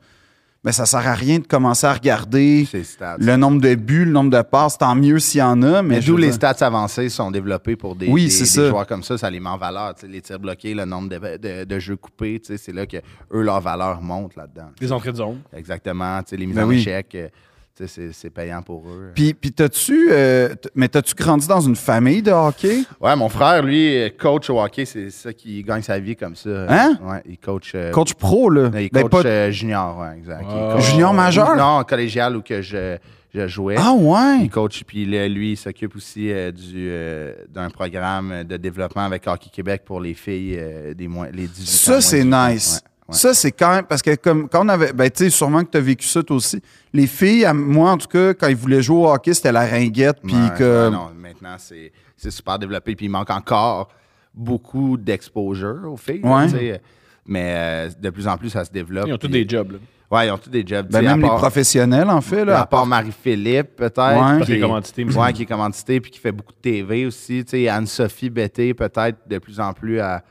ben ça sert à rien de commencer à regarder Mhm. C'est Ben, stats. le nombre de buts, le nombre de passes, tant mieux s'il y en a, mais, Mais je d'où veux les dire- stats avancées sont développées pour des, Oui, des- c'est des ça. joueurs comme ça, ça les met en valeur. tu sais, les tirs bloqués, le nombre de, de- de jeux coupés, tu sais, c'est là que eux, leur valeur monte là-dedans. Les entrées de zone. Exactement. tu sais, Les mises Ben en oui. échec, euh, tu sais, c'est c'est payant pour eux. Puis, puis t'as-tu, euh, t- mais t'as-tu grandi dans une famille de hockey? Ouais, mon frère, lui, euh, coach au hockey, c'est ça qui gagne sa vie comme ça. Hein? Ouais, il coach. euh, Coach pro, là. non, il Ben, coach pas- euh, junior, ouais, exact. Il Ah. coach- Junior majeur? Non, collégial où que je, je jouais. Ah ouais! Il coach, puis là, lui, il s'occupe aussi euh, du, euh, d'un programme de développement avec Hockey Québec pour les filles euh, des moins, les 18 ans. Ça, moins c'est 18 ans. nice. Ouais. Ouais. Ça, c'est quand même. Parce que, comme quand on avait. Ben, tu sais, sûrement que tu as vécu ça, toi aussi. Les filles, à- moi, en tout cas, quand ils voulaient jouer au hockey, c'était la ringuette. Puis, Ouais, ouais, comme. non, maintenant, c'est c'est super développé. Puis il manque encore beaucoup d'exposure aux filles. là, Ouais. tu sais. mais euh, de plus en plus, ça se développe. Ils ont tous puis- des jobs, là. Ouais, ils ont tous des jobs. ben, tu sais, à même les part- professionnels, en fait, là. à part Marie-Philippe, Ouais. peut-être. Parce qui qu'elle est est- commanditée, mais- Ouais, qui est commanditée, puis qui fait beaucoup de TV aussi. Tu sais, Anne-Sophie Bété, peut-être, de plus en plus, à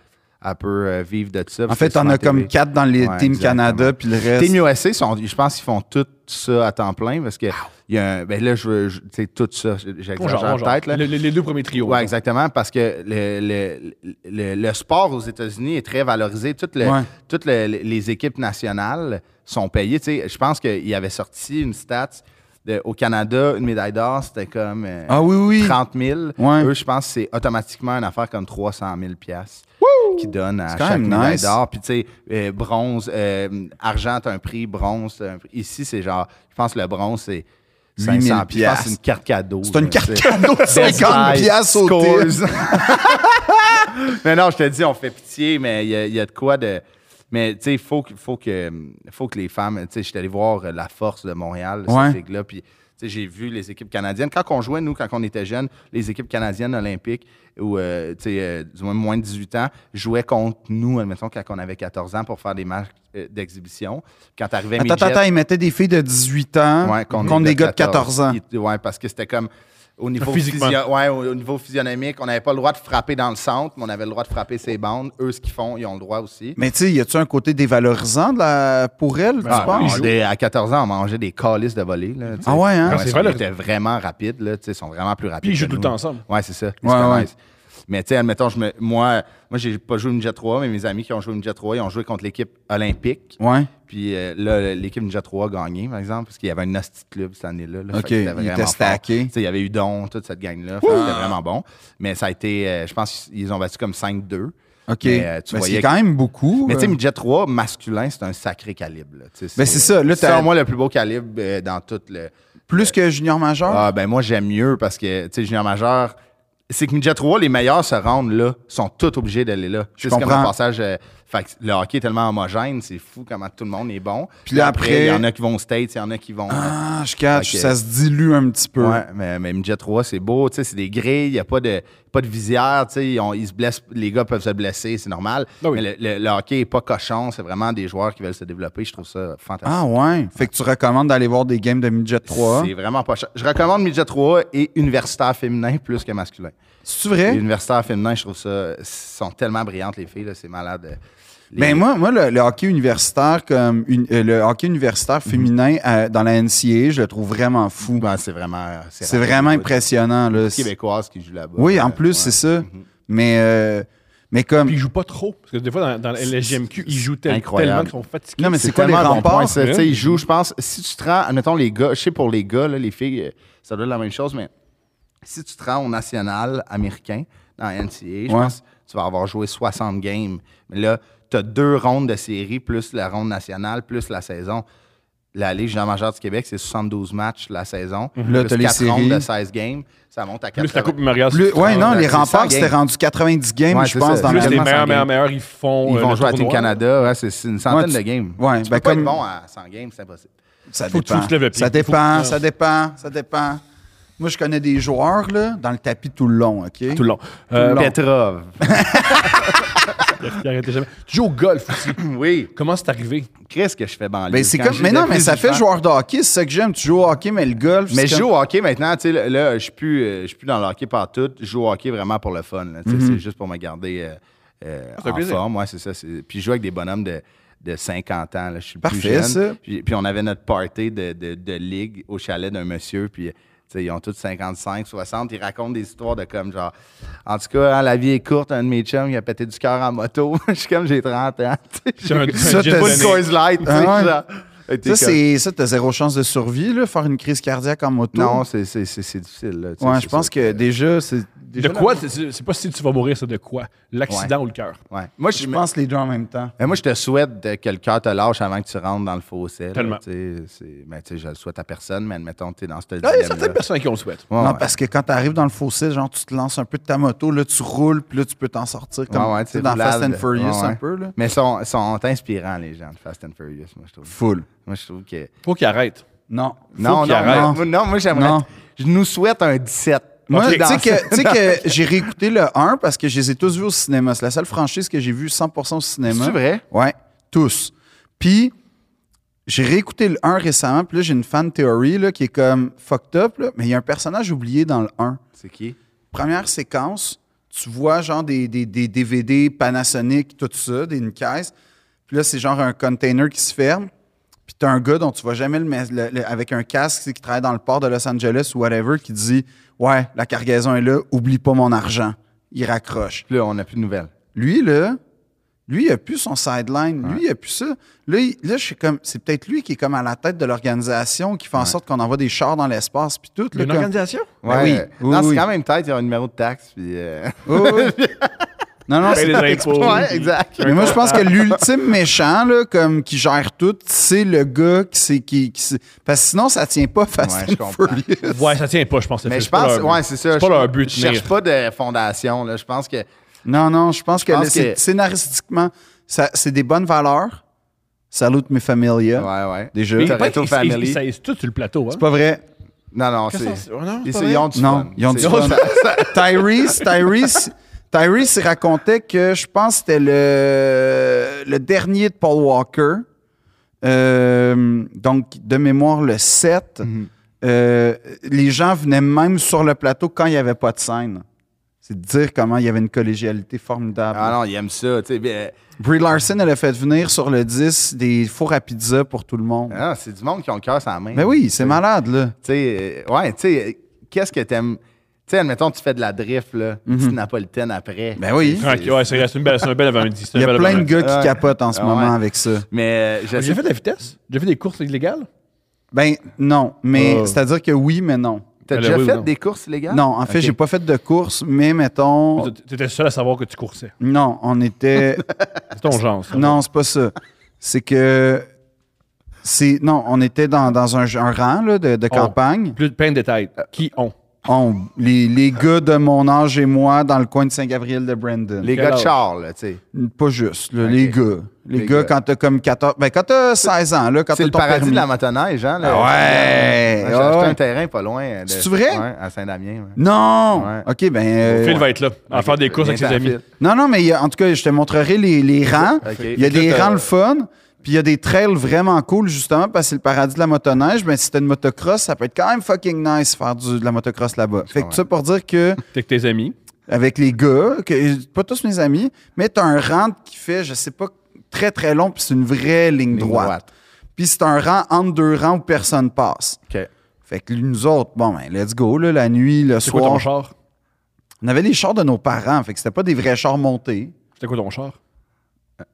peut euh, vivre de ça. En parce fait, que c'est t'en ma as comme TV. quatre dans les Ouais, Team exactement. Canada, puis le reste. Team USA, sont- je pense qu'ils font tout ça à temps plein parce que il y a un- ben là, je veux, je- tu sais, tout ça, je- Bonjour, j'exagère bonjour. peut-être. là. Le- le- les deux premiers trios. Ouais, exactement, parce que le, le, le, le sport aux États-Unis est très valorisé. Toutes, le- Ouais. toutes le- les équipes nationales sont payées. Tu sais, je pense qu'il y avait sorti une stat de- au Canada, une médaille d'or, c'était comme euh, Ah oui, oui. 30 000. Ouais. Eux, je pense que c'est automatiquement une affaire comme 300 000 piastres qui donne à quand chaque même médaille nice. d'or. Puis, tu sais, euh, bronze, euh, argent, t'as un prix, bronze, t'as un prix. Ici, c'est genre, je pense que le bronze, c'est 8 000 500 Puis Je pense que c'est une carte cadeau. C'est une là, carte tu sais. cadeau de Best 50 Buy, piastres au Scores. Tim. mais non, je te dis, on fait pitié, mais il y a- il y, a de quoi de. Mais tu sais, il faut, que- faut, que, faut que les femmes. Tu sais, je suis allé voir euh, la force de Montréal, Ouais. cette ligue-là. Puis, tu sais, j'ai vu les équipes canadiennes. Quand on jouait, nous, quand on était jeunes, les équipes canadiennes olympiques, ou, euh, tu sais, euh, du moins moins de 18 ans, jouaient contre nous, admettons, quand on avait 14 ans pour faire des matchs euh, d'exhibition. Quand t'arrivais Attends, midget- attends, attends, ils mettaient des filles de 18 ans Ouais, Hein? contre des gars de 14 ans. Il- ouais, parce que c'était comme au niveau, Physiquement. physio- ouais, au, au niveau physionomique, on n'avait pas le droit de frapper dans le centre, mais on avait le droit de frapper ses bandes. Eux, ce qu'ils font, ils ont le droit aussi. Mais tu sais, y a-tu un côté dévalorisant de la- pour elles, Ah, tu on penses? mangeait- à 14 ans, on mangeait des calices de volée. Là, tu sais. Ah ouais, hein? Ah, c'est ils vrai, sont- là. ils étaient vraiment rapides. Là, tu sais, ils sont vraiment plus rapides. Puis ils que jouent tout le nous. temps ensemble. Ouais, c'est ça. Ils Ouais, se ouais. connaissent. Mais tu sais, admettons, je me, moi, moi j'ai pas joué une Jet 3, mais mes amis qui ont joué une Jet 3, ils ont joué contre l'équipe olympique. Ouais. Puis euh, là, l'équipe Ninja 3 a gagné, par exemple, parce qu'il y avait un hostie de club cette année-là. là. OK, Fait que il c'était était vraiment fort. stacké. Tu sais, Il y avait Udon, toute cette gang-là. Fait que C'était vraiment bon. Mais ça a été, euh, je pense qu'ils ont battu comme 5-2. OK. Mais, euh, tu Ben, voyais c'est que- quand même beaucoup. Mais tu sais, euh. Midget 3, masculin, c'est un sacré calibre. là. Tu sais, Ben, c'est ça, là, c'est t'as- selon moi le plus beau calibre euh, dans tout le. plus que junior majeur. Ah, ben moi, j'aime mieux parce que, tu sais, junior majeur, c'est que Midget 3, les meilleurs se rendent là, sont tous obligés d'aller là. Tu sais, C'est comme comprends. un passage. euh, fait que le hockey est tellement homogène, c'est fou comment tout le monde est bon. Puis là, après- il y en a qui vont au States, il y en a qui vont. euh, Ah, je catch, Ok. ça se dilue un petit peu. Ouais, mais, mais Midget 3, c'est beau. tu sais, C'est des grilles, il n'y a pas de, pas de visière. tu sais, Ils, ont- ils se blessent, les gars peuvent se blesser, c'est normal. Ah oui. Mais le, le- le hockey n'est pas cochon. C'est vraiment des joueurs qui veulent se développer. Je trouve ça fantastique. Ah ouais. Fait que tu recommandes d'aller voir des games de midget 3. C'est vraiment pas cher. Je recommande Midget 3 et universitaire féminin plus que masculin. C'est vrai? Les universitaires féminins, je trouve ça, sont tellement brillantes, les filles. là, C'est malade. Les- Ben moi, moi le, le hockey universitaire comme une- euh, le hockey universitaire Mhm. féminin euh, dans la NCAA, je le trouve vraiment fou. Ben, c'est vraiment. c'est rapide, vraiment là. impressionnant là. C'est des Québécoises qui jouent là-bas. Oui, en Euh, plus ouais. c'est ça. Mais euh, mais comme Puis ils jouent pas trop. Parce que des fois, dans, dans la LSGMQ, ils jouent tel- incroyable. tellement qu'ils sont fatigués. Non, mais c'est quoi les tellement un remparts? point, ça. là? Tu sais, ils jouent, je pense, si tu te rends, admettons les gars, je sais pour les gars, là, les filles, euh, ça doit être la même chose, mais si tu te rends au national américain, dans la NCAA, je Ouais. pense que tu vas avoir joué 60 games. Mais là, tu as deux rondes de série, plus la ronde nationale, plus la saison. La Ligue junior majeure du Québec, c'est 72 matchs la saison. Mhm. Là, plus t'as les quatre séries. rondes de 16 games. Ça monte à 80. Plus la Coupe Marias. plus- ouais non, ben, les c'est remparts cent games. c'était rendu 90 games, Ouais, je c'est pense ça. dans Plus la Vraiment, les sans meilleurs, game. meilleurs, meilleurs, ils font. Ils euh, vont le jouer à Team tournoi. Canada. ouais, c'est c'est une centaine Ouais, tu- de games. ouais, tu ben peux pas comme- être bon à 100 games, c'est impossible. Ça Faut que tu dépend. te lèves le pied. Ça dépend, Faut que- ça dépend, ça dépend. Moi, je connais des joueurs là, dans le tapis tout le long, OK? Tout le long. Euh, Petrov. il arrêtait jamais. Tu joues au golf aussi. oui. Comment c'est arrivé? Qu'est-ce que je fais banlieue? Ben, c'est Quand comme, j'ai mais non, depuis mais ça 18 fait ans- joueur de hockey, c'est ça que j'aime. Tu joues au hockey, mais le golf. Mais c'est je comme- joue au hockey maintenant, tu sais, là- là, je suis plus, euh, je suis plus dans le hockey partout. Je joue au hockey vraiment pour le fun. là, Mm-hmm. tu sais, C'est juste pour me garder euh, euh, c'est un en plaisir. forme. Ouais, c'est ça. c'est- Puis je joue avec des bonhommes de, de 50 ans. là, Je suis le plus Parfait, jeune. ça. Puis, puis on avait notre party de, de- de ligue au chalet d'un monsieur. Puis. tu sais, ils ont tous 55, 60. Ils racontent des histoires de comme genre. En tout cas, hein, la vie est courte. Un de mes chums, il a pété du cœur en moto. je suis comme, j'ai 30 ans. tu sais, J'ai un- j'ai- un j'ai jet pas donné. de Coors Light. tu sais, Ah ouais? genre. T'es Ça, comme- c'est ça, t'as zéro chance de survie, là, faire une crise cardiaque en moto. Non, c'est c'est- c'est- c'est difficile. là, tu sais, ouais, c'est je pense ça que déjà, c'est. De quoi c'est- C'est c'est pas si tu vas mourir, ça, de quoi L'accident ou le cœur Ouais. Moi, je, Je pense les deux en même temps. mais moi, je te souhaite de- que le cœur te lâche avant que tu rentres dans le fossé. là, Tellement. tu sais, c'est- Mais tu sais, je le souhaite à personne, mais admettons, tu es dans ce Ah, Il y a dilemme-là. certaines personnes qui ont le souhaite. Ouais, non, ouais. parce que quand t'arrives dans le fossé, genre, tu te lances un peu de ta moto, là, tu roules, puis là, tu peux t'en sortir comme Ouais, ouais, tu sais, tu dans roulades. Fast and Furious Ouais, ouais. un peu, là. Mais sont, sont inspirants, les gens de Fast and Furious, moi, je trouve. Full. Moi, je trouve que. Faut qu'ils arrêtent. Non. Non, qu'ils non, non, arrêtent. moi- non, moi, j'aimerais. Non. Je nous souhaite un 17. Moi, tu Ok. sais Dans- que, tu sais que j'ai réécouté le 1 parce que je les ai tous vus au cinéma. C'est la seule franchise que j'ai vue 100% au cinéma. C'est vrai? Ouais, tous. Puis, j'ai réécouté le 1 récemment, puis là, j'ai une fan theory là, qui est comme fucked up, là, mais il y a un personnage oublié dans le 1. C'est qui? Première séquence, tu vois genre des, des, des DVD Panasonic, tout ça, des, une caisse. Puis là, c'est genre un container qui se ferme. Puis t'as un gars dont tu vois jamais le, mes- le- le- avec un casque tu sais, qui travaille dans le port de Los Angeles ou whatever qui dit Ouais, la cargaison est là, oublie pas mon argent. Il raccroche. Puis là, on n'a plus de nouvelles. Lui, là, lui, il a plus son sideline. Lui, il a plus ça. Là, il- là je suis comme, c'est peut-être lui qui est comme à la tête de l'organisation, qui fait en sorte qu'on envoie des chars dans l'espace, puis tout. Il y a Là, une comme- organisation Ben oui, oui, non, oui. c'est quand même tête, il y a un numéro de taxe. Puis, euh, Oui, Oh, oui. Non, non, Paye c'est les pas impôts. ouais, exact. Mais moi, je pense que l'ultime méchant, là, comme qui gère tout, c'est le gars qui c'est qui, qui s'est- parce que sinon, ça tient pas Ouais, Fast je and comprends. Furious. Ouais, ça tient pas, je pense. Mais je pense, ouais, c'est ça. C'est pas je- leur but de Je cherche tenir. pas de fondation. Là. Je pense que. Non, non, je pense que, pense le- c'est- que- scénaristiquement, ça, c'est des bonnes valeurs. Salute mes familia. Ouais, ouais. Déjà. Mais Mais ils Toretto pètent- ils- Family. Ils ils- ils- tout sur le plateau. hein. C'est pas vrai. Non, non, Qu'est-ce c'est. que c'est- oh non, c'est Ils, pas ils vrai. ont du Non, fun. ils ont du C'est- fun. Tyrese, Tyrese, Tyrese, il racontait que je pense que c'était le, le dernier de Paul Walker. Euh, donc, de mémoire, le 7. Mhm. Euh, les gens venaient même sur le plateau quand il n'y avait pas de scène. C'est dire comment il y avait une collégialité formidable. Ah non, ils aiment ça. Tu sais, ben, Brie Larson, elle a fait venir sur le 10 des fours à pizza pour tout le monde. ah, c'est du monde qui ont le cœur sur la main. Mais Ben oui, c'est malade, là. Tu sais, euh, ouais, tu sais, euh, qu'est-ce que t'aimes. Tu sais, admettons, tu fais de la drift, là. Petite napolitaine après. Mhm. Ben oui. Tranquille, ouais, c'est c'est une belle, c'est un bel avant-midi. c'est un Il y a bel plein de avant-midi. gars qui Ouais. capotent en ce Ah ouais. moment avec ça. Mais euh, je sais J'ai fait de la vitesse. J'ai fait des courses illégales. Ben non, mais Oh. c'est-à-dire que oui, mais non. T'as Ben, déjà oui ou fait non? des courses illégales? Non, en fait, Ok. j'ai pas fait de course, mais mettons. T'étais seul à savoir que tu coursais. Non, on était. C'est ton genre, ça. non, c'est pas ça. C'est que. C'est... Non, on était dans, dans un, un rang là, de, de Oh. campagne. Plus plein de détails. Euh, Qui ont? On, les, les gars de mon âge et moi dans le coin de Saint-Gabriel de Brandon. Les gars de Charles, là, tu sais. Pas juste, là, les gars. Les, Les gars, gars. quand t'as comme 14. Ben, quand t'as 16 ans, là, quand C'est t'as le ton paradis permis. de la motoneige, hein? là. Ah ouais! J'ai acheté Ah un ouais. terrain pas loin. euh, de- C'est-tu vrai? Ouais, à Saint-Damien. ouais. Non! Ouais. OK, ben. euh, Phil va être là, à faire des courses avec ses Viens-t'en, amis. Phil. Non, non, mais il y a- en tout cas, je te montrerai les, les rangs. Ok. Il y a Fait que des euh, là, t'as- rangs le fun, puis il y a des trails vraiment cool, justement, parce que c'est le paradis de la motoneige. Ben, si t'as une motocross, ça peut être quand même fucking nice faire du- de la motocross là-bas. Fait que tout ça pour dire que, T'es avec tes amis. avec les gars, que, pas tous mes amis, mais t'as un rang qui fait, je sais pas, très très long, puis c'est une vraie ligne, Ligne droite. droite. Puis c'est un rang entre deux rangs où personne passe. OK. Fait que nous autres, bon, ben, let's go, là, la nuit, le C'est quoi ton soir. char? on avait les chars de nos parents, fait que c'était pas des vrais chars montés. C'était quoi ton char?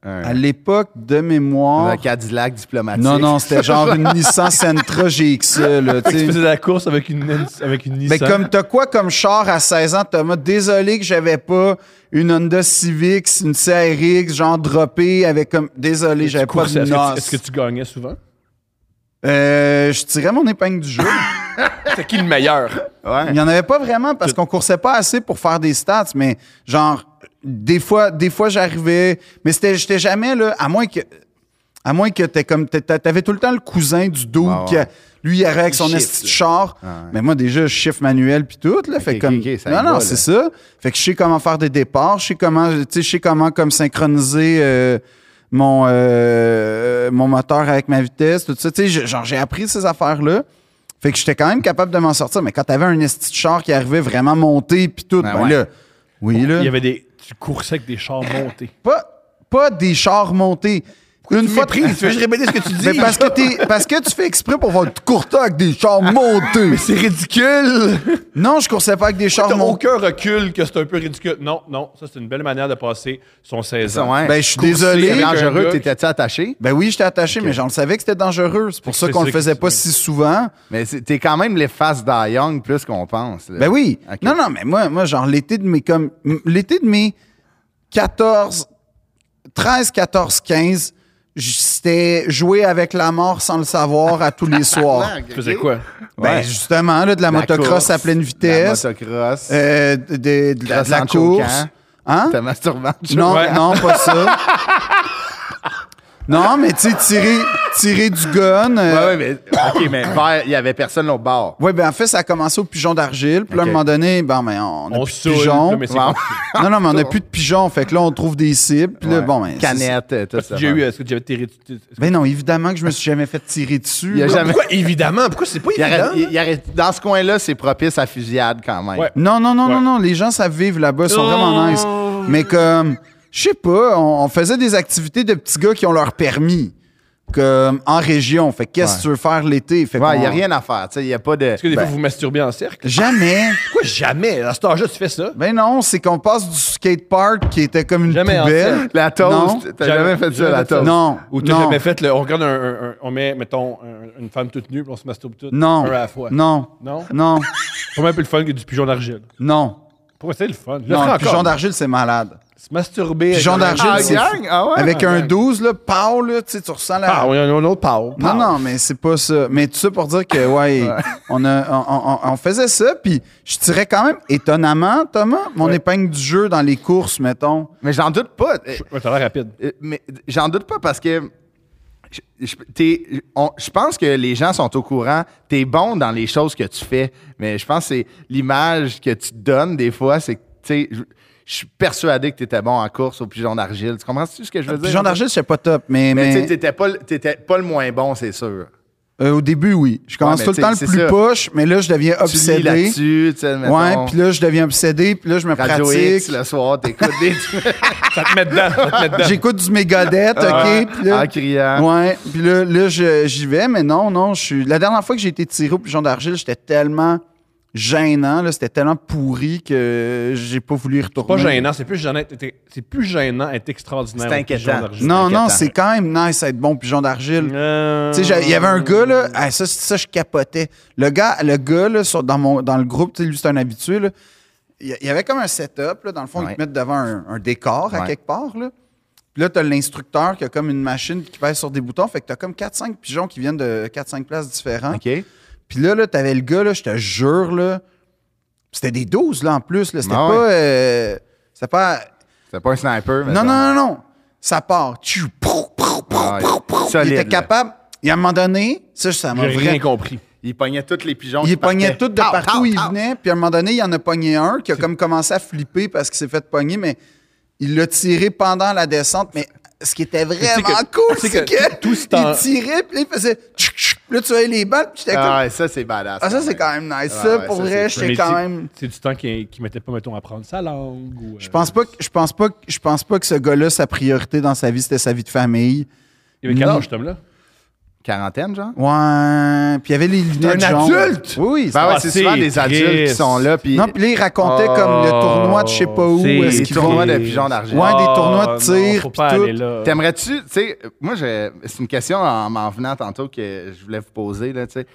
À Un, l'époque de mémoire. un Cadillac diplomatique. Non, non, c'était genre une Nissan Sentra GXE, là, tu Tu sais. faisais de la course avec une, avec une Mais Nissan. comme t'as quoi comme char à 16 ans, Thomas? Désolé que j'avais pas une Honda Civic, une CRX, genre droppée avec comme. Désolé, Tu j'avais pas coursais. de Est-ce que tu- noce. Est-ce que tu gagnais souvent? Euh, je tirais mon épingle du jeu. C'est qui le meilleur? Ouais. Il n'y en avait pas vraiment parce qu'on coursait pas assez pour faire des stats, mais genre, des fois, des fois j'arrivais, mais c'était, j'étais jamais là, à moins que, à moins que t'aies comme, t'a- t'a- t'avais tout le temps le cousin du dos Ah ouais. qui, a- lui, il arrivait avec son Chiffre, esti de là. char. Ah ouais. Mais moi, déjà, je chiffre manuel puis tout, là. fait ok, comme, ok, ça non, y va, non, là. c'est ça. Fait que je sais comment faire des départs, je sais comment, tu sais, je sais comment comme synchroniser, euh, mon, euh, mon moteur avec ma vitesse, tout ça. Tu sais, je- genre, j'ai appris ces affaires-là. Fait que j'étais quand même capable de m'en sortir. Mais quand t'avais un esti de char qui arrivait vraiment monté puis tout, Ben ben ouais. là, oui, là. Il y avait des. Tu coursais avec des chars montés. Pas, pas des chars montés. Une tu fois- méprises? Tu veux que je répète ce que tu dis? Mais parce que, t'es- parce que tu fais exprès pour avoir du courtant avec des chars montés. C'est ridicule! Non, je coursais pas avec des chars T'as montés. aucun recul que c'est un peu ridicule. Non, non, ça, c'est une belle manière de passer son 16 ans. Ben, je suis Courser, désolé. C'est Avec un dangereux, gars t'étais-tu attaché? Ben oui, j'étais attaché, mais j'en savais que c'était dangereux. C'est pour ça c'est qu'on le ça qui- faisait pas si souvent. Mais c'est- t'es quand même les faces d'Ayong plus qu'on pense. là. Ben oui. Ok. Non, non, mais moi, moi genre, l'été de mes comme m- l'été de mes 14, 13, 14, 15, j- c'était jouer avec la mort sans le savoir à tous les soirs. Tu faisais quoi? Ben Ouais. justement, là, de la, Ah, La motocross course, à pleine vitesse, La motocross. euh, de, de- de- de la, la descente au course. camp. Hein? T'as masturbant. Non, Ouais. non, pas ça. non, mais tu sais, tirer, tirer du gun. euh, Ouais, ouais, mais. OK, mais vers- il y avait personne au bar. Oui, ben en fait, ça a commencé au pigeon d'argile. Puis là, à un Ok. moment donné, ben, ben, on a On plus saoule, de pigeons. là, mais c'est Wow. non, non, mais on n'a plus de pigeons. Fait que là, on trouve des cibles. Puis là, bon, ben, c'est- Canette, euh, tout ça. J'ai eu, est-ce que j'avais tiré dessus? Ben non, évidemment que je me suis jamais fait tirer dessus. Il y a là. jamais- Pourquoi évidemment? Pourquoi c'est pas Il y évident? aurait- il y aurait- dans ce coin-là, c'est propice à fusillade quand même. Ouais. Non, non, non, Ouais. non, non. Les gens savent vivre là-bas. Ils sont Oh. vraiment nice. Mais comme, je sais pas, on, on faisait des activités de petits gars qui ont leur permis. Comme en région. Fait que qu'est-ce que Ouais. tu veux faire l'été? Fait Ouais, qu'on- il n'y a rien à faire. tu sais, Il n'y a pas de. Est-ce que des Ben, fois, vous vous masturbez en cercle? Jamais. Pourquoi jamais? À cet âge-là, tu fais ça? Ben non, c'est qu'on passe du skatepark qui était comme une Jamais en poubelle. La Non. toast. T'as jamais Jamais- fait ça, jamais la fait ça. toast. Non. Ou t'as non. jamais fait le. On regarde un. un- un- on met, mettons, un- une femme toute nue, puis on se masturbe toutes. Non. Un à la fois. Non. Non? Non. C'est pas même plus le fun que du pigeon d'argile. Non. Pourquoi c'est le fun? Je le ferai Non, encore. pigeon d'argile, c'est malade. Se masturber. avec Pigeon un- d'argile, Ah, c'est gang? fou. Ah ouais? Avec Ah, un gang. 12, là, pow, là, tu sais, tu ressens la... Ah, oui, un autre pau. non, non, mais c'est pas ça. Mais tout ça pour dire que, ouais, on, a, on, on- on faisait ça, puis je tirais quand même étonnamment, Thomas, mon Ouais. épingle du jeu dans les courses, mettons. Mais j'en doute pas. Euh, Ouais, t'as l'air rapide. euh, Mais j'en doute pas parce que. Je, je- t'es- on- je pense que les gens sont au courant. T'es bon dans les choses que tu fais, mais je pense que c'est l'image que tu te donnes des fois. C'est que, tu sais, je- je suis persuadé que t'étais bon en course au pigeon d'argile. Tu comprends-tu ce que je veux dire? Euh, Pigeon d'argile, c'est pas top, mais, Mais, tu sais, mais, t'étais pas, le- t'étais pas le moins bon, c'est sûr. euh, au début, oui. Je commence Ouais, mais tout le temps le c'est plus ça. poche, mais là, je deviens Tu lis obsédé. là-dessus, tu sais, mettons, Ouais, puis là, je deviens obsédé, puis là, je me Radio pratique. X le soir, t'écoutes des trucs Ça te met dedans. Ça te met dedans. J'écoute du Megadeth, OK? Puis là, en criant. Ouais, puis là, là, je- j'y vais, mais non, non, je suis. La dernière fois que j'ai été tiré au pigeon d'argile, j'étais tellement gênant, là, c'était tellement pourri que j'ai pas voulu y C'est pas retourner. gênant, c'est plus gênant. être- être- C'est plus gênant être extraordinaire. C'est au pigeon inquiétant. d'argile. Non, inquiétant. non, c'est quand même nice être bon pigeon d'argile. Euh, Tu sais, j'a- il y avait un gars, là, ah, ça, ça, je capotais. Le gars, le gars là, sur- dans, mon, dans le groupe, tu sais, lui, c'est un habitué, là. il y- il y avait comme un setup, là, dans le fond, Ouais. ils te mettent devant un, un décor à Ouais. quelque part, là. Puis là, t'as l'instructeur qui a comme une machine qui pèse sur des boutons, fait que t'as comme 4-5 pigeons qui viennent de 4-5 places différentes. OK? Puis là, là t'avais le gars, là, je te jure, là, c'était des 12, là, en plus. Là. C'était Ah pas... euh, c'était pas... C'était pas un sniper. mais Non, ça- non, non, non. Ça part. Tchou, prou, prou, prou, Ah, prou, prou. solide, Il là. était capable... Il y a un moment donné, ça, ça m'a J'ai rien vraiment... compris. Il pognait tous les pigeons. Il qui pognait partaient. tout de Tau, partout tau, où il tau. venait. Puis à un moment donné, il en a pogné un qui a comme commencé à flipper parce qu'il s'est fait pogner, mais il l'a tiré pendant la descente. Mais ce qui était sais vraiment que- cool, tu sais c'est que que, tout ce temps- il tirait, puis là, il faisait... tchouk, tchouk. Là, tu voyais les balles, puis j'étais comme... Ah, ouais, ça, c'est badass. Ah, ça, c'est quand même nice. Ouais, ça, ouais, pour ça, vrai, c'est j'étais Mais quand c'est- même. C'est du temps qui qui mettait pas, mettons, à prendre sa langue. ou, euh, Je pense pas que je pense pas que je pense pas que ce gars-là sa priorité dans sa vie c'était sa vie de famille. euh, Il y avait quel Non. âge, cet homme-là? Quarantaine, genre? Ouais, puis il y avait les lunettes un jaunes. adulte? Oui oui. c'est- Ben ouais, Ah, c'est c'est souvent des adultes qui triste. sont là. Puis Non, puis là, il racontait Oh, comme le tournoi de je sais pas où c'est est-ce Les qu'ils tournois vont. de pigeons d'argent. Ouais, des tournois de Oh, non, tir, faut pis pas tout. aller là. T'aimerais-tu, tu sais, euh, moi, je- c'est une question en m'en venant tantôt que je voulais vous poser, là, tu sais.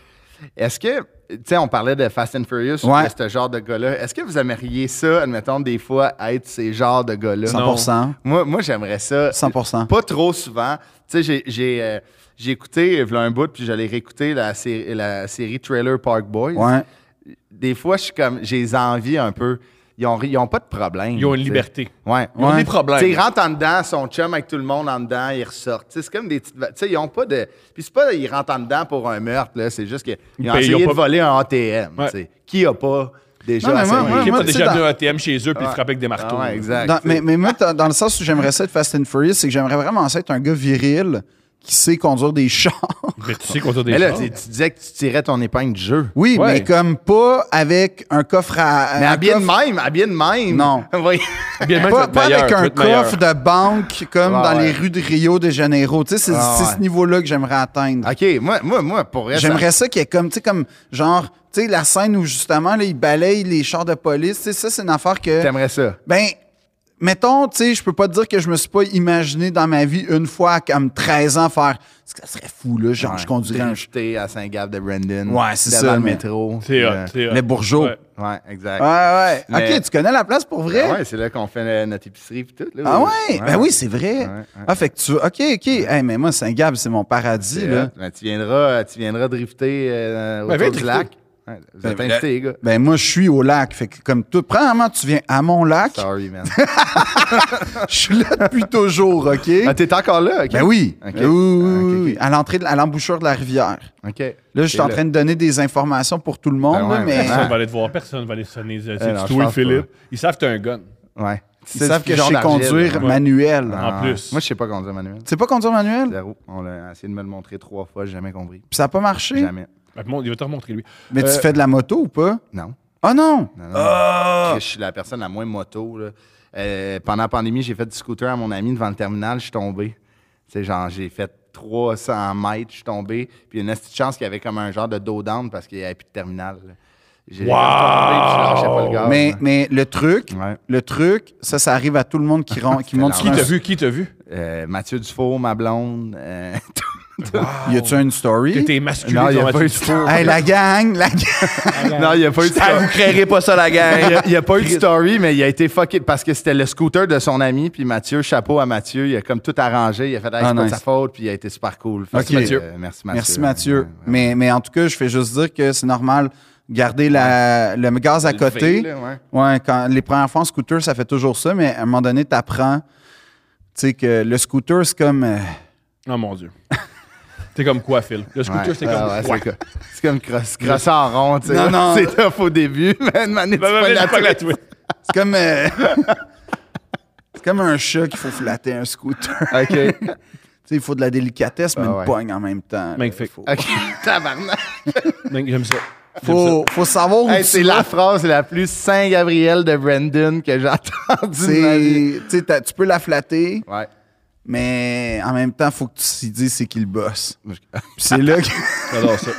Est-ce que, tu sais, on parlait de Fast and Furious, Ouais. de ce genre de gars-là. Est-ce que vous aimeriez ça, admettons, des fois, être ces genres de gars-là? 100%. Moi, moi j'aimerais ça. 100%. Pas trop souvent. Tu sais, j'ai- j'ai euh, j'ai écouté, v'là un bout, puis j'allais réécouter la, sé- la série Trailer Park Boys. Ouais. Des fois, je suis comme, j'ai les envie un peu. Ils ont, ri- ils ont pas de problème. Ils ont une tu sais. liberté. Ouais. Ils ont des Ouais. Tu sais, ils problèmes. rentrent en dedans, son chum avec tout le monde en dedans, ils ressortent. Tu sais, c'est comme des petites. va- Tu sais, ils ont pas de. Puis c'est pas ils rentrent en dedans pour un meurtre, là. C'est juste qu'ils Ben, ont ils essayé ont de pas- voler un ATM. Ouais. tu sais. Qui a pas déjà Non, mais essayé? moi, Qui moi, pas tu sais, déjà venu dans- à un ATM chez eux puis ils frappent avec des marteaux. Ah ouais, exact. Dans- tu sais. mais, mais moi, dans, dans le sens où j'aimerais ça être Fast and Furious, c'est que j'aimerais vraiment ça être un gars viril, qui sait conduire des chars. Mais tu sais qu'on a des Mais là, chars. tu tu disais que tu tirais ton épingle du jeu. Oui, Ouais. mais comme pas avec un coffre à. Mais un habillé de coffre- même, habillé de même. Non. Oui. Bien même, Pas, tu pas vas être avec un meilleur, tu vas être coffre de banque comme Ah dans les ouais. rues de Rio de Janeiro. Tu sais, c'est Ah c'est ouais. ce niveau-là que j'aimerais atteindre. OK, moi, moi, moi pour vrai, ça- J'aimerais ça qu'il y ait comme, tu sais, comme, genre, tu sais, la scène où justement, là, ils balayent les chars de police, tu sais, ça, c'est une affaire que. T'aimerais ça. Ben, mettons, tu sais, je peux pas te dire que je me suis pas imaginé dans ma vie une fois, à comme 13 ans, faire. Ça serait fou, là, genre, je conduirais un. jeté à Saint-Gab de Brandon. Ouais, c'est Devant ça, le mais- métro. C'est hot, Euh, c'est hot. Les bourgeots. Ouais. Ouais, exact. Ouais, ouais. Mais- Ok, tu connais la place pour vrai? Ben ouais, c'est là qu'on fait euh, notre épicerie pis tout. là. Ah ouais? Ben oui, c'est vrai. Ouais, ouais. Ah, fait que tu. Ok, ok. Hey, mais moi, Saint-Gab, c'est mon paradis, C'est là. hot. Ben, tu, viendras, tu viendras drifter euh, Ben, autour viens du drifter. lac. Ouais, vous êtes Ben, invités, les gars. Ben, moi, je suis au lac. Fait que, comme tout. Premièrement, tu viens à mon lac. Sorry, man. Je suis là depuis toujours, OK? ah, t'es encore là? OK. Ben oui. Ok. Oui, oui, oui, Ah, ok, oui. ok. À l'entrée, de- à l'embouchure de la rivière. OK. Là, je suis en train de donner des informations pour tout le monde, Ah ouais, là, mais vraiment. Personne va aller te voir, personne va aller sonner. euh, Eh non, C'est je toi, pense Philippe. pas. Ils savent que t'as un gun. Ouais. ils savent que je sais conduire ouais. manuel. Ah. En plus. Moi, je sais pas conduire manuel. Tu sais pas conduire manuel? Zéro. On a essayé de me le montrer trois fois, j'ai jamais compris. Puis ça a pas marché? Jamais. Ben, mon- Il va te remontrer, lui. Mais Euh, tu fais de la moto ou pas? Non. Ah non! Non, non, non. Je suis la personne la moins moto. là. Euh, pendant la pandémie, j'ai fait du scooter à mon ami devant le terminal, je suis tombé. Tu sais, genre, j'ai fait 300 mètres, je suis tombé. Puis il y a une petite chance qu'il y avait comme un genre de dos down parce qu'il n'y avait plus de terminal. là. J'ai Wow! je lâchais pas le gaz. Mais, là. mais le truc, Ouais. le truc, ça, ça arrive à tout le monde qui, ron- qui monte Qui sur un... t'a vu? Qui t'a vu? Euh, Mathieu Dufour, ma blonde. euh, Y a-tu une story? T'étais masculé Non, il y a devant pas Mathieu eu de Dufour. Hey, la gang, la gang! non, il n'y a pas eu de story. créerez pas ça, la Il gang. y a- Il n'y a, pas eu de story, mais il a été fucké parce que c'était le scooter de son ami. Puis Mathieu, chapeau à Mathieu, il a comme tout arrangé. Il a fait hey, c'est Ah, pas de nice. sa faute, puis il a été super cool. Fait Merci, que, Mathieu. euh, merci Mathieu. Merci Mathieu. Ouais, ouais. Mais, mais en tout cas, je fais juste dire que c'est normal garder la, le gaz à Le côté. fil, là, ouais. Ouais, quand les premières fois en scooter, ça fait toujours ça, mais à un moment donné, t'apprends, tu sais, que le scooter, c'est comme. euh, Oh mon Dieu. T'es comme quoi, Phil? Le scooter, Ouais. c'est Ah comme ouais, quoi? c'est co- c'est comme cross, crosser en rond, tu sais. Non, non. C'est tough au début, mais une manette, Ben, ben, ben, tu j'ai prends pas la la tête. tweet. c'est comme. euh, c'est comme un chat qu'il faut flatter un scooter. OK. Tu sais, il faut de la délicatesse, mais Ah une ouais. pogne en même temps. là. Magnifique. Faut, OK. Tabarnak. Donc, J'aime ça. J'aime faut, faut savoir où Hey, tu c'est vas. la phrase la plus Saint-Gabriel de Brandon que j'ai entendue de ma vie. C'est- Tu sais, t'as- tu peux la flatter, Ouais. mais en même temps, faut que tu s'y dises c'est qui le boss. Puis c'est là que. ça. J'adore ça.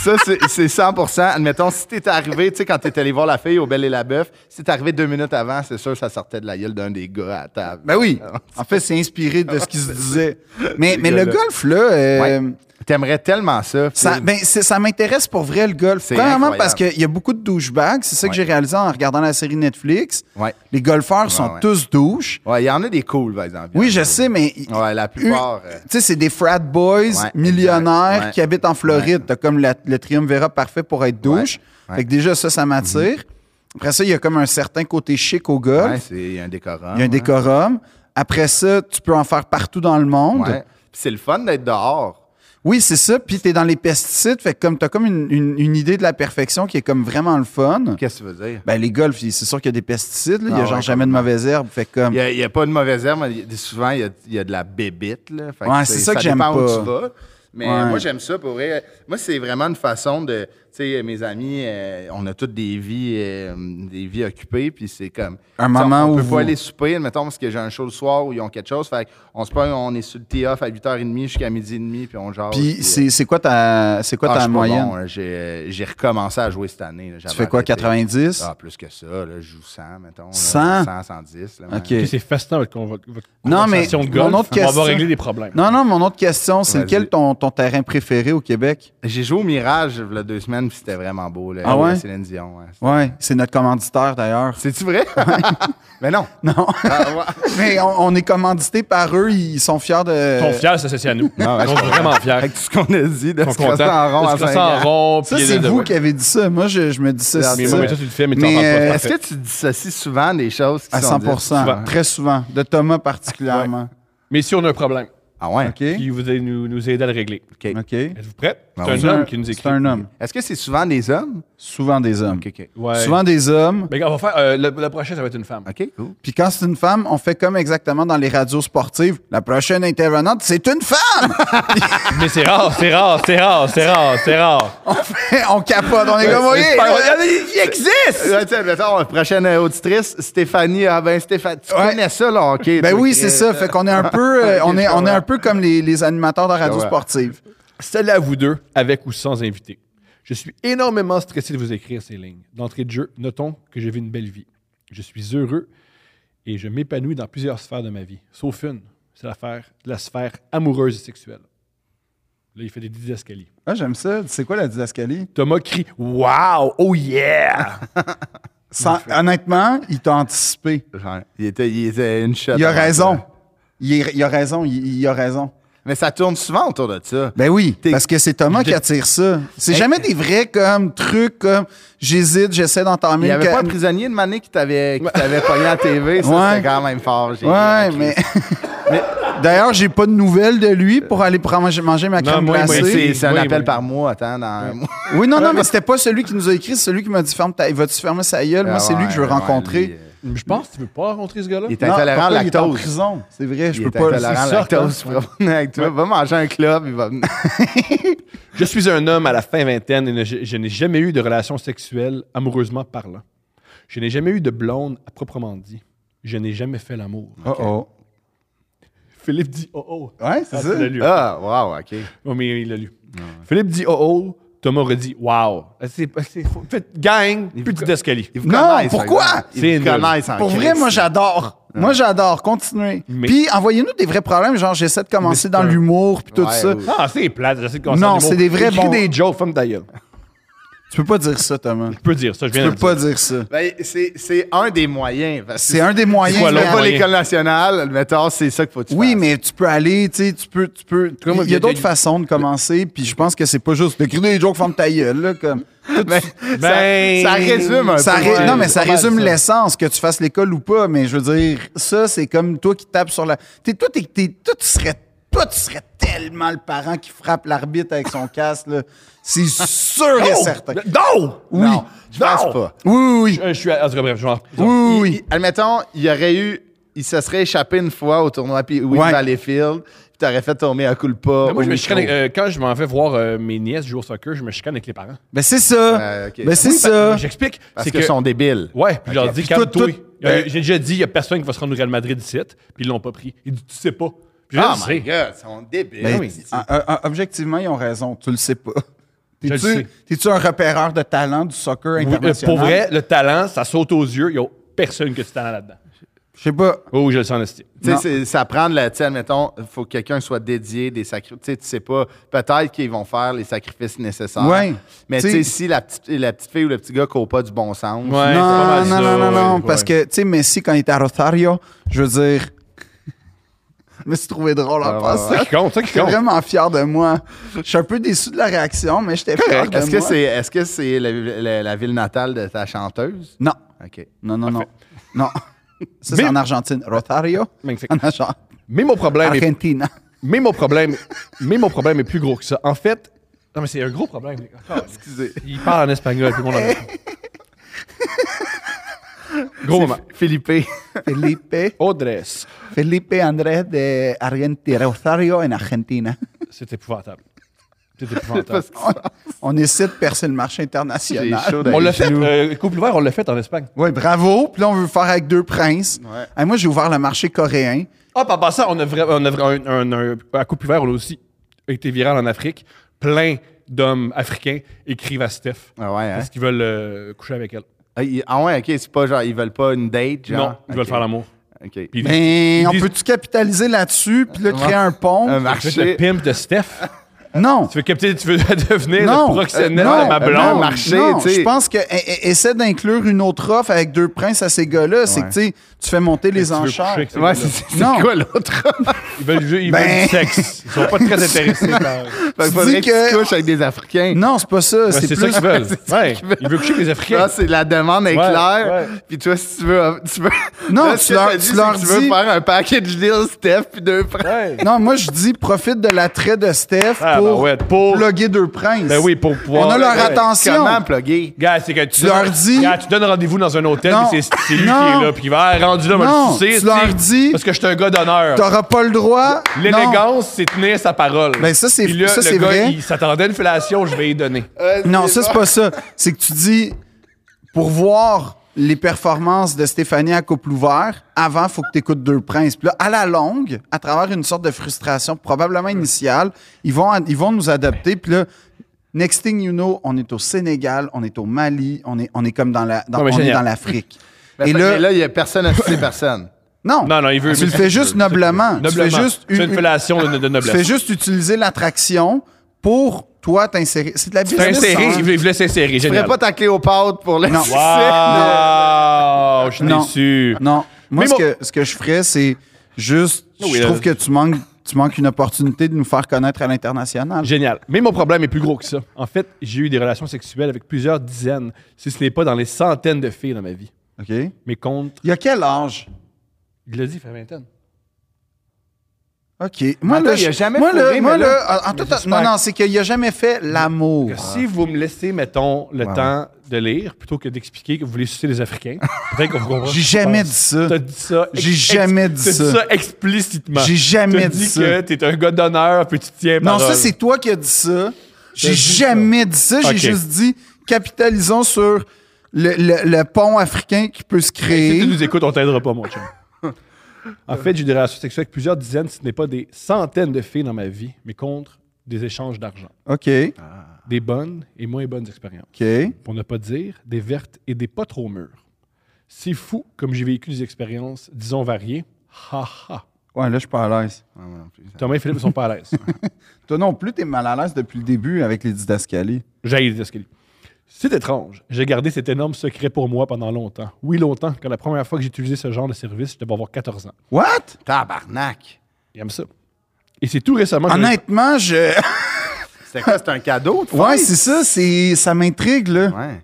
Ça, c'est- c'est 100 Admettons, si t'es arrivé, tu sais, quand t'es allé voir la fille au Belle et la Bœuf, si t'es arrivé deux minutes avant, c'est sûr ça sortait de la gueule d'un des gars à la table. Ben oui. Ah, En fait, c'est inspiré de ce qui se disait. Mais, mais le gars-là. golf, là, euh, Ouais. T'aimerais tellement ça. ça, Phil. ben, c'est- ça m'intéresse pour vrai, le golf. C'est Premièrement, incroyable. parce qu'il y a beaucoup de douchebags. C'est ça que Ouais. j'ai réalisé en regardant la série Netflix. Ouais. Les golfeurs sont ouais. tous douches. Ouais, il y en a des cools, par exemple. Oui, je sais, mais. Ouais, la plupart, Tu euh. sais, c'est des frat boys exact. millionnaires Ouais. qui habitent en Floride. Ouais. T'as comme la- le triumvirat parfait pour être douche. Ouais. Mhm. Fait que déjà, ça, ça m'attire. Après ça, il y a comme un certain côté chic au golf. Ouais, c'est- il y a un décorum. Il y a un Ah ouais. décorum. Après ça, tu peux en faire partout dans le monde. Ouais. Puis C'est le fun d'être dehors. Oui, c'est ça. Puis t'es dans les pesticides. Fait que comme t'as comme une, une- une idée de la perfection qui est comme vraiment le fun. Qu'est-ce que tu veux dire? Ben les golfs, c'est sûr qu'il y a des pesticides. là. Il y a Ah genre ouais, jamais de mauvaises herbes. Fait que comme. Il n'y a, pas de mauvaise herbe, mais il y a- souvent, il y a, il y a de la bébite. Là. Fait Ouais, tu c'est sais, ça que j'aime dépend où pas. tu vas. Mais Ouais. moi, j'aime ça pour vrai. Moi, c'est vraiment une façon de. Tu sais, mes amis, euh, on a toutes des vies, euh, des vies occupées, puis c'est comme. Un tu sais, on- moment on, où peut vous- pas aller souper, mettons, parce que j'ai un show le soir où ils ont quelque chose. Fait qu'on se pogne, on est sur le tee-off à 8h30 jusqu'à midi et demi, puis on jase. Puis euh, c'est c'est quoi ta c'est quoi ah, je ta suis pas moyenne? bon, hein. j'ai, euh, j'ai recommencé à jouer cette année. là. tu J'avais fais quoi, arrêté. 90? Ah, plus que ça. Là, je joue 100, mettons. là. 100? 100, 110. là, ouais. OK. Ok, C'est fascinant votre, con- votre votre Non, conversation mais de golf. mon autre On question- va régler des problèmes. Non, non, mon autre question, c'est Vas-y. lequel ton, ton terrain préféré au Québec? J'ai joué au Mirage il y a deux semaines, puis c'était vraiment beau. Là, Ah Avec ouais? Céline Dion. ouais. Ouais, c'est notre commanditaire d'ailleurs. C'est-tu vrai? Mais non. Non. Ah, ouais. mais on, on est commandité par eux, ils sont fiers de. Ils sont fiers de s'associer à nous. Ils ouais, sont je comprends. vraiment fiers. Avec tout ce qu'on a dit, de Ils se sont crosser contents. en Ils rond à se crossent 5 en ans. rond. Ça, puis il y c'est a de- vous ouais. qui avez dit ça. Moi, je, je me dis ça. Mais moi, c'est ça. mais ça, tu le fais, mais tu Mais, t'en parles euh, pas. Est-ce parfait. que tu dissocies souvent des choses qui À sont 100 dites? Souvent. Très souvent. De Thomas particulièrement. Mais si on a un problème, Ah ouais? OK. Puis vous allez nous, nous aider à le régler. OK. OK. Ben Êtes-vous prêts? Ah C'est un oui. homme qui nous écrit. C'est un homme. Est-ce que c'est souvent des hommes? Souvent des hommes. OK, OK. Ouais. Souvent des hommes. Mais on va faire. euh, le, le prochain, ça va être une femme. OK, cool. Puis quand c'est une femme, on fait comme exactement dans les radios sportives. La prochaine intervenante, c'est une femme! Mais c'est rare, c'est rare, c'est rare, c'est rare, c'est rare. on, fait- on capote, on est comme, C'est oui! super- Regardez, Il existe! Là, Euh, tiens, mettons, prochaine euh, auditrice, Stéphanie. Ah ben, Stéphanie, tu Ouais. connais ça, là, OK. Ben toi, oui, Chris. c'est ça. Fait qu'on est un peu, euh, on est, on est un peu comme les, les animateurs de radio Ouais. sportive. Celle à vous deux, avec ou sans invité. Je suis énormément stressé de vous écrire ces lignes. D'entrée de jeu, notons que j'ai vu une belle vie. Je suis heureux et je m'épanouis dans plusieurs sphères de ma vie, sauf une, c'est l'affaire- la sphère amoureuse et sexuelle. Là, il fait des didascalies. Ah, j'aime ça. C'est quoi la didascalie? Thomas crie Wow! Oh yeah! Sans- honnêtement, il t'a anticipé. Genre, il était, il était une shot. Il a avant raison. toi. Il, est- il a raison. Il, il a raison. Mais ça tourne souvent autour de ça. Ben oui, T'es- parce que c'est Thomas qui attire ça. C'est jamais des vrais comme trucs comme j'hésite, j'essaie il d'entamer n'y une avait ca- pas un prisonnier de Mané qui t'avait qui t'avait pogné à TV. Ça, Ouais. c'était quand même fort. J'ai- Ouais, hein, Chris. mais, mais d'ailleurs, j'ai pas de nouvelles de lui pour aller pr- manger, manger ma crème moi, moi, Mais glacée. C'est c'est un Oui, appel oui. par mois, attends, dans un mois. Oui, non, non, mais c'était pas celui qui nous a écrit, c'est celui qui m'a dit ferme ta... vas-tu fermer sa gueule? Moi, c'est lui que je veux Ah Ouais, rencontrer. lui, euh, Je pense que tu veux pas rencontrer ce gars-là. Il est Non, intolérant à pourquoi il est en lactose. prison. C'est vrai, je Il peux est pas. intolérant à c'est ça, lactose. Il va venir avec toi. Va manger un club. Il va venir. Je suis un homme à la fin vingtaine et ne- je, je n'ai jamais eu de relation sexuelle amoureusement parlant. Je n'ai jamais eu de blonde à proprement dit. Je n'ai jamais fait l'amour. Oh Philippe dit oh oh. oh. Ouais, c'est Ah, ça. tu l'as lu. Ah, wow, OK. Oh, mais il l'a lu. Philippe dit oh oh. Thomas redit wow. C'est- c'est- Faites gang, plus d'escalier. Ils vous Non, connaissent, par pourquoi? exemple. C'est Ils vous nul. connaissent en Pour Chris. vrai, moi, j'adore. Moi, j'adore. Continuez. Mais- Puis, envoyez-nous des vrais problèmes. Genre, j'essaie de commencer dans l'humour, puis tout Ouais, ça. oui. Ah, c'est plate, j'essaie de commencer Non, à l'humour. c'est des vrais Écris bons- des jokes, femme ta gueule. Tu peux pas dire ça, Thomas. Je peux dire ça, je Tu viens de peux le dire. pas dire ça. Ben, c'est c'est un des moyens. parce que C'est un des moyens. C'est quoi Si tu mais- l'autre fais pas moyen? l'école nationale, mettons, c'est ça qu'il faut que tu Oui, fasses. mais tu peux aller, tu sais, tu peux, tu peux. moi, Il y a j'ai- d'autres j'ai- façons de commencer, puis je pense que c'est pas juste de crier des jokes forme ta gueule, là, comme. Ben, ça- Ben, ça, résume un Ça peu. ré- ouais, non, mais ça pas mal, résume ça. l'essence, que tu fasses l'école ou pas, mais je veux dire, ça, c'est comme toi qui tapes sur la. T'es, toi, t'es- t'es- toi, tu serais, toi, tu serais tellement le parent qui frappe l'arbitre avec son casque, là. C'est sûr Oh! et certain. Oui, Non! Oui. Non, je pense pas. oui, oui. Euh, Je, je suis. à- en tout cas, bref, je m'en- Oui, oui. Il- admettons, il y aurait eu. Il se serait échappé une fois au tournoi puis oui, Ouais. Valleyfield, puis t'aurais fait tomber un coup le pas. Mais Moi, je au me micro. chicane. avec- euh, quand je m'en vais voir euh, mes nièces jouer au soccer, je me chicane avec les parents. Ben, c'est ça. Euh, ok. Ben, c'est Oui, ça. J'explique. Parce c'est qu'ils sont débiles. Ouais, puis je leur dis, Puis toi, calme-toi. toi, Il y a- ben- J'ai déjà dit, il n'y a personne qui va se rendre au Real Madrid ici, puis ils l'ont pas pris. Il dit, tu sais pas. Puis je Ah, le my sais. God, ils sont débiles. Ben, Oui. ah, ah, ah, objectivement, ils ont raison. Tu le sais pas. Je le T'es-tu, sais. t'es-tu un repéreur de talent du soccer Oui, euh, international? pour vrai, le talent, ça saute aux yeux. Il n'y a personne qui a du talent là-dedans. Je sais pas. Oh, je le sens estime. Tu sais, Non. c'est- ça prend de la. Tu sais, admettons, il faut que quelqu'un soit dédié, des sacrifices. Tu sais, tu sais pas. Peut-être qu'ils vont faire les sacrifices nécessaires. Ouais. Mais Tu tu sais- sais, si la petite, la petite fille ou le petit gars court pas du bon sens. Ouais, c'est pas non, mal non, ça, non, non, ouais, non, ouais. parce que, tu sais, Messi, quand il était à Rosario, je veux dire, je me suis trouvé drôle en Ah, ouais, passant. Ça qui compte, ça qui J'étais compte. vraiment fier de moi. Je suis un peu déçu de la réaction, mais j'étais fier Correct. de Est-ce que Ben, moi. c'est est -ce c'est la, la- la ville natale de ta chanteuse? Non, OK. non, non, non. Non. Ça, c'est Mais- en Argentine. Rosario, Magnifique. en Argent- Mais mon problème est Argentina. Mais mon problème, mais mon problème est plus gros que ça. En fait, non mais c'est un gros problème. les gars. Excusez. Il parle en espagnol, puis le monde en Gros moment. Philippe. Felipe, Audress, Felipe Andrés de Argentina. Rosario en Argentina. c'est épouvantable. C'est épouvantable. Parce que On, on essaie de percer le marché j'ai international. chaud dans On les l'a fait, genoux. euh, couple ouvert, on l'a fait en Espagne. Oui, bravo. Puis là, on veut faire avec deux princes. Ouais. Hey, moi, j'ai ouvert le marché coréen. Ah, par passant, on a vraiment, on a vra- un, un- un- à couple ouvert, on a aussi été viral en Afrique. Plein d'hommes africains écrivent à Steph Ah ouais, hein? parce qu'ils veulent euh, coucher avec elle. Ah, il- ah ouais, OK. C'est pas genre, ils veulent pas une date, genre? non, ils veulent OK. faire l'amour. OK. Puis Mais ils on disent- Euh, peut-tu capitaliser là-dessus puis là, Ouais. créer un pont? Tu veux Un être le marché. pimp de Steph? Non. Tu veux capter, tu veux devenir Non, le euh, proxénète non, de ma euh, blonde? non, marché, non, tu sais. e, je pense que eh, eh, essaie d'inclure une autre offre avec deux princes à ces gars-là. C'est que, Ouais. tu sais, tu fais monter les Tu veux enchères. coucher avec ces Ouais, gars-là. c'est c'est Non. quoi l'autre? Ils veulent, ju- ils Ben- veulent du sexe. Ils sont pas très intéressés par. Fait que Tu faudrait dis que tu que- couches avec des Africains. Non, c'est pas ça. Ben, c'est c'est ça plus. qu'ils veulent. c'est ça Ouais. qu'ils veulent. Ils veulent coucher avec les Là, Africains. Ah, c'est la demande est Ouais, claire. ouais. Puis toi, si tu veux, tu veux. Non, Là, ce tu que leur- t'as tu dit, c'est que leur tu veux dis- faire un package deal, Steph, puis deux frères. Ouais. Non, moi, je dis profite de l'attrait de Steph Ah, ben pour ouais, pour- bloguer deux princes. Ben oui, pour pouvoir. On a leur Ouais. attention. Comment plugger? Gars, c'est que tu, Tu leur donnes- dis- Gars, tu donnes rendez-vous dans un hôtel, Non. puis c'est c'est lui Non. qui est là, puis il va, ah, rendu là, Non. mais tu sais, Tu leur dis- Parce que je suis un gars d'honneur. T'auras pas le droit. Non. L'élégance, c'est tenir sa parole. Ben, ça, c'est- Puis là, ça, le c'est gars, vrai. Euh, Il s'attendait à une fellation, je vais y donner. Non, ça, c'est pas ça. C'est que tu dis, pour voir les performances de Stéphanie à couple ouvert, avant, faut que tu écoutes Deux Princes. Puis là, à la longue, à travers une sorte de frustration, probablement initiale, ils vont, ils vont nous adopter. Puis là, next thing you know, on est au Sénégal, on est au Mali, on est, on est comme dans la, dans- Non, mais on est génial. dans l'Afrique. Mais Et fait- là, mais là, il y a personne à sucer personne. non, Non, non, il veut. tu le fais juste noblement. Tu fais Noblement. juste Tu fais une fellation de, de- de Tu fais noblesse. juste utiliser l'attraction pour toi t'insérer. C'est de la T'as business. inséré, hein. il voulait- il voulait s'insérer. Tu ferais Génial. pas ta Cléopâtre pour le Non. succès. Waouh, je suis Non. déçu. Non. Moi, Mais ce, bon. que, ce que je ferais, c'est juste. Oui, euh, je là. trouve que tu manques, tu manques une opportunité de nous faire connaître à l'international. Génial. Mais mon problème est plus gros que ça. En fait, j'ai eu des relations sexuelles avec plusieurs dizaines, si ce n'est pas dans les centaines de filles dans ma vie. OK? Il Mais contre, y a quel âge? il l'a dit, il fait vingtaine. OK. Moi, Attends, là, il a je- jamais moi, fourré, là, moi, mais là- là, en- en tout- j'espère non, non, que- c'est qu'il a jamais fait l'amour. Que Si vous me laissez, mettons, le temps de lire, plutôt que d'expliquer que vous voulez sucer les Africains, peut-être qu'on vous comprend. J'ai ce qui se jamais passe. dit ça. T'as dit ça. ex- J'ai ex- jamais dit t'as ça. dit ça explicitement. J'ai jamais T'as dit ça. que t'es un gars d'honneur, puis tu tiens Non, parole. ça, c'est toi qui as dit ça. J'ai dit ça. jamais dit ça. J'ai OK. juste dit capitalisons sur le, le- le pont africain qui peut se Si tu créer. nous écoutes, on t'aidera pas, mon chum. En fait, j'ai eu des relations sexuelles avec plusieurs dizaines, si ce n'est pas des centaines de filles dans ma vie, mais contre des échanges d'argent. OK. Des bonnes et moins bonnes expériences. OK. pour ne pas dire des vertes et des pas trop mûres. C'est fou comme j'ai vécu des expériences, disons, variées. Ha ha. Ouais, là, je suis pas à l'aise. Non, non, plus. Thomas et Philippe ne sont pas à l'aise. Toi non plus, t'es mal à l'aise depuis le début avec les didascalies. J'ai les escaliers. C'est étrange. J'ai gardé cet énorme secret pour moi pendant longtemps. Oui, longtemps, quand la première fois que j'ai utilisé ce genre de service, je devais avoir 14 ans. What? Tabarnak. Il aime ça. Et c'est tout récemment que j'en ai- Honnêtement, je. C'était quoi? C'était un cadeau? de Ouais, fête? c'est ça, c'est ça m'intrigue là. Ouais. Hey,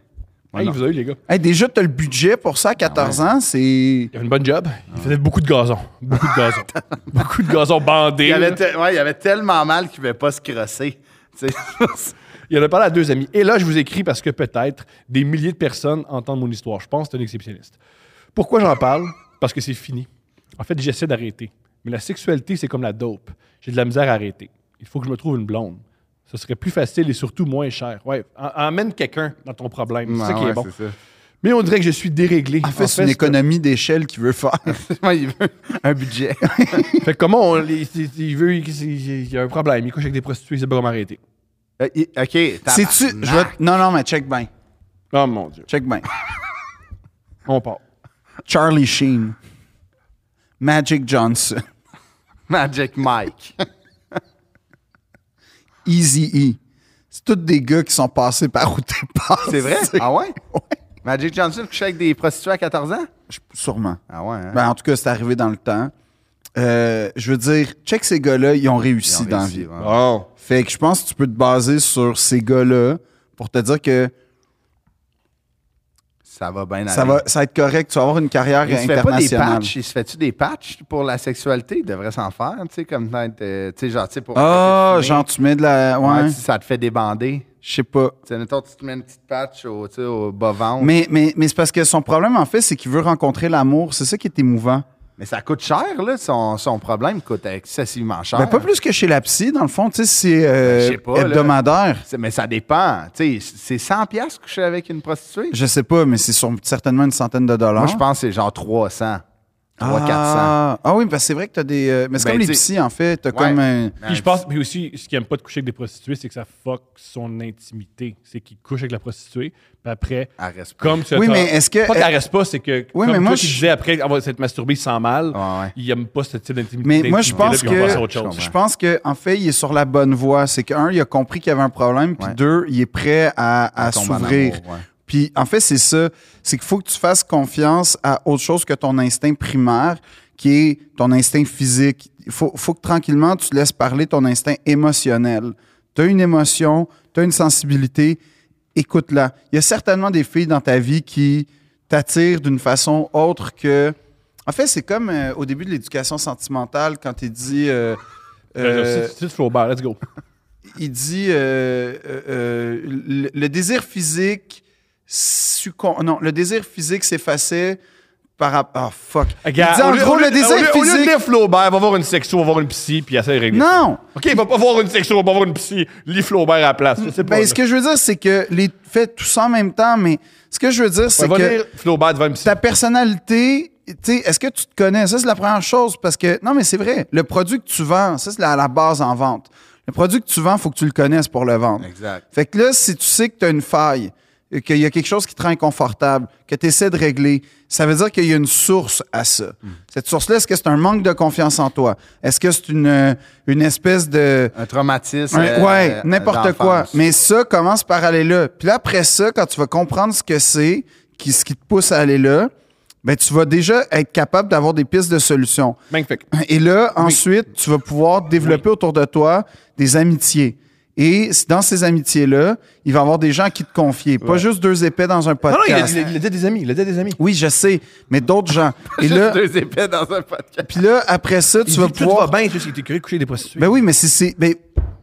Ah, il vous a eu, les gars. Hey, déjà t'as le budget pour ça à 14 Ah ans, c'est Il avait une bonne job. Il faisait beaucoup de gazon. Beaucoup de gazon. beaucoup de gazon bandé. Il là. avait, te- ouais, il avait tellement mal qu'il ne pouvait pas se crosser. Tu sais, Il en a parlé à deux amis. Et là, je vous écris parce que peut-être des milliers de personnes entendent mon histoire. Je pense que c'est un exceptionniste. Pourquoi j'en parle? Parce que c'est fini. En fait, j'essaie d'arrêter. Mais la sexualité, c'est comme la dope. J'ai de la misère à arrêter. Il faut que je me trouve une blonde. Ce serait plus facile et surtout moins cher. Ouais, en- emmène quelqu'un dans ton problème. C'est ça qui Ah Ouais, est bon. c'est ça. Mais on dirait que je suis déréglé. en fait, c'est une ce- économie d'échelle qu'il veut faire. Ouais, il veut un budget. Fait que comment on, il, il- il veut, il, il- il y a un problème. Il couche avec des prostituées, il sait pas comment arrêter. Euh, il- OK. C'est-tu tabarnak. je vais te- Non non, mais check bien. Oh mon Dieu. Check bien. On part. Charlie Sheen. Magic Johnson. Magic Mike. Easy E. C'est tous des gars qui sont passés par où t'es passé. C'est vrai? Ah ouais? Magic Johnson couchait avec des prostituées à 14 ans? Je- Sûrement. Ah ouais, hein? Ben, en tout cas, c'est arrivé dans le temps. Euh, je veux dire, check ces gars-là, ils ont réussi Ils ont dans la réussi, vie. ouais. Oh. Fait que je pense que tu peux te baser sur ces gars-là pour te dire que Ça va bien ça aller. va, ça va être correct. Tu vas avoir une carrière Il se fait pas des internationale. patchs? Il se fait-tu des patchs pour la sexualité? Il devrait s'en faire, tu sais, comme dans, euh, tu sais, genre, tu sais, pour... Ah, arrêter de fumer. genre, tu mets de la. Ouais, Ouais, si ça te fait débander. je sais pas. Tu sais, mettons, tu te mets une petite patch au, tu sais, au bas-ventre. Mais, Mais, mais, mais c'est parce que son problème, en fait, c'est qu'il veut rencontrer l'amour. C'est ça qui est émouvant. ça coûte cher, là. Son, son problème coûte excessivement cher. Ben, pas plus que chez la psy, dans le fond. Tu sais, c'est euh, Ah. Ben, je sais pas, là. hebdomadaire. C'est- Mais ça dépend. Tu sais, c'est 100 pièces coucher avec une prostituée. Je sais pas, mais c'est sur certainement une centaine de dollars. Moi, je pense que c'est genre 300. 3 400. ah, ah oui, parce que c'est vrai que t'as des. euh, mais c'est Ben, comme les tu sais- psys, en fait. T'as Ouais. Ben, comme un. Ah, Puis je pense, mais aussi, ce qu'il aime pas de coucher avec des prostituées, c'est que ça fuck son intimité. C'est qu'il couche avec la prostituée, puis après, Elle reste pas. comme tu Oui, t'as- mais est-ce que- Pas qu'elle reste pas, c'est que. comme Oui, mais toi moi, qui je- disais après avoir s'être masturbé sans mal, Ouais, ouais. il aime pas ce type d'intimité. Mais moi, je d'intimité-là, pense puis on passe à que. autre chose. Je pense que, en fait, il est sur la bonne voie. C'est qu'un, il a compris qu'il y avait un problème. Puis Ouais. deux, il est prêt à, à Il tombe en s'ouvrir. amour, ouais. Puis en fait, c'est ça. C'est qu'il faut que tu fasses confiance à autre chose que ton instinct primaire, qui est ton instinct physique. Il faut, faut que tranquillement, tu laisses parler ton instinct émotionnel. Tu as une émotion, tu as une sensibilité, écoute-la. Il y a certainement des filles dans ta vie qui t'attirent d'une façon autre que. En fait, c'est comme euh, au début de l'éducation sentimentale, quand il dit. euh, euh, C'est Flaubert, let's go. il dit euh, euh, euh, le, le désir physique succom- non le désir physique s'effaçait par rapport oh fuck il dit en gros le désir Au lieu de physique lire Flaubert, va voir une sexo, va voir une psy, puis essaie de régler ça. non OK, il va pas voir une sexo, va voir une psy, lis Flaubert à la place. Je sais pas. ben, là. ce que je veux dire c'est que les fait tout ça en même temps mais ce que je veux dire Ouais, c'est va que lire Flaubert devant une psy. ta personnalité, tu sais, est-ce que tu te connais? Ça, c'est la première chose parce que, non, mais c'est vrai, le produit que tu vends, ça, c'est la, la base en vente. Le produit que tu vends, faut que tu le connaisses pour le vendre. Exact. Fait que là, si tu sais que tu as une faille, euh, qu'il y a quelque chose qui te rend inconfortable, que tu essaies de régler, ça veut dire qu'il y a une source à ça. Cette source-là, est-ce que c'est un manque de confiance en toi? Est-ce que c'est une, euh, une espèce de... Un traumatisme. Ouais, euh, ouais, euh, n'importe d'enfance. quoi. Mais ça commence par aller là. Puis là, après ça, quand tu vas comprendre ce que c'est, qui, ce qui te pousse à aller là, ben, tu vas déjà être capable d'avoir des pistes de solutions. Magnifique. Et là, ensuite, tu vas pouvoir développer autour de toi des amitiés. Et c- dans ces amitiés-là, il va y avoir des gens à qui te confier. Pas juste deux épais dans un Non, non, podcast. il a, il a- il a dit à des amis, il a dit à des amis. Oui, je sais, mais d'autres gens. Et Juste là, deux épées dans un podcast. puis là, après ça, tu Il vas dit, tout va pouvoir. bien, tu sais, il était curieux de coucher avec des prostituées. Ben oui, mais si c'est. ben,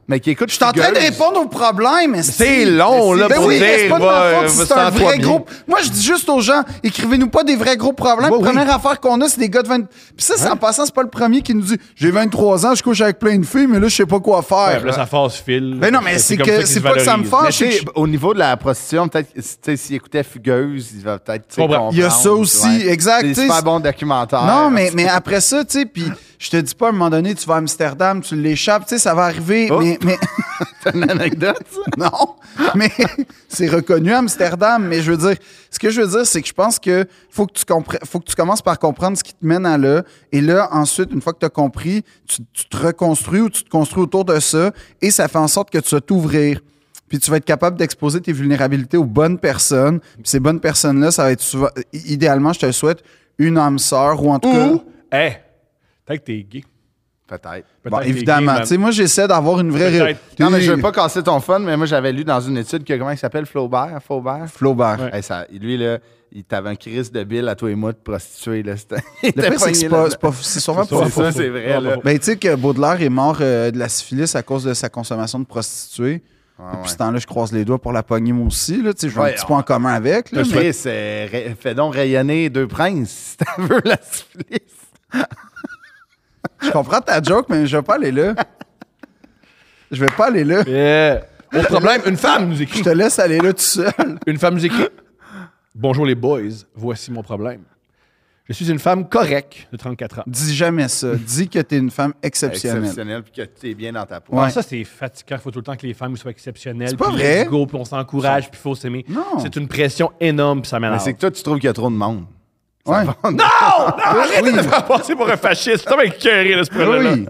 Mais qui écoute, je suis en train de répondre au problème. est-ce C'est que- long, là, Ben pour oui, dire, mais c'est pas de ma va, faute euh, si va c'est un sans toi vrai bien. gros. Moi, je dis juste aux gens, écrivez-nous pas des vrais gros Ouais, problèmes. Bah oui. Hein? Première affaire qu'on a, c'est des gars de 20. Puis ça, c'est en passant, c'est pas le premier qui nous dit J'ai 23 ans, je couche avec plein de filles, mais là, je sais pas quoi Ouais, faire. puis là, ça force file. Ben non, mais c'est comme que- ça qu'il c'est se pas que ça me valorise. fâche. Mais tu sais, au niveau de la prostitution, peut-être, que, tu sais, s'il écoutait Fugueuse, il va peut-être. tu sais, Comprends. Il y a ça comprendre, aussi, ouais. exact, tu C'est sais, un c'est- super bon documentaire. non, mais, mais après ça, tu sais, puis je te dis pas, à un moment donné, tu vas à Amsterdam, tu l'échappes, tu sais, ça va arriver, Oh. mais- mais... C'est une anecdote, ça. Non, mais c'est reconnu à Amsterdam. Mais je veux dire, ce que je veux dire, c'est que je pense que faut que tu compre- faut que tu commences par comprendre ce qui te mène à là. Et là, ensuite, une fois que tu as compris, tu, tu te reconstruis ou tu te construis autour de ça. Et ça fait en sorte que tu vas t'ouvrir. Puis tu vas être capable d'exposer tes vulnérabilités aux bonnes personnes. Puis ces bonnes personnes-là, ça va être souvent, i- idéalement, je te le souhaite, une âme sœur ou en tout cas. Ou, hé, peut-être que t'es gay. Peut-être. Peut-être Bon, que t'es évidemment. gay, Tu sais, man. moi, j'essaie d'avoir une vraie. Peut-être. Non, mais je veux pas casser ton fun, mais moi, j'avais lu dans une étude que, comment il s'appelle, Flaubert? Flaubert? Flaubert. Hey, ça, lui, là, il t'avait un crise de bill à toi et moi de prostituer. Là, c'était, il Le était pire, c'est que c'est pogné là-dedans. pas- c'est pas- c'est sûrement C'est pas ça, faux, faux, c'est faux. vrai, là. faux. Ben, tu sais que Baudelaire est mort euh, de la syphilis à cause de sa consommation de prostituées. Ah, Depuis ouais. ce temps-là, je croise les doigts pour la pogner, moi aussi. Là, Tu sais, je veux Ouais, un petit on- peu en commun avec. là, Le mais- Chris, euh, ra- fais donc rayonner deux princes si t'en veux la syphilis. je comprends ta joke, mais je vais pas aller là. Je vais pas aller là. Yeah. Autre problème, une femme nous écrit. Je te laisse aller là tout seul. Une femme nous écrit Bonjour les boys, voici mon problème. Je suis une femme correcte de 34 ans. Dis jamais ça. Dis que t'es une femme exceptionnelle. Exceptionnel, puis que t'es bien dans ta peau. Ouais. Ah, ça, c'est fatigant. Il faut tout le temps que les femmes soient exceptionnelles. C'est pas puis vrai. let's go, puis on s'encourage, puis il faut s'aimer. Non. C'est une pression énorme, puis ça Mais m'énerve. c'est que toi, tu trouves qu'il y a trop de monde. Ouais. Non! Non! Arrête de me faire passer Ah, pour un fasciste. Ça m'a écœuré, là, ce projet-là. Oui. Je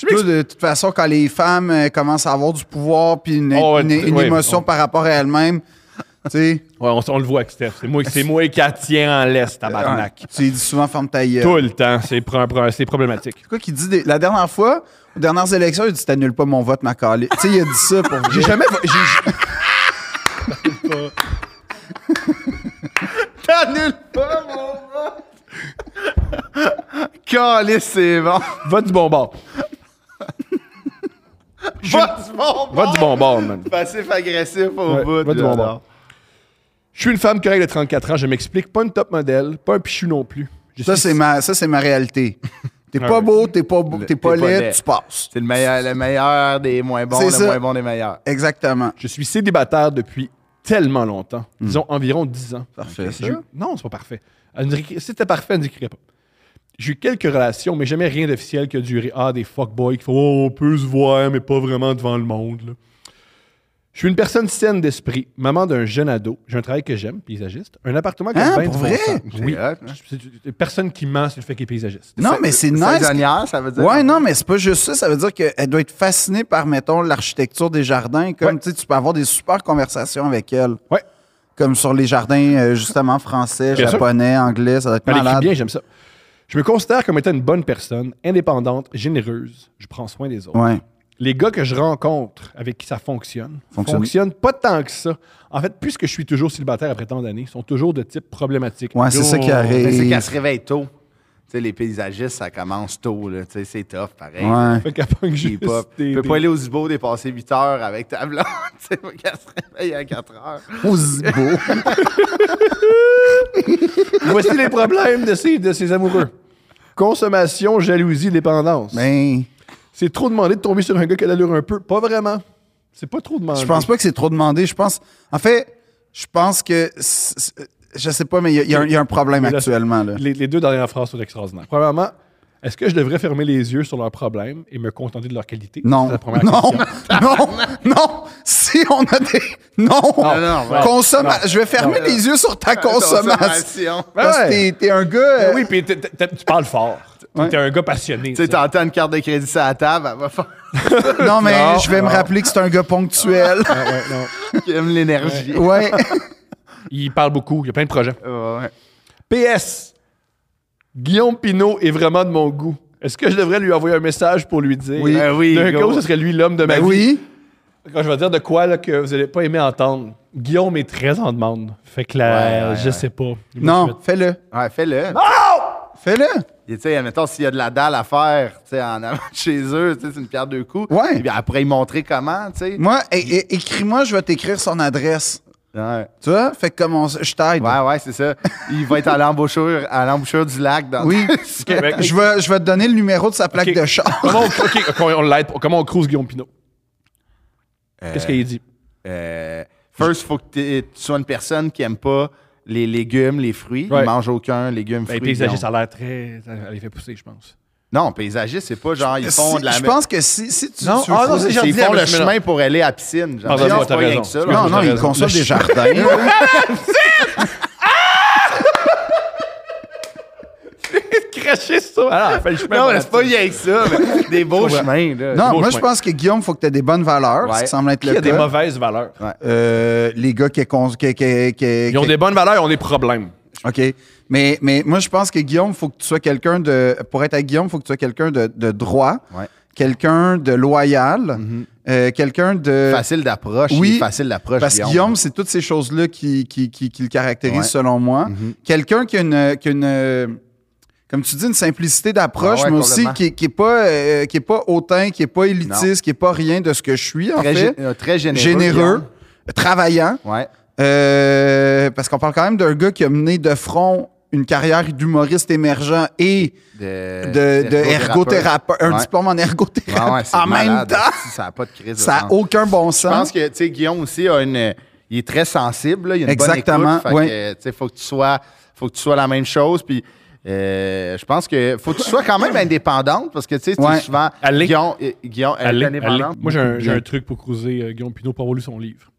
Toi, m'excuse. de toute façon, quand les femmes euh, commencent à avoir du pouvoir puis une, Oh, ouais, une- t- une ouais. émotion par rapport à elles-mêmes, tu sais, Ouais, on, on le voit avec Steph. C'est moi, c'est moi qui la tiens en laisse, tabarnak. tu lui dis souvent ferme ta gueule. Tout le temps. C'est pro- pro- c'est problématique. C'est quoi qu'il dit des- la dernière fois, aux dernières élections, il dit t'annules pas mon vote, ma calée. Tu sais, il a dit ça pour. J'ai jamais. T'annules pas, mon gars! Calice, c'est bon! Va du bon bord. Va du bon Va du bon bord, man. Passif-agressif au Ouais, bout. va du là, bon là. bord. Je suis une femme correcte de 34 ans, je m'explique. Pas une top modèle, pas un pichou non plus. Je Ça, suis- c'est ma, ça, c'est ma réalité. T'es pas Ouais. beau, t'es pas, beau, Le- t'es pas laid, tu passes. C'est le meilleur, le meilleur des moins bons, C'est le ça. moins bon des meilleurs. Exactement. Je suis célibataire depuis tellement longtemps. Hmm. Disons environ 10 ans. Parfait, Ok, ça. je- Non, c'est pas parfait. Elle nous écrit- Si c'était parfait, elle ne écrirait pas. J'ai eu quelques relations, mais jamais rien d'officiel qui a duré. Ah, des fuckboys qui font Oh, on peut se voir, mais pas vraiment devant le monde. là. Je suis une personne saine d'esprit, maman d'un jeune ado. J'ai un travail que j'aime, paysagiste. Un appartement qui Hein, a bien pour du bon vrai? sens. C'est Oui. hot, hein? C'est- c'est- Personne qui ment sur le fait qu'il est paysagiste. Non, mais c'est nice. Saisonnière, ça veut dire. Ouais, non, mais c'est pas juste ça. Ça veut dire qu'elle doit être fascinée par, mettons, l'architecture des jardins. Comme, Ouais. tu sais, tu peux avoir des super conversations avec elle. Ouais. Comme sur les jardins, euh, justement, français, Bien sûr. japonais, anglais, ça doit être Elle écrit malade. bien, j'aime ça. Je me considère comme étant une bonne personne, indépendante, généreuse. Je prends soin des autres. Ouais. Les gars que je rencontre avec qui ça fonctionne, Fonctionne. fonctionnent pas tant que ça. En fait, puisque je suis toujours célibataire après tant d'années, sont toujours de type problématique. Ouais, c'est ça qui arrive. Mais C'est qu'elle se réveille tôt. Tu sais, les paysagistes, ça commence tôt. là. Tu sais, C'est tough, pareil. Ouais. Fait qu'à pas que Tu j'ai peux pas aller aux Zibo dépasser 8 heures avec ta blonde. Tu sais, faut qu'elle se réveille à 4 heures. Aux zibo. Voici les problèmes de ces, de ces amoureux. Consommation, jalousie, dépendance. ben, C'est trop demandé de tomber sur un gars qui a l'allure un peu. Pas vraiment. C'est pas trop demandé. je pense pas que c'est trop demandé. Je pense. En fait, je pense que. c'est- c'est- Je sais pas, mais il y a- il y, a un- il y a un problème Mais là, actuellement. Là. Les, les deux dernières phrases sont extraordinaires. Premièrement, est-ce que je devrais fermer les yeux sur leurs problèmes et me contenter de leur qualité? Non. C'est la première non. question. Non. Non. Si on a des. Non. non, non. Consomma- Non. Je vais fermer Non. les yeux sur ta consommation. Consommation. Parce Ben Ouais. Ben que t'es- t'es un gars. euh, Oui, puis t'es- t'es- tu parles fort. T'es Ouais. t'es un gars passionné. Tu sais, ça. t'entends une carte de crédit sur la table, elle va faire euh, Non, mais Non, je vais me non. rappeler que c'est un gars ponctuel. Ah Ouais, ouais, non. qu'elle aime l'énergie. ouais. Ben Il parle beaucoup. Il y a plein de projets. Ouais, ouais. PS. Guillaume Pinault est vraiment de mon goût. Est-ce que je devrais lui envoyer un message pour lui dire Oui. Ben oui, d'un go. cas où ce serait lui l'homme de ma Ben vie? oui. Quand je vais dire de quoi là, que vous n'allez pas aimer entendre, Guillaume est très en demande. Fait que là, Ouais, ouais, je ouais. sais pas. Non, fais-le. Ouais, fais-le. Ah! Fais-le. Et Tu sais, admettons, s'il y a de la dalle à faire, tu sais, en avant de chez eux, tu sais, c'est une pierre deux coups. Ouais. Et puis après, ils montrer comment, tu sais. Moi, é- é- écris-moi, je vais t'écrire son adresse. Ouais. Tu vois? Fait que comme on s- je t'aide. Ouais, ouais, c'est ça. Il va être à l'embouchure, à l'embouchure du lac. Dans Oui. Ben, Québec. Je vais, je vais te donner le numéro de sa plaque Ok. de char. Ben, Comment on, ok, on- on l'aide pour- comment on crouse Guillaume Pinot? Qu'est-ce qu'il dit? Euh, first, faut que t'aies- tu sois une personne qui aime pas les légumes, les fruits. Ouais. Il mange aucun légume, Ben, fruit. les paysagers, ça a l'air très. ça- Elle les fait pousser, je pense. Non, paysagiste, c'est pas genre ils font Euh, Si- de la je pense que si, si tu. Non, tu ah, non, fais- c'est ils jardinier, font mais le je me chemin pour aller à la piscine. Genre, Pardon, Genre, t'as c'est pas rien raison. que ça. Excuse-moi, là. non, non, t'as il raison. consomme Le des ch- jardins. Cracher ça! Alors, Ah, fait le chemin. Non, pour mais la c'est pas petite. rien que ça, mais des beaux comprends. chemins. Là. non, beau moi, je chemin. pense que Guillaume, faut que tu aies des bonnes valeurs, ce Ouais. qui semble être Qui le a des cas. mauvaises valeurs? Euh, les gars qui. Cons... qui, qui, qui- Ils ont qui- des bonnes valeurs, ils ont des problèmes. OK. Mais, mais moi, je pense que Guillaume, faut que tu sois quelqu'un de. Pour être à Guillaume, faut que tu sois quelqu'un de, de droit, Ouais. Mm-hmm. quelqu'un de loyal, euh, quelqu'un de. Facile d'approche. oui, il est facile d'approche. Parce que Guillaume, c'est toutes ces choses-là qui, qui, qui, qui le caractérisent, Ouais. Mm-hmm. selon moi. Quelqu'un qui a une. qui a une- comme tu dis, une simplicité d'approche, Ah ouais, mais aussi complètement. qui n'est qui est pas, euh, qui est pas hautain, qui n'est pas élitiste, qui n'est pas rien de ce que je suis, en très, fait. gé- euh, très généreux. Généreux, travaillant. Guillaume. Ouais. Euh, parce qu'on parle quand même d'un gars qui a mené de front une carrière d'humoriste émergent et De, de, de ergothérapeute, d'ergothérapeute. un Euh, Ouais. diplôme en ergothérape Ouais, ouais, c'est en même malade. temps. Ça n'a pas de crise. de Ça n'a sens. aucun bon Je pense sens. que, tu sais, Guillaume aussi a une. Il est très sensible, là, il a une Exactement, bonne écoute. fait ouais. que, tu sais, faut que tu sois, faut que tu sois la même chose. Puis, euh, je pense que faut que tu sois quand même indépendante parce que, tu sais, tu Ouais. es souvent. Allez. Guillaume, euh, Guillaume elle est Allez, indépendante. allez. Moi, j'ai un, j'ai Bien. un truc pour croiser euh, Guillaume Pinot pour avoir lu son livre.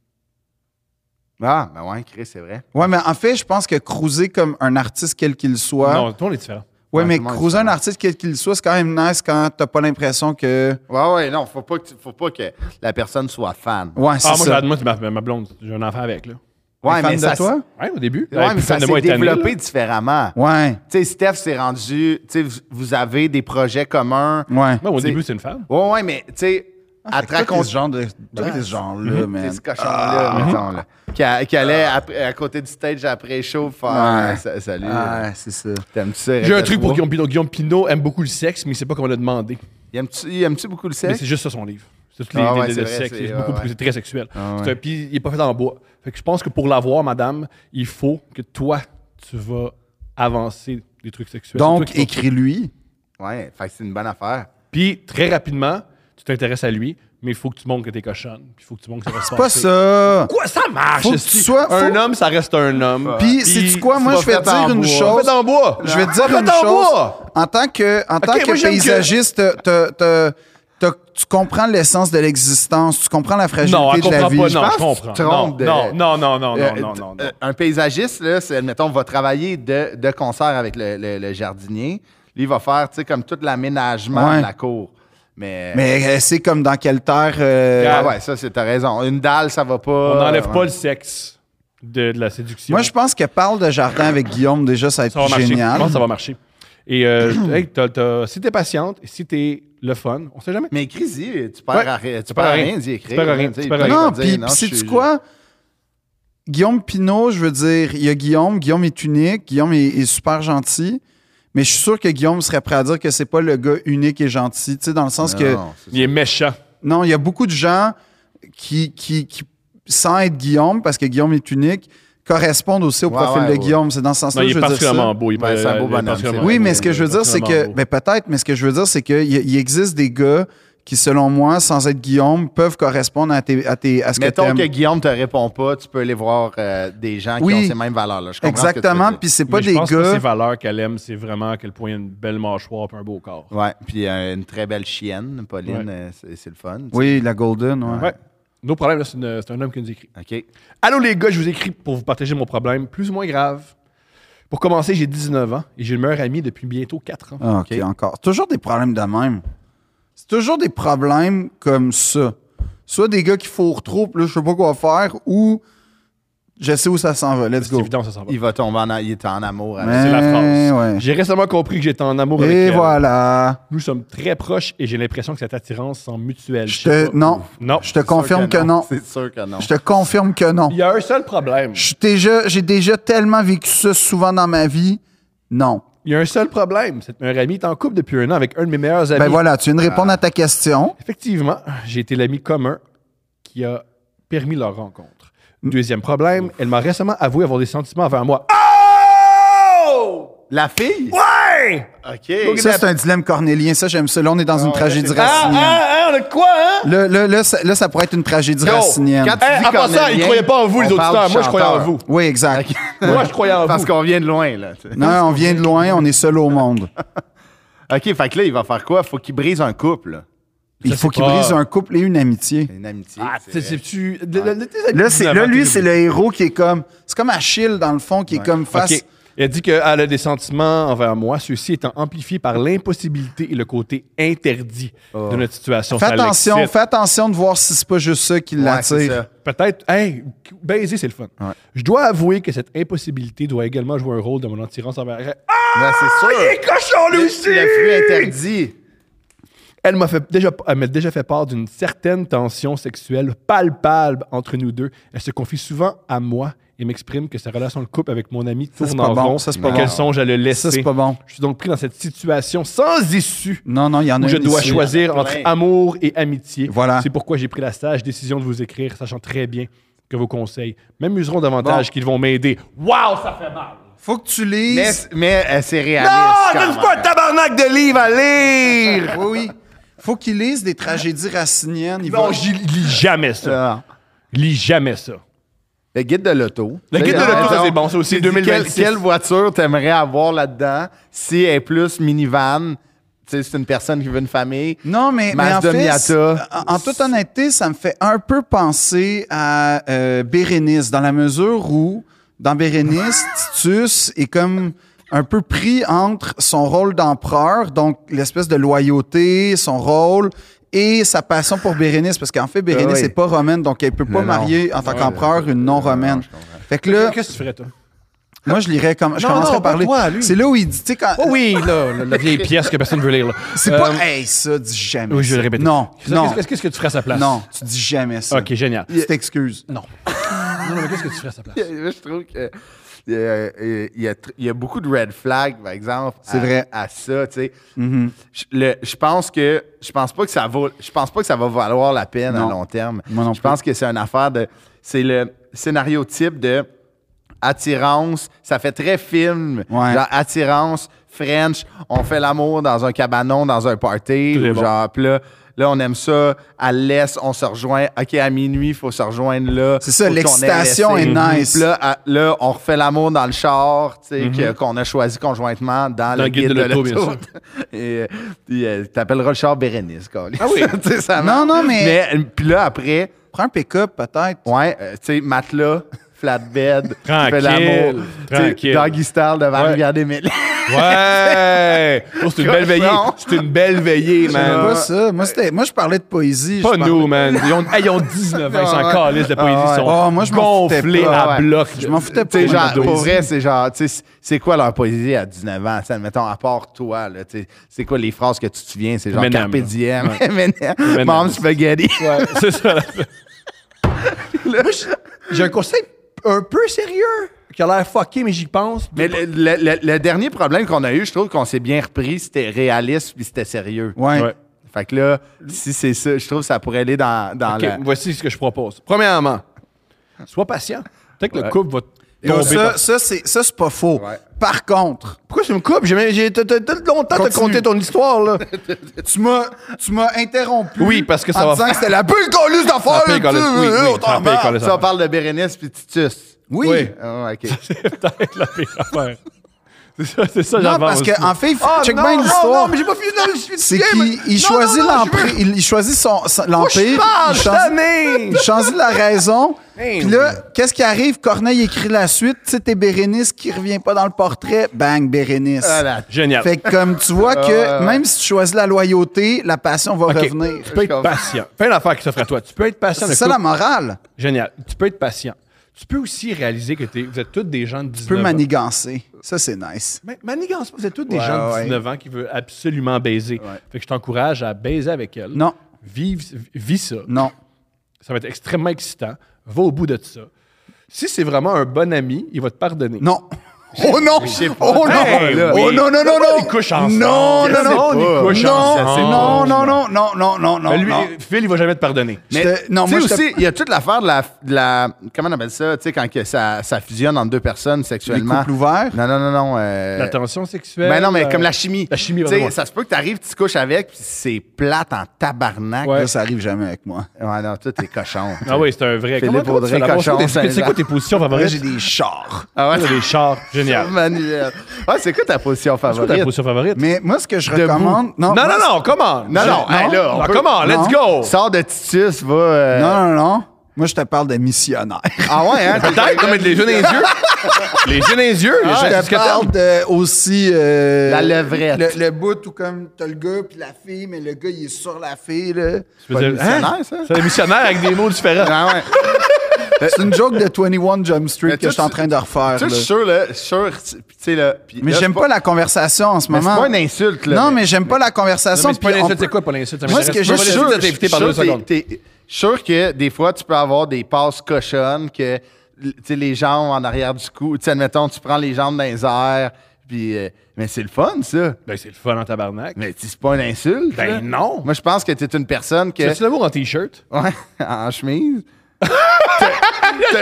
Ah, ben ouais, Chris, c'est vrai. Ouais, mais en fait, je pense que cruiser comme un artiste quel qu'il soit. Non, tout le monde est différent. ouais, Ouais, mais tout le monde cruiser est un différent. artiste quel qu'il soit, c'est quand même nice quand t'as pas l'impression que. Ouais, ouais, non, faut pas que, tu- faut pas que la personne soit fan. Ouais, c'est Ah, moi, ça. j'ai- moi, tu m'as- ma, blonde, j'ai un enfant avec, là. T'es Ouais, fan de ça s- toi? Ouais, au début. Ouais, mais Plus fan ça de s'est moi est tanné, développé là. différemment. Ouais. Tu sais, Steph s'est rendu. Tu sais, vous- vous avez des projets communs. Ouais. Moi, au T'sais- début, c'est une femme. Ouais, ouais, mais tu sais, à te Ah, Toi, t'es ce raconter. genre de. Toi, t'es ce Mhm. genre-là, man. C'est ce cochon-là, mettons, là. Qui, a- qui allait à, à côté du stage après chaud faire Ouais. euh, sa- Salut. Ah, c'est ça. T'aimes-tu ça? J'ai un truc pour Guillaume Pinot. Guillaume Pinot aime beaucoup le sexe, mais il sait pas comment le demander. Aimes-tu aimes-tu beaucoup le Mais sexe? c'est juste ça son livre. C'est tous les, Ah les- ouais, le c'est vrai, sexe. c'est- C'est beaucoup ouais, plus- ouais. c'est très sexuel. Ah C'est ouais. un- Puis il n'est pas fait en bois. Fait que je pense que pour l'avoir, madame, il faut que toi, tu vas avancer des trucs sexuels. C'est toi Donc, qui vas- écris-lui. Ouais, fait que c'est une bonne affaire. Puis très rapidement, tu t'intéresses à lui, mais il faut que tu montres que t'es cochonne. Puis il faut que tu montres que ça va se C'est pas passer. ça. Quoi, ça marche! Faut que esti. tu sois- Un faut- homme, ça reste un homme. Puis, sais-tu quoi? Moi, vas je vais faire te dire en une bois. chose. Faites en bois! Je vais te dire Faites une en chose. bois! En tant que, en tant que moi, j'aime que- paysagiste, t'as- t'as- t'as- tu comprends l'essence de l'existence, tu comprends la fragilité Non, elle de la comprend vie. pas. je Non, pense. je pense que comprends. tu te trompes de- Non, non, non, non, Euh, non, non, t- non, non. euh, Un paysagiste, là, c'est, mettons, va travailler de, de concert avec le, le- le jardinier. Lui, il va faire, tu sais, comme tout l'aménagement Ouais. de la cour. Mais. Mais euh, c'est comme dans quelle terre. euh, Ah ouais, ça, c'est, t'as raison. Une dalle, ça va pas. On n'enlève Ouais. pas le sexe. de, de la séduction. Moi, je pense que parle de jardin avec Guillaume, déjà, ça va être ça va plus marcher. Je génial. pense que ça va marcher. Et euh, hey, t'as- t'as- si t'es patiente, et si t'es le fun, on sait jamais. Mais écris-y, tu perds Ouais, à rien. Tu perds à rien d'y écrire. Tu perds à rien, là, sais, tu perds à ils rien. vont Non, dire, puis non, puis je sais-tu suis- quoi? Guillaume Pinault, je veux dire, il y a Guillaume. Guillaume est unique. Guillaume est, est super gentil. Mais je suis sûr que Guillaume serait prêt à dire que c'est pas le gars unique et gentil. Tu sais, dans le sens que. Non, c'est Il est méchant. Non, il y a beaucoup de gens qui, qui, qui, sans être Guillaume, parce que Guillaume est unique, correspondent aussi au Ouais, profil ouais, de ouais. Guillaume. C'est dans ce sens-là Non, que il je est veux dire ça. particulièrement beau. Il est Ouais, pas- c'est un beau il est bonhomme, particulièrement c'est Oui, beau. mais ce que je veux Il est dire, c'est que. particulièrement beau. Ben, peut-être, mais ce que je veux dire, c'est qu'il il existe des gars qui, selon moi, sans être Guillaume, peuvent correspondre à, tes, à, tes, à ce Mettons que que t'aimes. Guillaume te répond pas, tu peux aller voir euh, des gens Oui. qui ont ces mêmes valeurs-là. Je comprends ce que tu veux Exactement, dire. puis c'est pas Mais je des pense que ses gars. valeurs qu'elle aime, c'est vraiment à quel point il a une belle mâchoire et un beau corps. Ouais, puis euh, une très belle chienne, Pauline, Ouais. euh, c'est c'est le fun. tu Oui, la Golden, ouais. Ouais. Nos problèmes, là, c'est une- c'est un homme qui nous écrit. sais. OK. Allô les gars, je vous écris pour vous partager mon problème, plus ou moins grave. Pour commencer, j'ai 19 ans et j'ai le meilleur ami depuis bientôt 4 ans. Ah, OK, Ok. encore. Toujours des problèmes de même. C'est toujours des problèmes comme ça. Soit des gars qui fourrent trop, puis là, je sais pas quoi faire, ou je sais où ça s'en va. Let's C'est go. évident, ça s'en va. Il va tomber en, a- il est en amour avec C'est la Eh, phrase. ouais. J'ai récemment compris que j'étais en amour avec Et elle. voilà. Nous sommes très proches et j'ai l'impression que cette attirance semble mutuelle. Je Je sais te, pas. non, Non. je te C'est sûr confirme que non. C'est sûr que non. Je te confirme que non. Il y a un seul problème. Je suis déjà- J'ai déjà tellement vécu ça souvent dans ma vie. Non. Il y a un seul problème. Cette meilleure amie est en couple depuis un an avec un de mes meilleurs amis. Ben voilà, tu viens de répondre à ta question. Ah. Effectivement, j'ai été l'ami commun qui a permis leur rencontre. Mm. Deuxième problème, elle m'a récemment avoué avoir des sentiments envers moi. Ah Oh! La fille? Ouais! OK. Ça, c'est un dilemme cornélien. Ça, j'aime ça. Là, on est dans une tragédie Ah, racinienne. ah, ah, on a de quoi, hein? Là, là, là, ça, là, ça pourrait être une tragédie Yo, racinienne. quand tu Hey, dis en passant, ils Cornélien, croyaient pas en vous, les on parle auditeurs. du Moi, je croyais en chanteur. vous. Oui, exact. Moi, je croyais en Parce vous. qu'on vient de loin, là. tu sais. Non, on vient de loin, on est seul au monde. OK, fait que là, il va faire quoi? Faut qu'il brise un couple. là. Il Ça, faut c'est qu'il pas- brise un couple et une amitié. Une amitié. Ah, c'est tu sais, vrai. c'est- tu- le- le- le- tes amis Là, c'est, 19 là ans, lui, t'es c'est le héros qui est comme. C'est comme Achille, dans le fond, qui est comme face. OK. Elle dit qu'elle a des sentiments envers moi, ceux-ci étant amplifiés par l'impossibilité et le côté interdit de notre situation. Oh. Fais Ça attention, l'excite. fais attention de voir si c'est pas juste ça qui Ouais, c'est l'attire. ça. Peut-être, hey, baiser, c'est le fun. Je dois avouer que cette impossibilité doit également jouer un rôle dans mon attirance envers elle. Ah, Ben, c'est sûr. il est cochon, lui Le aussi! fruit interdit. Elle m'a fait déjà, elle m'a déjà fait part d'une certaine tension sexuelle palpable entre nous deux. Elle se confie souvent à moi et m'exprime que sa relation de couple avec mon ami c'est tourne pas en bon, rond ça, c'est pas et qu'elle bon. songe à le laisser. Ça, c'est pas bon. Je suis donc pris dans cette situation sans issue Non, non, il y en a où je une dois ici. choisir plein. entre amour et amitié. Voilà. C'est pourquoi j'ai pris la sage décision de vous écrire, sachant très bien que vos conseils m'amuseront davantage qu'ils vont m'aider. Waouh, ça fait mal! Faut que tu Mais, lises. mais euh, c'est réaliste. quand donne même. tabarnak de livres à lire! Oui, oui. Faut qu'il lise des tragédies raciniennes. Il Non, va- je lis jamais ça. Ah. Lis jamais ça. Le guide de l'auto. Le guide de Là, l'auto, ça, donc, c'est bon, ça aussi, tu dis 2026. Quelle, quelle voiture t'aimerais avoir là-dedans si elle est plus minivan? Tu sais, c'est une personne qui veut une famille. Non, mais, mais en Mazda fait, Miata. c'est- en, en toute honnêteté, ça me fait un peu penser à euh, Bérénice, dans la mesure où, dans Bérénice, Titus est comme un peu pris entre son rôle d'empereur, donc l'espèce de loyauté, son rôle, et sa passion pour Bérénice, parce qu'en fait, Bérénice n'est Euh, oui. pas romaine, donc elle peut pas non. marier en tant Ouais, qu'empereur là, une non, non-romaine. je comprends. Fait que là, Qu'est-ce que tu ferais, toi? moi, je lirais comme, je Non, commencerais non, à pas parler. toi, lui. C'est là où il dit, tu sais, quand, Oh oui, là, la, la vieille pièce que personne ne veut lire. là. c'est Euh, pas, hey, ça, dis jamais. Oui, je vais ça. le répéter. Non, Qu'est-ce- non. Qu'est-ce qu'est-ce que tu ferais à sa place? Non, tu dis jamais ça. Ok, génial. Tu t'excuses. Non. non, non, mais qu'est-ce que tu ferais à sa place? Je trouve que. euh, euh, Il y, a, tr- il y a beaucoup de red flags, par exemple, C'est à, vrai. Mm-hmm. à ça. tu sais. Je, le- je pense que je pense pas que ça vaut, je pense pas que ça va valoir la peine Non. à long terme. Moi non je plus. pense que c'est une affaire de, c'est le scénario type de attirance. Ça fait très film, Ouais. genre attirance French. On fait l'amour dans un cabanon, dans un party, Très ou bon. genre puis là. Là, on aime ça. À l'est, on se rejoint. OK, à minuit, il faut se rejoindre là. C'est ça, Faut qu'on aille l'excitation laisser. est Mhm. nice. Puis Là, à- là, on refait l'amour dans le char, tu sais, Mhm. que- qu'on a choisi conjointement dans, le guide, de l'auto. bien sûr. Et euh, puis, euh, t'appelleras le char Bérénice, câlisse. Ah oui. Tu sais, ça Non, marche. non, mais- euh, puis là, après, Prends un pick-up, peut-être. ouais, euh, tu sais, matelas, flatbed. tu fais Tranquille, l'amour. Tu sais, tranquille. Doggy style devant Ouais. la rivière des Mille. Ouais! Oh, c'est une belle veillée. Cochon. C'est une belle veillée, J'aimais man. Euh, pas ça. Moi, c'était- moi, je parlais de poésie. Euh, Pas je parlais- nous, man. Ils ont, hey, ils ont 19 ans, ils sont Ah ouais. encore listes de poésie. Ah ouais. Ils sont Ah, moi, je m'en foutais gonflés pas, à ouais. bloc. Je m'en foutais pas. Tu sais, moi, genre, de la pour poésie. vrai, c'est genre, tu sais, c'est- c'est quoi leur poésie à 19 ans? T'sais, Admettons, à part toi, là, tu sais, c'est quoi les phrases que tu te souviens? C'est genre M&M, Carpe là. diem, M&M, Mom Spaghetti. Ouais, c'est ça. J'ai un conseil un peu sérieux qui a l'air fucké, mais j'y pense. Mais le, le- le- le dernier problème qu'on a eu, je trouve qu'on s'est bien repris, c'était réaliste puis c'était sérieux. Ouais. Ouais. Fait que là, si c'est ça, je trouve que ça pourrait aller dans, dans OK, la... voici ce que je propose. Premièrement, sois patient. Peut-être que le Ouais. couple va Et on- tomber. ça, dans- ça, c'est ça, c'est pas faux. Ouais. Par contre, Pourquoi tu me coupes? J'ai même- J'ai t'as- t'as- t'as longtemps de Continue. compter ton histoire, là. tu m'as tu m'as interrompu. Oui, parce que ça en va- disant que c'était la pire coluse d'affaires. La pire là, tu coluse, oui, sais, oui, on t'en la pire marre. coluse. Ça, on parle de Bérénice puis Titus. Oui. Oui. Ah, OK. C'est peut-être la pire affaire. C'est ça, c'est ça, Non, j'en parce pense. que en fait, Ah, check non, bien non, Non, l'histoire. mais j'ai pas fini. Non, je suis C'est bien, mais- qu'il il Non, choisit non, non, je l'empire, veux- il, il choisit son, son- Moi, je l'empire, parle, il je choisit- t'amène. il choisit la raison. Ben Eh Puis là, qu'est-ce qui arrive? Corneille écrit la suite. Tu sais, t'es Bérénice qui revient pas dans le portrait. Bang, Bérénice. Ah, Voilà. Génial. Fait que comme tu vois que ouais, ouais. même si tu choisis la loyauté, la passion va Ah, OK, revenir. Tu peux être patient. Fais l'affaire qui s'offre à toi. Tu peux être patient. C'est le ça la couple- morale. Génial. Tu peux être patient. Tu peux aussi réaliser que t'es- vous êtes tous des gens de 19 Tu peux ans. manigancer. Ça, c'est nice. Mais manigance pas, vous êtes tous des Ouais, gens de ouais. 19 ans qui veulent absolument baiser. Fait que je t'encourage à baiser avec elle. Non. Vive, vis ça. Non. Ça va être extrêmement excitant. Va au bout de ça. Si c'est vraiment un bon ami, il va te pardonner. Non. Oh non! Oh non! Hey, là, oh oui. non, non, non, Pourquoi non! ils couchent ensemble? Non, Je non, sais non! pas. Ils couchent ensemble. Non, non, non, non, non, non, non, non, Mais Euh, lui, non. Phil, il va jamais te pardonner. Je te- non, tu sais moi, je te- aussi, il y a toute l'affaire de la, de la- Comment on appelle ça? Tu sais, quand que ça, ça fusionne entre deux personnes sexuellement. couples ouverts? Non, non, non, non. euh, La tension sexuelle. Ben non, mais euh, comme la chimie. La chimie, Tu sais, pardon. Ça se peut que t'arrives, tu te couches avec, puis c'est plate en tabarnak. Ouais. Là, ça arrive jamais avec moi. Ouais, non, toi, t'es cochon. Ah oui, c'est un vrai. Comment- Philippe comment tu Audrey, fais d'abord? cochon, C'est quoi tes- C'est quoi tes positions Là, j'ai favorites? des chars. Ah ouais, T'as des chars. Génial. Manuel. Ah, c'est quoi ta position C'est quoi ta favorite? position favorite? Mais moi, ce que je recommande. Non, Non, moi, non, non, comment? Non, non, hey, là, on peut- comment? Ah, Let's go! Sors de Titus, va. euh, Non, non, non. Moi, je te parle de missionnaire. Ah ouais, hein? Peut-être, non, mais les yeux dans les yeux. les yeux dans les yeux, Ah, les gens je du te parle de- aussi. euh, La levrette. Le, le bout tout comme t'as le gars puis la fille, mais le gars, il est sur la fille, là. Je veux dire, C'est pas hein? missionnaire, ça? C'est un missionnaire avec des mots différents. Ah ouais. C'est une joke de 21 Jump Mais Street que toi, je suis en tu- train de refaire. Tu sais, je là. suis sûr, là, sûr, tu tu sais, là. puis Mais là, j'aime c'est pas, la conversation en ce Mais moment. C'est pas une insulte, là. non, mais j'aime pas la Non, conversation. mais c'est pas puis on l'insulte, peut- c'est quoi pas l'insulte? Ça Moi, ce m'intéresse que pas. je- Moi, je- l'insulte, t'es invité par deux sûr, t'es- secondes. t'es- sûr que des fois, tu peux avoir des passes cochonnes que tu sais, les jambes en arrière du cou. Tu sais, admettons, tu prends les jambes dans les airs. Puis, euh, mais c'est le fun, ça. Ben, c'est le fun en tabarnak. Mais tu sais, c'est pas une insulte. Ben là. non. Moi, je pense que tu es une personne que. Fais-tu l'amour en t-shirt? Ouais, en chemise. T'as-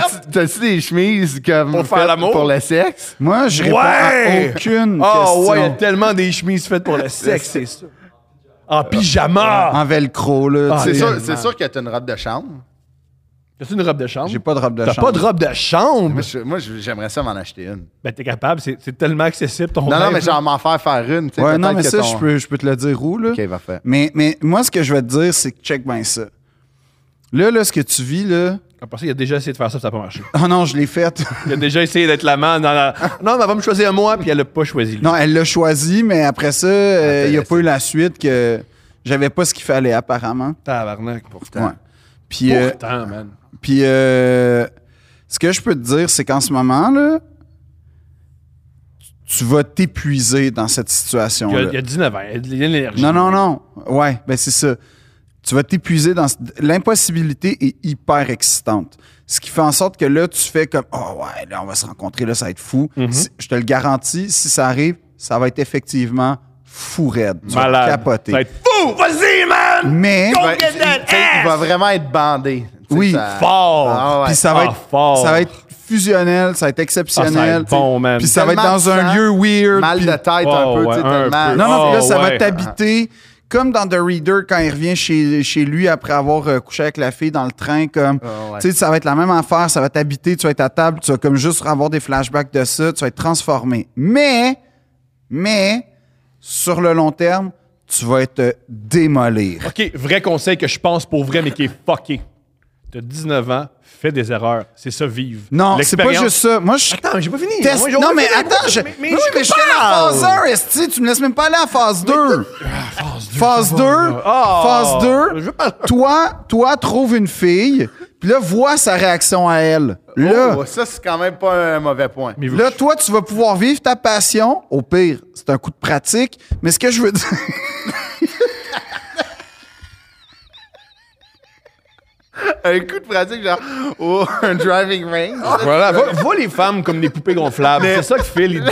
t'as-tu- T'as-tu des chemises comme. Pour faire faites l'amour? Pour le sexe? Moi, je réponds à aucune Ah question. ouais, il y a tellement des chemises faites pour le sexe, c'est ça. En pyjama! En velcro, là. Ah, tu C'est sais. sûr, c'est sûr que t'as une robe de chambre. T'as-tu une robe de chambre? J'ai pas de robe de T'as chambre. pas de robe de chambre? Moi, je- Moi, je- j'aimerais ça m'en acheter une. Ben, t'es capable, c'est c'est tellement accessible ton Non, non, rêve. mais genre m'en faire faire une. tu sais, Ouais, non, peut-être mais que ça, ton- je, peux, je peux te le dire où, là. Ok, parfait. Mais, mais moi, ce que je vais te dire, c'est que check bien ça. Là, là, ce que tu vis, là. Après ça, il a déjà essayé de faire ça, ça n'a pas marché. Oh non, je l'ai faite. Il a déjà essayé d'être l'amant dans la... Non, mais elle va me choisir moi, puis elle l'a pas choisi. lui. non, elle l'a choisi, mais après ça, euh, il n'y a pas eu la suite que j'avais pas ce qu'il fallait, apparemment. Tabarnak, pourtant. Ouais. Puis, euh, Pourtant, man. Puis euh, ce que je peux te dire, c'est qu'en ce moment, là, tu tu vas t'épuiser dans cette Il y a, il y situation-là. a 19 ans, il y a de l'énergie. Non, non, non. Ouais, ben c'est ça. Tu vas t'épuiser dans... ce- L'impossibilité est hyper excitante. Ce qui fait en sorte que là, tu fais comme « Oh ouais, là, on va se rencontrer, là, ça va être fou. Mm-hmm. Si- Je te le garantis, si ça arrive, ça va être effectivement fou raide. Tu Malade. vas capoter. Ça va être fou! Vas-y, man! Mais... Ouais, il, tu sais, il va vraiment être bandé. Tu sais, Oui. ça- Fort! Ah ouais. Puis ça va Ah, être fort. ça va être fusionnel, ça va être Ah, ça va exceptionnel. être bon, man. Puis ça va être Tellement dans de un sang, lieu weird. Mal puis- de tête un Oh, peu, ouais, tu sais, un tellement- peu. Non non, Oh, puis là ça va ouais. t'habiter comme dans The Reader quand il revient chez, chez lui après avoir euh, couché avec la fille dans le train comme Oh, ouais. tu sais ça va être la même affaire, ça va t'habiter, tu vas être à table, tu vas comme juste avoir des flashbacks de ça, tu vas être transformé. Mais mais sur le long terme, tu vas être euh, démolir. OK, vrai conseil que je pense pour vrai, mais qui est fucké. T'as- T'as 19 ans, fais des erreurs. C'est ça, vivre. Non, c'est pas L'expérience- juste ça. Moi, je Attends, mais j'ai pas fini. teste. Moi, j'ai- non, on mais fait des- attends, je, Mais- mais, je suis à la phase 1, esti. Tu me laisses même pas aller à la phase 2. Ah, Phase 2. Phase 2. Toi, toi, trouve une fille, puis là, vois sa réaction à elle. Là, Oh, ça, c'est quand même pas un mauvais point. Mais vous- là, toi, tu vas pouvoir vivre ta passion. Au pire, c'est un coup de pratique. Mais ce que je veux dire. Un coup de pratique, genre, oh, un driving range. Ah, Voilà, euh, va, va les femmes comme des poupées gonflables. C'est ça que Phil il dit.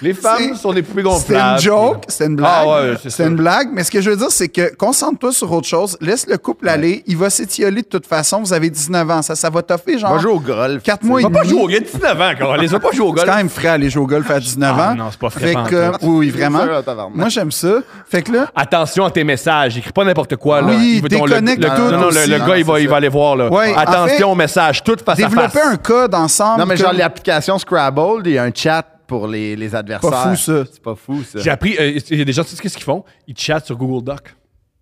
Les femmes C'est- sont des poupées C'était une gonflables. joke, c'était une blague. Ah ouais, c'est c'était ça. une blague. Mais ce que je veux dire, c'est que concentre-toi sur autre chose. Laisse le couple aller. Il va s'étioler de toute façon. Vous avez 19 ans. Ça, ça va toffer, genre. On va jouer au golf. 4 mois et Va demi. pas jouer au golf. Il y a 19 ans, quand Les va pas jouer au C'est golf. quand même frais aller jouer au golf à 19 Ah, ans. non, c'est pas frais Fait pantoute. que, euh, oui, oui, vraiment. C'est sûr, tabarnak. Moi, j'aime ça. Fait que Ah, là, Attention à tes messages, écris pas n'importe quoi. Là. Oui, Il veut ton- le- déconnecte le, tout Non, non, le- aussi. le, Non, gars, il va, c'est il ça. va aller voir. Là. Ouais, en fait, Attention aux messages, tout face à face. développer un code ensemble. Non, mais genre comme- l'application Scrabble, il y a un chat pour les, les adversaires. Pas fou, ça. C'est pas fou, ça. J'ai appris, euh, il y a des gens, tu sais qu'est-ce qu'ils font? Ils chattent sur Google Doc.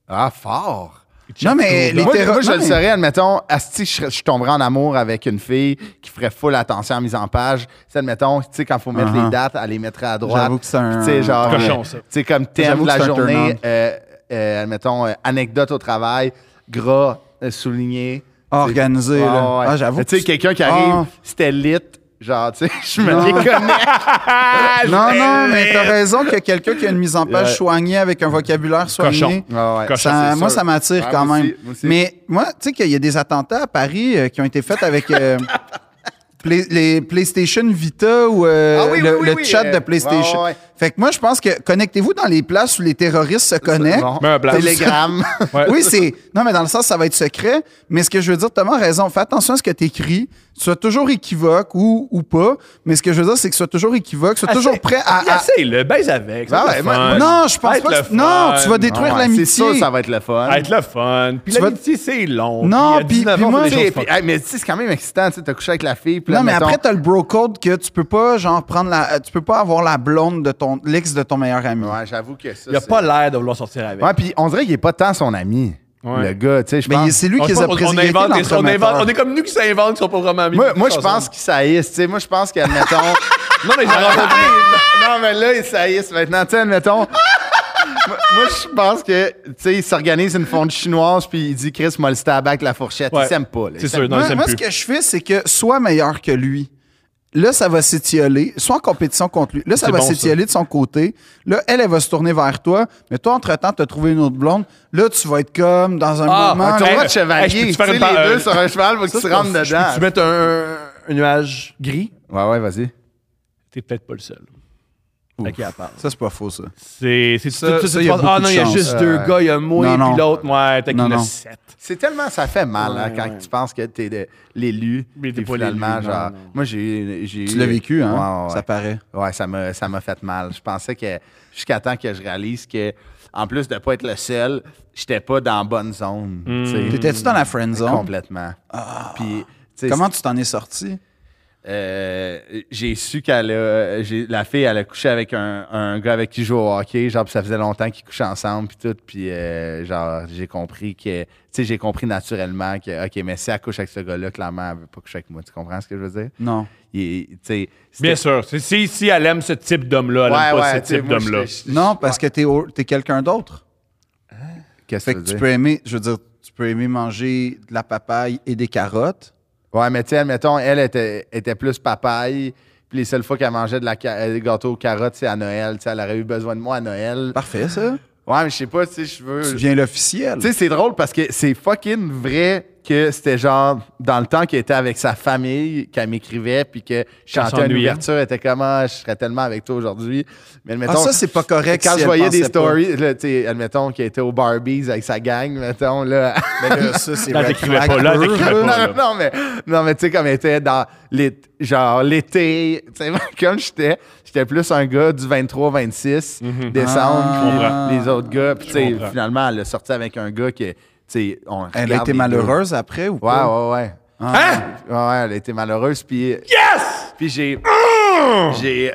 Ah, fort. Ils chattent Non, mais sur les Google ben Moi, Doc. terroristes- moi, je non, le mais- serais, admettons, Asti, je, serais- je tomberais en amour avec une fille qui ferait full attention à la mise en page. C'est, admettons, tu sais, quand il faut mettre Uh-huh. les dates, elle les mettrait à droite. J'avoue que c'est un- Puis, Tu sais, genre. Cochon, euh, ça. Tu sais, comme thème J'avoue de que la c'est un journée, turn-on. euh, euh, admettons, euh, anecdote au travail, gras, euh, souligné. Organisé, Ouais, là. ouais. Ah, j'avoue. Tu sais, quelqu'un qui arrive, Ah. c'était lit, genre, tu sais, je Non. me déconnecte. Ah, Non, non, mais t'as raison que quelqu'un qui a une mise en page Ouais. soignée avec un vocabulaire soigné. Cochon. Ouais, ouais. Cochon, ça- c'est moi, sûr. ça m'attire Ouais, quand moi même. aussi, moi aussi. Mais moi, tu sais qu'il y a des attentats à Paris euh, qui ont été faits avec euh, Play- les PlayStation Vita ou euh, Ah oui, oui, le, oui, le oui, chat euh, de PlayStation. ouais, ouais. Fait que moi, je pense que connectez-vous dans les places où les terroristes se connectent. Bon. Mais un blague. Télégramme. Ouais. Oui, c'est. Non, mais dans le sens, ça va être secret. Mais ce que je veux dire, Thomas a raison. Fais attention à ce que tu écris. Sois toujours équivoque ou, ou pas. Mais ce que je veux dire, c'est que sois toujours équivoque. Sois toujours Essaye- prêt à. à- Essaye-le, baise avec. ça Ah va être ouais, le moi- fun. Non, je pense Être pas. le que- Non, fun. tu vas détruire Ouais, l'amitié. C'est sûr, ça va être le fun. Être le fun. Puis Tu vas- l'amitié, c'est long. Non, Puis à puis- 19 puis ans, on moi, fait des Tu sais, choses fun. puis, hey, mais tu sais, c'est quand même excitant, tu sais, t'as couché avec la fille, puis là, non, mais mettons- après, t'as le bro code que tu peux pas, genre, prendre la. euh, Tu peux pas avoir la blonde de ton. L'ex de ton meilleur ami. Ouais, j'avoue que ça, Il a c'est- pas l'air de vouloir sortir avec. Ouais, puis on dirait qu'il est pas tant son ami, Ouais. le gars, tu sais, je Mais il- pense... Ben, c'est lui Ah. On- qui les on- a on, présentés. invente, des- on, invente- on est comme nous qui s'inventent, qui sont pas vraiment amis. Moi, moi, je pense qu'il saillisse, tu sais, moi, je pense qu'admettons... Non, mais j'ai entendu. non, mais là, il saillisse maintenant, tu sais, admettons... Moi, moi, je pense que, tu sais, il s'organise une fonte chinoise, puis il dit, Chris, moi, le stabac, la fourchette, Ouais. il s'aime pas, là. C'est Il s'aime sûr, non, ils moi, s'aiment moi, plus. ce que je fais, c'est que sois meilleur que lui. Là, ça va s'étioler. Soit en compétition contre lui. Là, ça C'est va bon, s'étioler de son côté. Là, elle, elle va se tourner vers toi. Mais toi, entre-temps, t'as trouvé une autre blonde. Là, tu vas être comme dans un Ah, moment. un Tournoi Hey, de chevalier, hey, je peux-tu tu faire sais, une les par- euh, deux sur un cheval, faut qu'ils se rentrent dedans. Tu mets un, un nuage gris. Ouais, ouais, vas-y. T'es peut-être pas le seul. À qui elle parle. Ça, c'est pas faux, ça. C'est. c'est- Ça- tu- tu- ça, tu y a penses, beaucoup Ah non, de il y a chance. juste deux Ouais. gars, il y a moi Non, et non. puis l'autre. Ouais, t'as qu'il y Non, en a non. sept. C'est tellement, ça fait mal hein, quand tu penses que t'es de- l'élu. Mais t'es puis pas finalement, l'élu, non, genre, non. moi j'ai, j'ai Tu l'as vécu, hein? Ouais, ouais, ouais. Ça paraît. Ouais, ça m'a, ça m'a fait mal. Je pensais que jusqu'à temps que je réalise que, en plus de pas être le seul, j'étais pas dans la bonne zone. Hmm. tu sais. T'étais-tu dans la friend zone? Ah. Complètement. Puis, tu sais, Comment tu t'en es sorti? euh, j'ai su qu'elle a, j'ai- la fille, elle a couché avec un, un gars avec qui je joue au hockey, genre, puis ça faisait longtemps qu'ils couchaient ensemble, puis tout, puis euh, genre, j'ai compris que, tu sais, j'ai compris naturellement que, OK, mais si elle couche avec ce gars-là, clairement, elle veut pas coucher avec moi, tu comprends ce que je veux dire? Non. Il- Tu sais, c'était- Bien sûr. C'est- Si, si elle aime ce type d'homme-là, elle aime Ouais, pas ouais, tu ce sais, type moi, d'homme-là. j'étais- j'étais- Non, parce que t'es, au- t'es quelqu'un d'autre. Qu'est-ce Fait que que tu tu veux peux dire? aimer, je veux dire, tu peux aimer manger de la papaye et des carottes. Ouais, mais tu sais, admettons, elle était, était plus papaye, puis les seules fois qu'elle mangeait de la ca- des gâteaux aux carottes, c'est à Noël, tu sais, elle aurait eu besoin de moi à Noël. Parfait, ça. Ouais, mais je sais pas, si je veux... Tu deviens l'officiel. Tu sais, c'est drôle parce que c'est fucking vrai que c'était genre dans le temps qu'elle était avec sa famille, qu'elle m'écrivait, puis que je Qu'elle chantais une s'ennuyait. ouverture, elle était comme Ah, je serais tellement avec toi aujourd'hui. Ah, Mais admettons. ça, c'est pas correct. quand si je elle voyais des pensait pas. stories, là, tu sais, admettons qu'elle était au Barbies avec sa gang, mettons, là. Mais là, ça, c'est Là, red t'écrivais flag pas, là, pour eux, t'écrivais là. pas. non, non, mais, non, mais tu sais, comme elle était dans les, genre l'été, tu sais, comme j'étais, j'étais plus un gars du 23-26 décembre, Ah, puis Mhm. je comprends. les autres gars, puis tu sais, comprends. finalement, elle a sorti avec un gars qui, tu sais, on Elle a regarde été les deux. malheureuse Ah. après ou Ouais, pas? ouais, ouais. Hein? Ouais, ouais, elle a été malheureuse, puis Yes! Ah! puis j'ai, j'ai,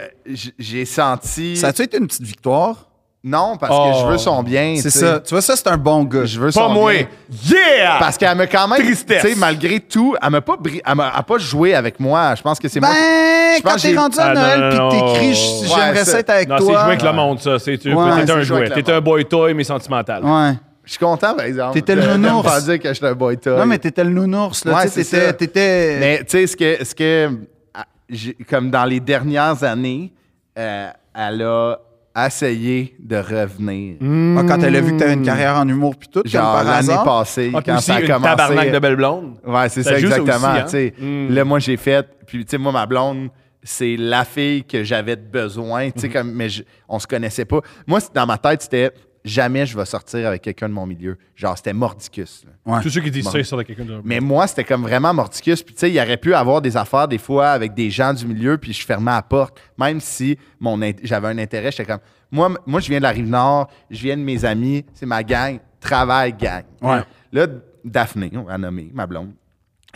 j'ai senti. Ça a-tu été une petite victoire? Non, parce que Oh. je veux son bien. C'est tu sais. ça. Tu vois, ça, c'est un bon gars. Je veux Pas son moi. bien. Yeah! Parce qu'elle m'a quand même. Tristesse. Tu sais, malgré tout, elle m'a pas, bri- elle m'a- elle a pas joué avec moi. Je pense que c'est Ben, moi. pense quand que t'es j'ai- rendu à Ah, non, Noël puis non, que non. t'écris Ouais, J'aimerais c'est- ça être avec non, c'est jouer toi. avec le monde, ça. C'est, tu- Ouais, t'es c'est un jouer jouet. avec le T'es un boy toy, mais sentimental. Ah, Ouais. Je suis content, par exemple. T'étais le de- de me nounours. faire dire que j'étais un boy toy. Non, mais t'étais le nounours, là. Euh, Ouais, tu sais, c'est t'étais- ça. t'étais. Mais tu sais, ce que, ce que ah, j'ai- comme dans les dernières années, euh, elle a essayé de revenir. Hmm. Ah, quand elle a vu que t'avais une carrière en humour puis tout, comme hmm. Genre par l'année hasard. passée, Ah, puis quand aussi, ça a une commencé. tabarnak de belle blonde. Ouais, c'est Ça ça, joue, ça exactement. aussi, hein? tu sais. Mm. Là, moi, j'ai fait. Puis, tu sais, moi, ma blonde, c'est la fille que j'avais de besoin. Hmm. Tu sais, comme, mais je- on se connaissait pas. Moi, c'est- dans ma tête, c'était jamais je vais sortir avec quelqu'un de mon milieu. Genre, c'était mordicus. là. Ouais. Tous ceux qui disent Bon. ça, ils sortent avec quelqu'un de Mais moi, c'était comme vraiment mordicus. Puis, tu sais, il aurait pu avoir des affaires des fois avec des gens du milieu, puis je fermais la porte. Même si mon int- j'avais un intérêt, j'étais comme, moi, m- moi, je viens de la Rive-Nord, je viens de mes amis, c'est ma gang, travail, gang. Ouais. Là, Daphné, on va nommer, ma blonde,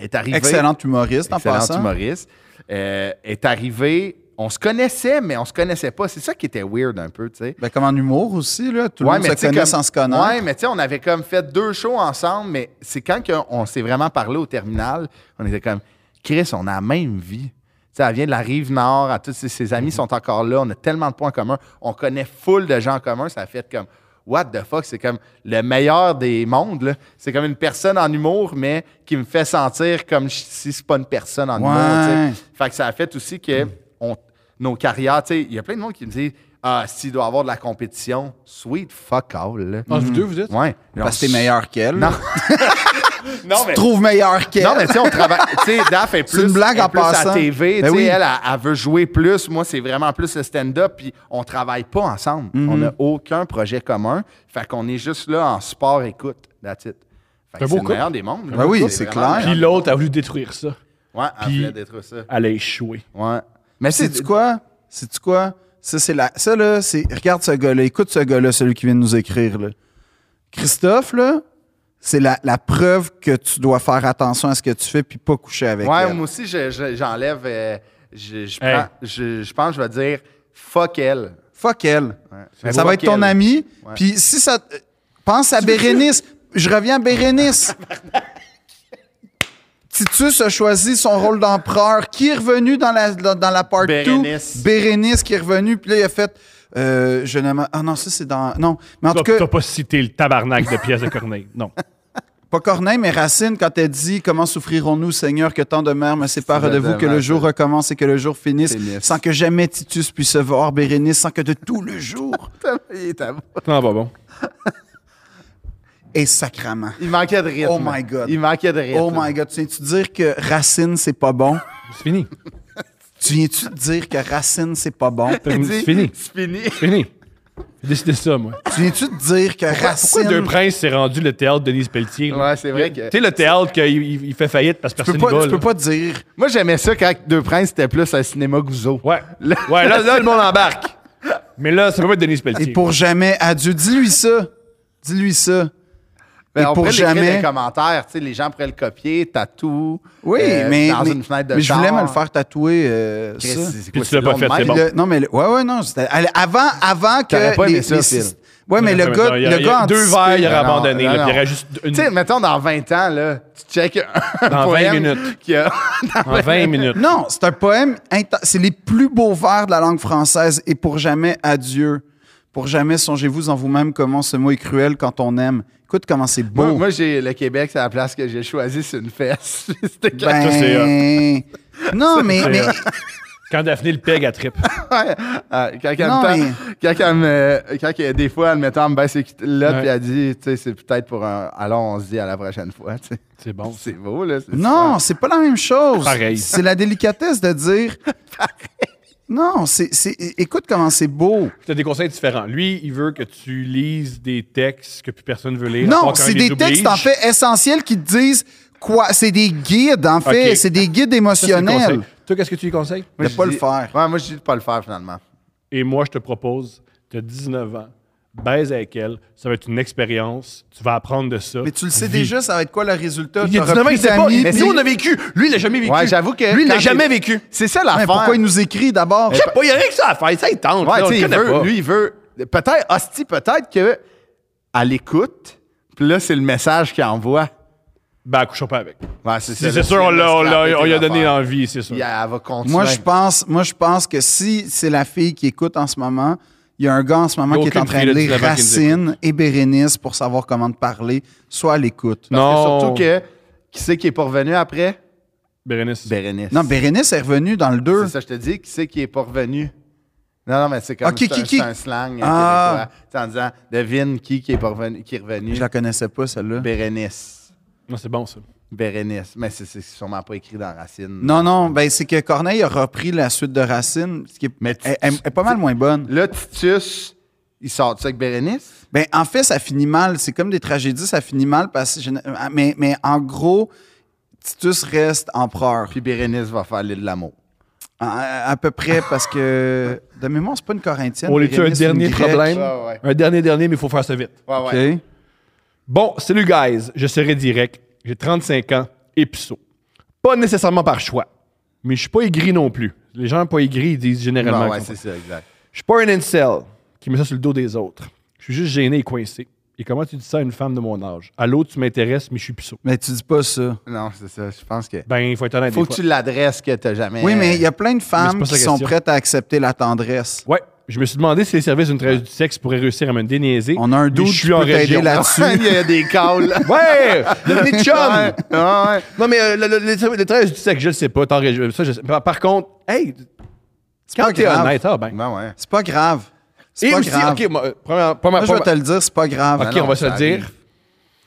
est arrivée. Excellente humoriste en excellente passant. humoriste, euh, est arrivée. On se connaissait, mais on se connaissait pas. C'est ça qui était weird un peu, tu sais. Ben, comme en humour aussi, là. Tout le monde mais se tu sais, connaît comme- sans se connaître. Ouais, mais tu sais, on avait comme fait deux shows ensemble, mais c'est quand qu'on- on s'est vraiment parlé au terminal, on était comme, Chris, on a la même vie. Tu sais, elle vient de la rive nord, à tous ses, ses Mhm. amis sont encore là, on a tellement de points communs, on connaît full de gens en commun, ça a fait comme, what the fuck, c'est comme le meilleur des mondes, là. C'est comme une personne en humour, mais qui me fait sentir comme si c'est pas une personne en Ouais. humour, tu sais. Fait que ça a fait aussi que Hmm. on- nos carrières, tu sais, il y a plein de monde qui me dit Ah, s'il doit y avoir de la compétition, sweet fuck all. là. Hmm. Ah, vous deux, vous êtes? Ouais. Parce que t'es meilleur qu'elle. Non. non, Tu mais. te trouves meilleur qu'elle. Non, mais tu sais, on travaille. Tu sais, Daph est plus, une blague est en plus passant. à TV. Ben tu sais, oui. elle, elle, elle veut jouer plus. Moi, c'est vraiment plus le stand-up. Puis on travaille pas ensemble. Hmm. On n'a aucun projet commun. Fait qu'on est juste là en sport écoute. That's it. Fait un que beau c'est le couple. meilleur des mondes. là. Ben oui, c'est vraiment clair. le Puis meilleur. l'autre a voulu détruire ça. Ouais, elle puis- voulait détruire ça. Elle a échoué. Ouais. Mais C'est du quoi? C'est du quoi? Ça, c'est la. Ça, là, c'est. Regarde ce gars-là. Écoute ce gars-là, celui qui vient de nous écrire, là. Christophe, là, c'est la, la preuve que tu dois faire attention à ce que tu fais puis pas coucher avec Ouais, elle. moi aussi, je- je- j'enlève. euh, je, je, Hey. prends- je, je pense que je vais dire fuck elle. Fuck elle. C'est ça beau. va être ton Fuck elle. ami. Ouais. Puis si ça. euh, Pense à Bérénice. Je reviens à Bérénice. Titus a choisi son rôle d'empereur. Qui est revenu dans la, dans, dans la part 2? Bérénice. Bérénice qui est revenu. Puis là, il a fait. euh, je n'aime. Ah non, ça, c'est dans. Non. Mais en tout T'as cas, t'as pas cité le tabarnak de pièces de Corneille. Non. pas Corneille, mais Racine, quand elle dit Comment souffrirons-nous, Seigneur, que tant de mères me séparent de vous, que le Exactement, jour recommence et que le jour finisse, Finisse. sans que jamais Titus puisse voir Bérénice, sans que de tout le jour. Il, est à bout. Non, pas bon. et sacrament. Il manquait de rythme. Oh my God. Il manquait de rythme. Oh my God, tu viens-tu dire que Racine, c'est pas bon? C'est fini. Tu viens-tu dire que Racine, c'est pas bon? C'est Il dit, c'est fini. C'est fini. C'est fini. J'ai décidé ça, moi. Tu viens-tu dire que Racine... Pourquoi Deux Princes s'est rendu le théâtre de Denise Pelletier? là? Ouais, c'est vrai que. Tu sais, le théâtre qu'il il- il fait faillite parce que tu peux personne pas, ne tu peux pas dire... Moi, j'aimais ça quand Deux Princes, c'était plus un cinéma gouzo. Ouais. Ouais, là, là, le monde embarque. Mais là, ça peut pas être Denise Pelletier. Et pour jamais, adieu. Dis-lui ça. Dis-lui ça. Mais et Ben, on pour pourrait l'écrire dans jamais... les commentaires. Tu sais, les gens pourraient le copier, tatou. Oui, euh, mais, Dans mais, une fenêtre de mais je voulais char. me le faire tatouer, euh, Chris, ça. c'est Puis quoi, tu l'as c'est pas long fait, de c'est même? bon. Le- non, mais... le- Ouais, ouais, non. c'était- elle- Avant, avant T'aurais que... pas aimé les- ça, les- Phil. Ouais, mais Non, le gars, non, il y a- le il y a gars Deux anticipé. verres, il aurait Non, non, abandonné. là, non, puis Il y non. aurait juste une. Tu sais, mettons, dans 20 ans, là, tu check un Dans 20 poème minutes. Qui a... En 20 minutes. Non, c'est un poème. inten- C'est les plus beaux vers de la langue française. Et pour jamais, adieu. Pour jamais, songez-vous en vous-même comment ce mot est cruel quand on aime. Écoute comment c'est beau. Moi, moi, j'ai le Québec, c'est la place que j'ai choisie, c'est une fesse. C'était quand- Ben, ça, c'est non, mais, mais- euh, Quand Daphné le peg à trip. Ouais. Ah, quand elle Non, me tend- mais- quand elle me- quand elle- des fois, admettons, elle me baisse là, Ouais. puis elle dit, tu sais, c'est peut-être pour un. Alors, on se dit à la prochaine fois, tu sais. C'est bon. C'est beau, là. c'est non, c'est pas la même chose. Pareil. C'est la délicatesse de dire. Non, c'est, c'est- écoute comment c'est beau. Tu as des conseils différents. Lui, il veut que tu lises des textes que plus personne veut lire. à part Non, quand c'est il des les textes en oblige. fait essentiels qui te disent quoi. C'est des guides en fait. Ok. C'est des guides Ça, c'est le conseil. émotionnels. Toi, qu'est-ce que tu lui conseilles? Moi, de je pas le dis- faire. Ouais, moi, je dis de pas le faire, finalement. Et moi, je te propose, tu as 19 ans, baise avec elle, ça va être une expérience, tu vas apprendre de ça. Mais tu le sais Vis. déjà, ça va être quoi le résultat? Il y a T'auras 19 ans, plus il sait pas. d'amis, Mais puis- si on a vécu, lui, il n'a jamais vécu. Ouais, j'avoue que. Lui, il n'a quand t'es- jamais vécu. C'est ça Mais l'affaire. pourquoi il nous écrit d'abord? Je sais pas, il y a rien que ça à faire, ça, il tente. Ouais, là, on tu le sais, il connaît veut, pas. lui, il veut. Peut-être, hostie, peut-être que à l'écoute, puis là, c'est le message qu'il envoie. Ben, couchons pas avec. Ouais, C'est c'est ça, là, c'est sûr, tu on viens de l'a- on scraper l'a- on tes lui a donné affaires. l'envie, c'est sûr. Puis elle, elle va Eh, continuer. Moi, je pense, moi, je pense que si c'est la fille qui écoute en ce moment, il y a un gars en ce moment Il y a qui est aucune en train fille de de lire 19 ans qui nous Racine et Bérénice pour savoir comment te parler, soit à l'écoute. Parce que Non. Surtout que, qui c'est qui est pas revenu après? Bérénice. Bérénice. Non, Bérénice est revenue dans le 2. C'est ça, je te dis, qui c'est qui est pas revenu? Non, non, mais c'est comme Ah, qui, c'est qui, un, qui? c'est un slang euh, Ah. québécois. C'est en disant, devine qui, qui est pas revenu, qui est revenu? Je la connaissais pas, celle-là. Ben, Bérénice. Non, c'est bon, ça. Bérénice. Mais c'est c'est sûrement pas écrit dans Racine. Non, non, ben c'est que Corneille a repris la suite de Racine, ce qui est, Mais tu- elle- elle- elle est pas mal moins bonne. Là, Titus, il sort de ça avec Bérénice? Ben, en fait, ça finit mal. C'est comme des tragédies, ça finit mal parce que. géné- Mais, mais en gros, Titus reste empereur. Puis Bérénice va faire l'île de l'amour. Ah, À, à peu près parce que. De mémoire, c'est pas une Corinthienne. On est un Bérénice, c'est une dernier Grecque. problème. Ah, Ouais, ouais. Un dernier, dernier, mais il faut faire ça vite. Ouais, OK. ouais. Bon, salut guys, je serai direct. J'ai 35 ans et pisso. Pas nécessairement par choix, mais je suis pas aigri non plus. Les gens pas aigris, ils disent généralement. Ouais, que ouais, sont c'est ça, exact. Je suis pas un incel qui met ça sur le dos des autres. Je suis juste gêné et coincé. Et comment tu dis ça à une femme de mon âge? À l'autre, tu m'intéresses, mais je suis puceau. Mais tu dis pas ça. Non, c'est ça. Je pense que. Ben, il faut être honnête. Faut des que fois. tu l'adresses que t'as jamais. Euh, Oui, mais il y a plein de c'est femmes pas ça qui la sont question. prêtes à accepter la tendresse. Ouais, je me suis demandé si les services d'une traite du sexe pourraient réussir à me déniaiser. On a un mais doute je qui suis en peut région. t'aider là-dessus. il y a des calls. Ouais! Devenez chum! Ouais, ouais. Non, mais euh, le, le- le- le travail du sexe, je le sais pas. t'en ré- ça, je sais. Par, par contre, hey, C'est pas quand t'es grave. honnête, ah ben. Ben ouais. C'est pas grave. C'est Et pas aussi, grave. OK, moi, euh, première, première, Moi, je vais première- te le dire, c'est pas grave. OK, Ben non, on va se ça le dire. arrive.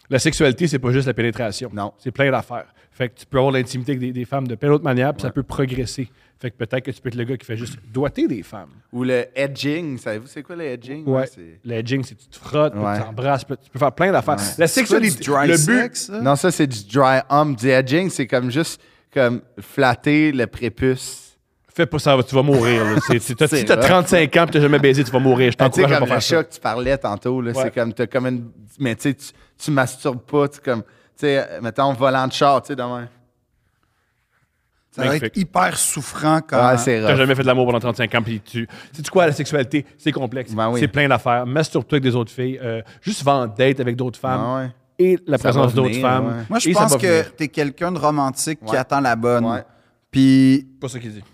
La sexualité, c'est pas juste la pénétration. Non. C'est plein d'affaires. Fait que tu peux avoir l'intimité avec des, des femmes de plein d'autres manières, puis ça peut progresser. Fait que peut-être que tu peux être le gars qui fait juste doiter des femmes. Ou le edging. Savez-vous, c'est quoi le edging? Ouais. c'est- L'edging, c'est tu te frottes, puis Ouais. tu t'embrasses, puis tu peux faire plein d'affaires. La sexualité, le but, Non, ça, c'est du dry hump. Du edging, c'est comme juste comme flatter le prépuce. fais pas ça, tu vas mourir. là. C'est- c'est- t'as- C'est si t'as vrai. Ben, 35 ans, tu t'as jamais baisé, tu vas mourir. Ah, Je Tu sais, t'encourage à comme pas le faire ça. chat que tu parlais tantôt, là, Ouais. c'est comme, t'as comme une... Mais tu sais, tu- tu masturbes pas, tu comme... Tu sais, euh, mettons, volant de char, tu sais, demain. Ça va être Magnifique. hyper souffrant quand. Ah, c'est T'as rough. jamais fait de l'amour pendant 35 ans, puis tu. Sais-tu quoi, la sexualité, c'est complexe. Ben oui. C'est plein d'affaires. Masturbe-toi avec des autres filles. euh, juste va en date avec d'autres femmes. Ah ouais. Et la Ça présence va d'autres venir, femmes. ouais. Moi, je Et ça pense va que venir. t'es quelqu'un de romantique qui Ouais. attend la bonne. Ouais. Puis, C'est pas ça qu'il dit.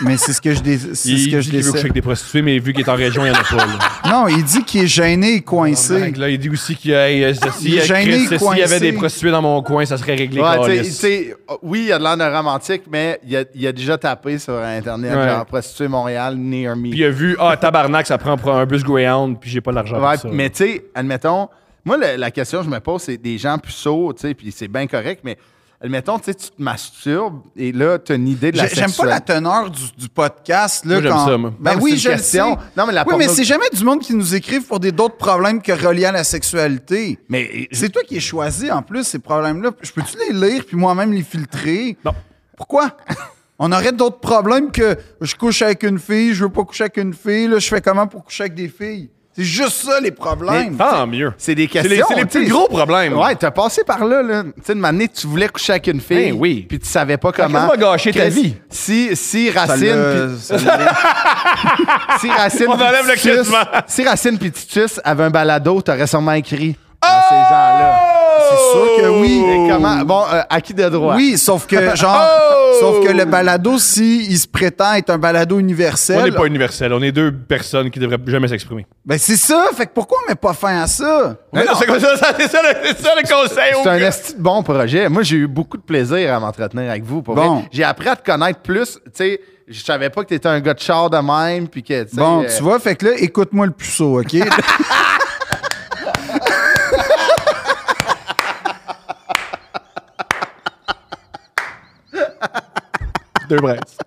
mais c'est ce que je dé- c'est ce Il que dit je qu'il veut coucher décide. avec des prostituées, mais vu qu'il est en région, il y en a pas. Là. Non, il dit qu'il est gêné et coincé. Fait que là, il dit aussi qu'il y a- euh, Il si, est euh, gêné, Chris, s'il y coincé. avait des prostituées dans mon coin, ça serait réglé. Ouais, câlisse. tu sais, tu sais, euh, oui, il y a de l'air d'un romantique, mais il a, il a déjà tapé sur Internet, Ouais. genre prostituée Montréal, near me. Puis il a vu, ah, tabarnak, ça prend pour un bus Greyhound, puis j'ai pas l'argent Ouais, pour ça. mais tu sais, admettons, moi, la, la question que je me pose, c'est des gens plus sourds, tu sais, puis c'est bien correct, mais admettons, tu sais, tu te masturbes et là, tu as une idée de la J'ai- J'aime pas la sexualité. teneur du, du podcast. Là, Moi, j'aime quand- ça, moi. Ben Non, mais c'est oui, une je le sais. question. Non, mais la oui, mais porno- c'est jamais du monde qui nous écrivent pour des d'autres problèmes que reliés à la sexualité. Mais C'est toi qui es choisi, en plus, ces problèmes-là. Je peux-tu les lire puis moi-même les filtrer? Non. Pourquoi? On aurait d'autres problèmes que je couche avec une fille, je veux pas coucher avec une fille, là, je fais comment pour coucher avec des filles? C'est juste ça, les problèmes. Tant mieux. c'est des les- questions. c'est les tu sais. plus gros problèmes. Ouais, t'as passé par là, là. Tu sais, de m'amener, tu voulais coucher avec une fille. Ben oui. Puis tu savais pas comment. qu'est-ce que t'as gâché ta Chris, vie? Si, si Ça l'a- Racine. ça l'a- puis- si Racine. On puis enlève le Titus- classement. Si Racine puis Titus avait un balado, t'aurais sûrement écrit Oh! à ces gens-là. C'est sûr que oui. Et Oh! comment? Bon, euh, à qui de droit? Oui, sauf que, genre, Oh! sauf que le balado, si il se prétend être un balado On n'est universel, pas universel. On est deux personnes qui devraient jamais s'exprimer. ben c'est ça. Fait que pourquoi on met pas fin à ça? Mais non, C'est comme ça, ça- c'est ça, le- c'est ça le conseil. au C'est un gars. esti de bon projet. Moi, j'ai eu beaucoup de plaisir à m'entretenir avec vous. Pour Bon. vrai. J'ai appris à te connaître plus. Tu sais, je savais pas que t'étais un gars de char de même. Puis que, sais, Bon, euh, tu vois, fait que là, écoute-moi le puceau, OK? Deux braises.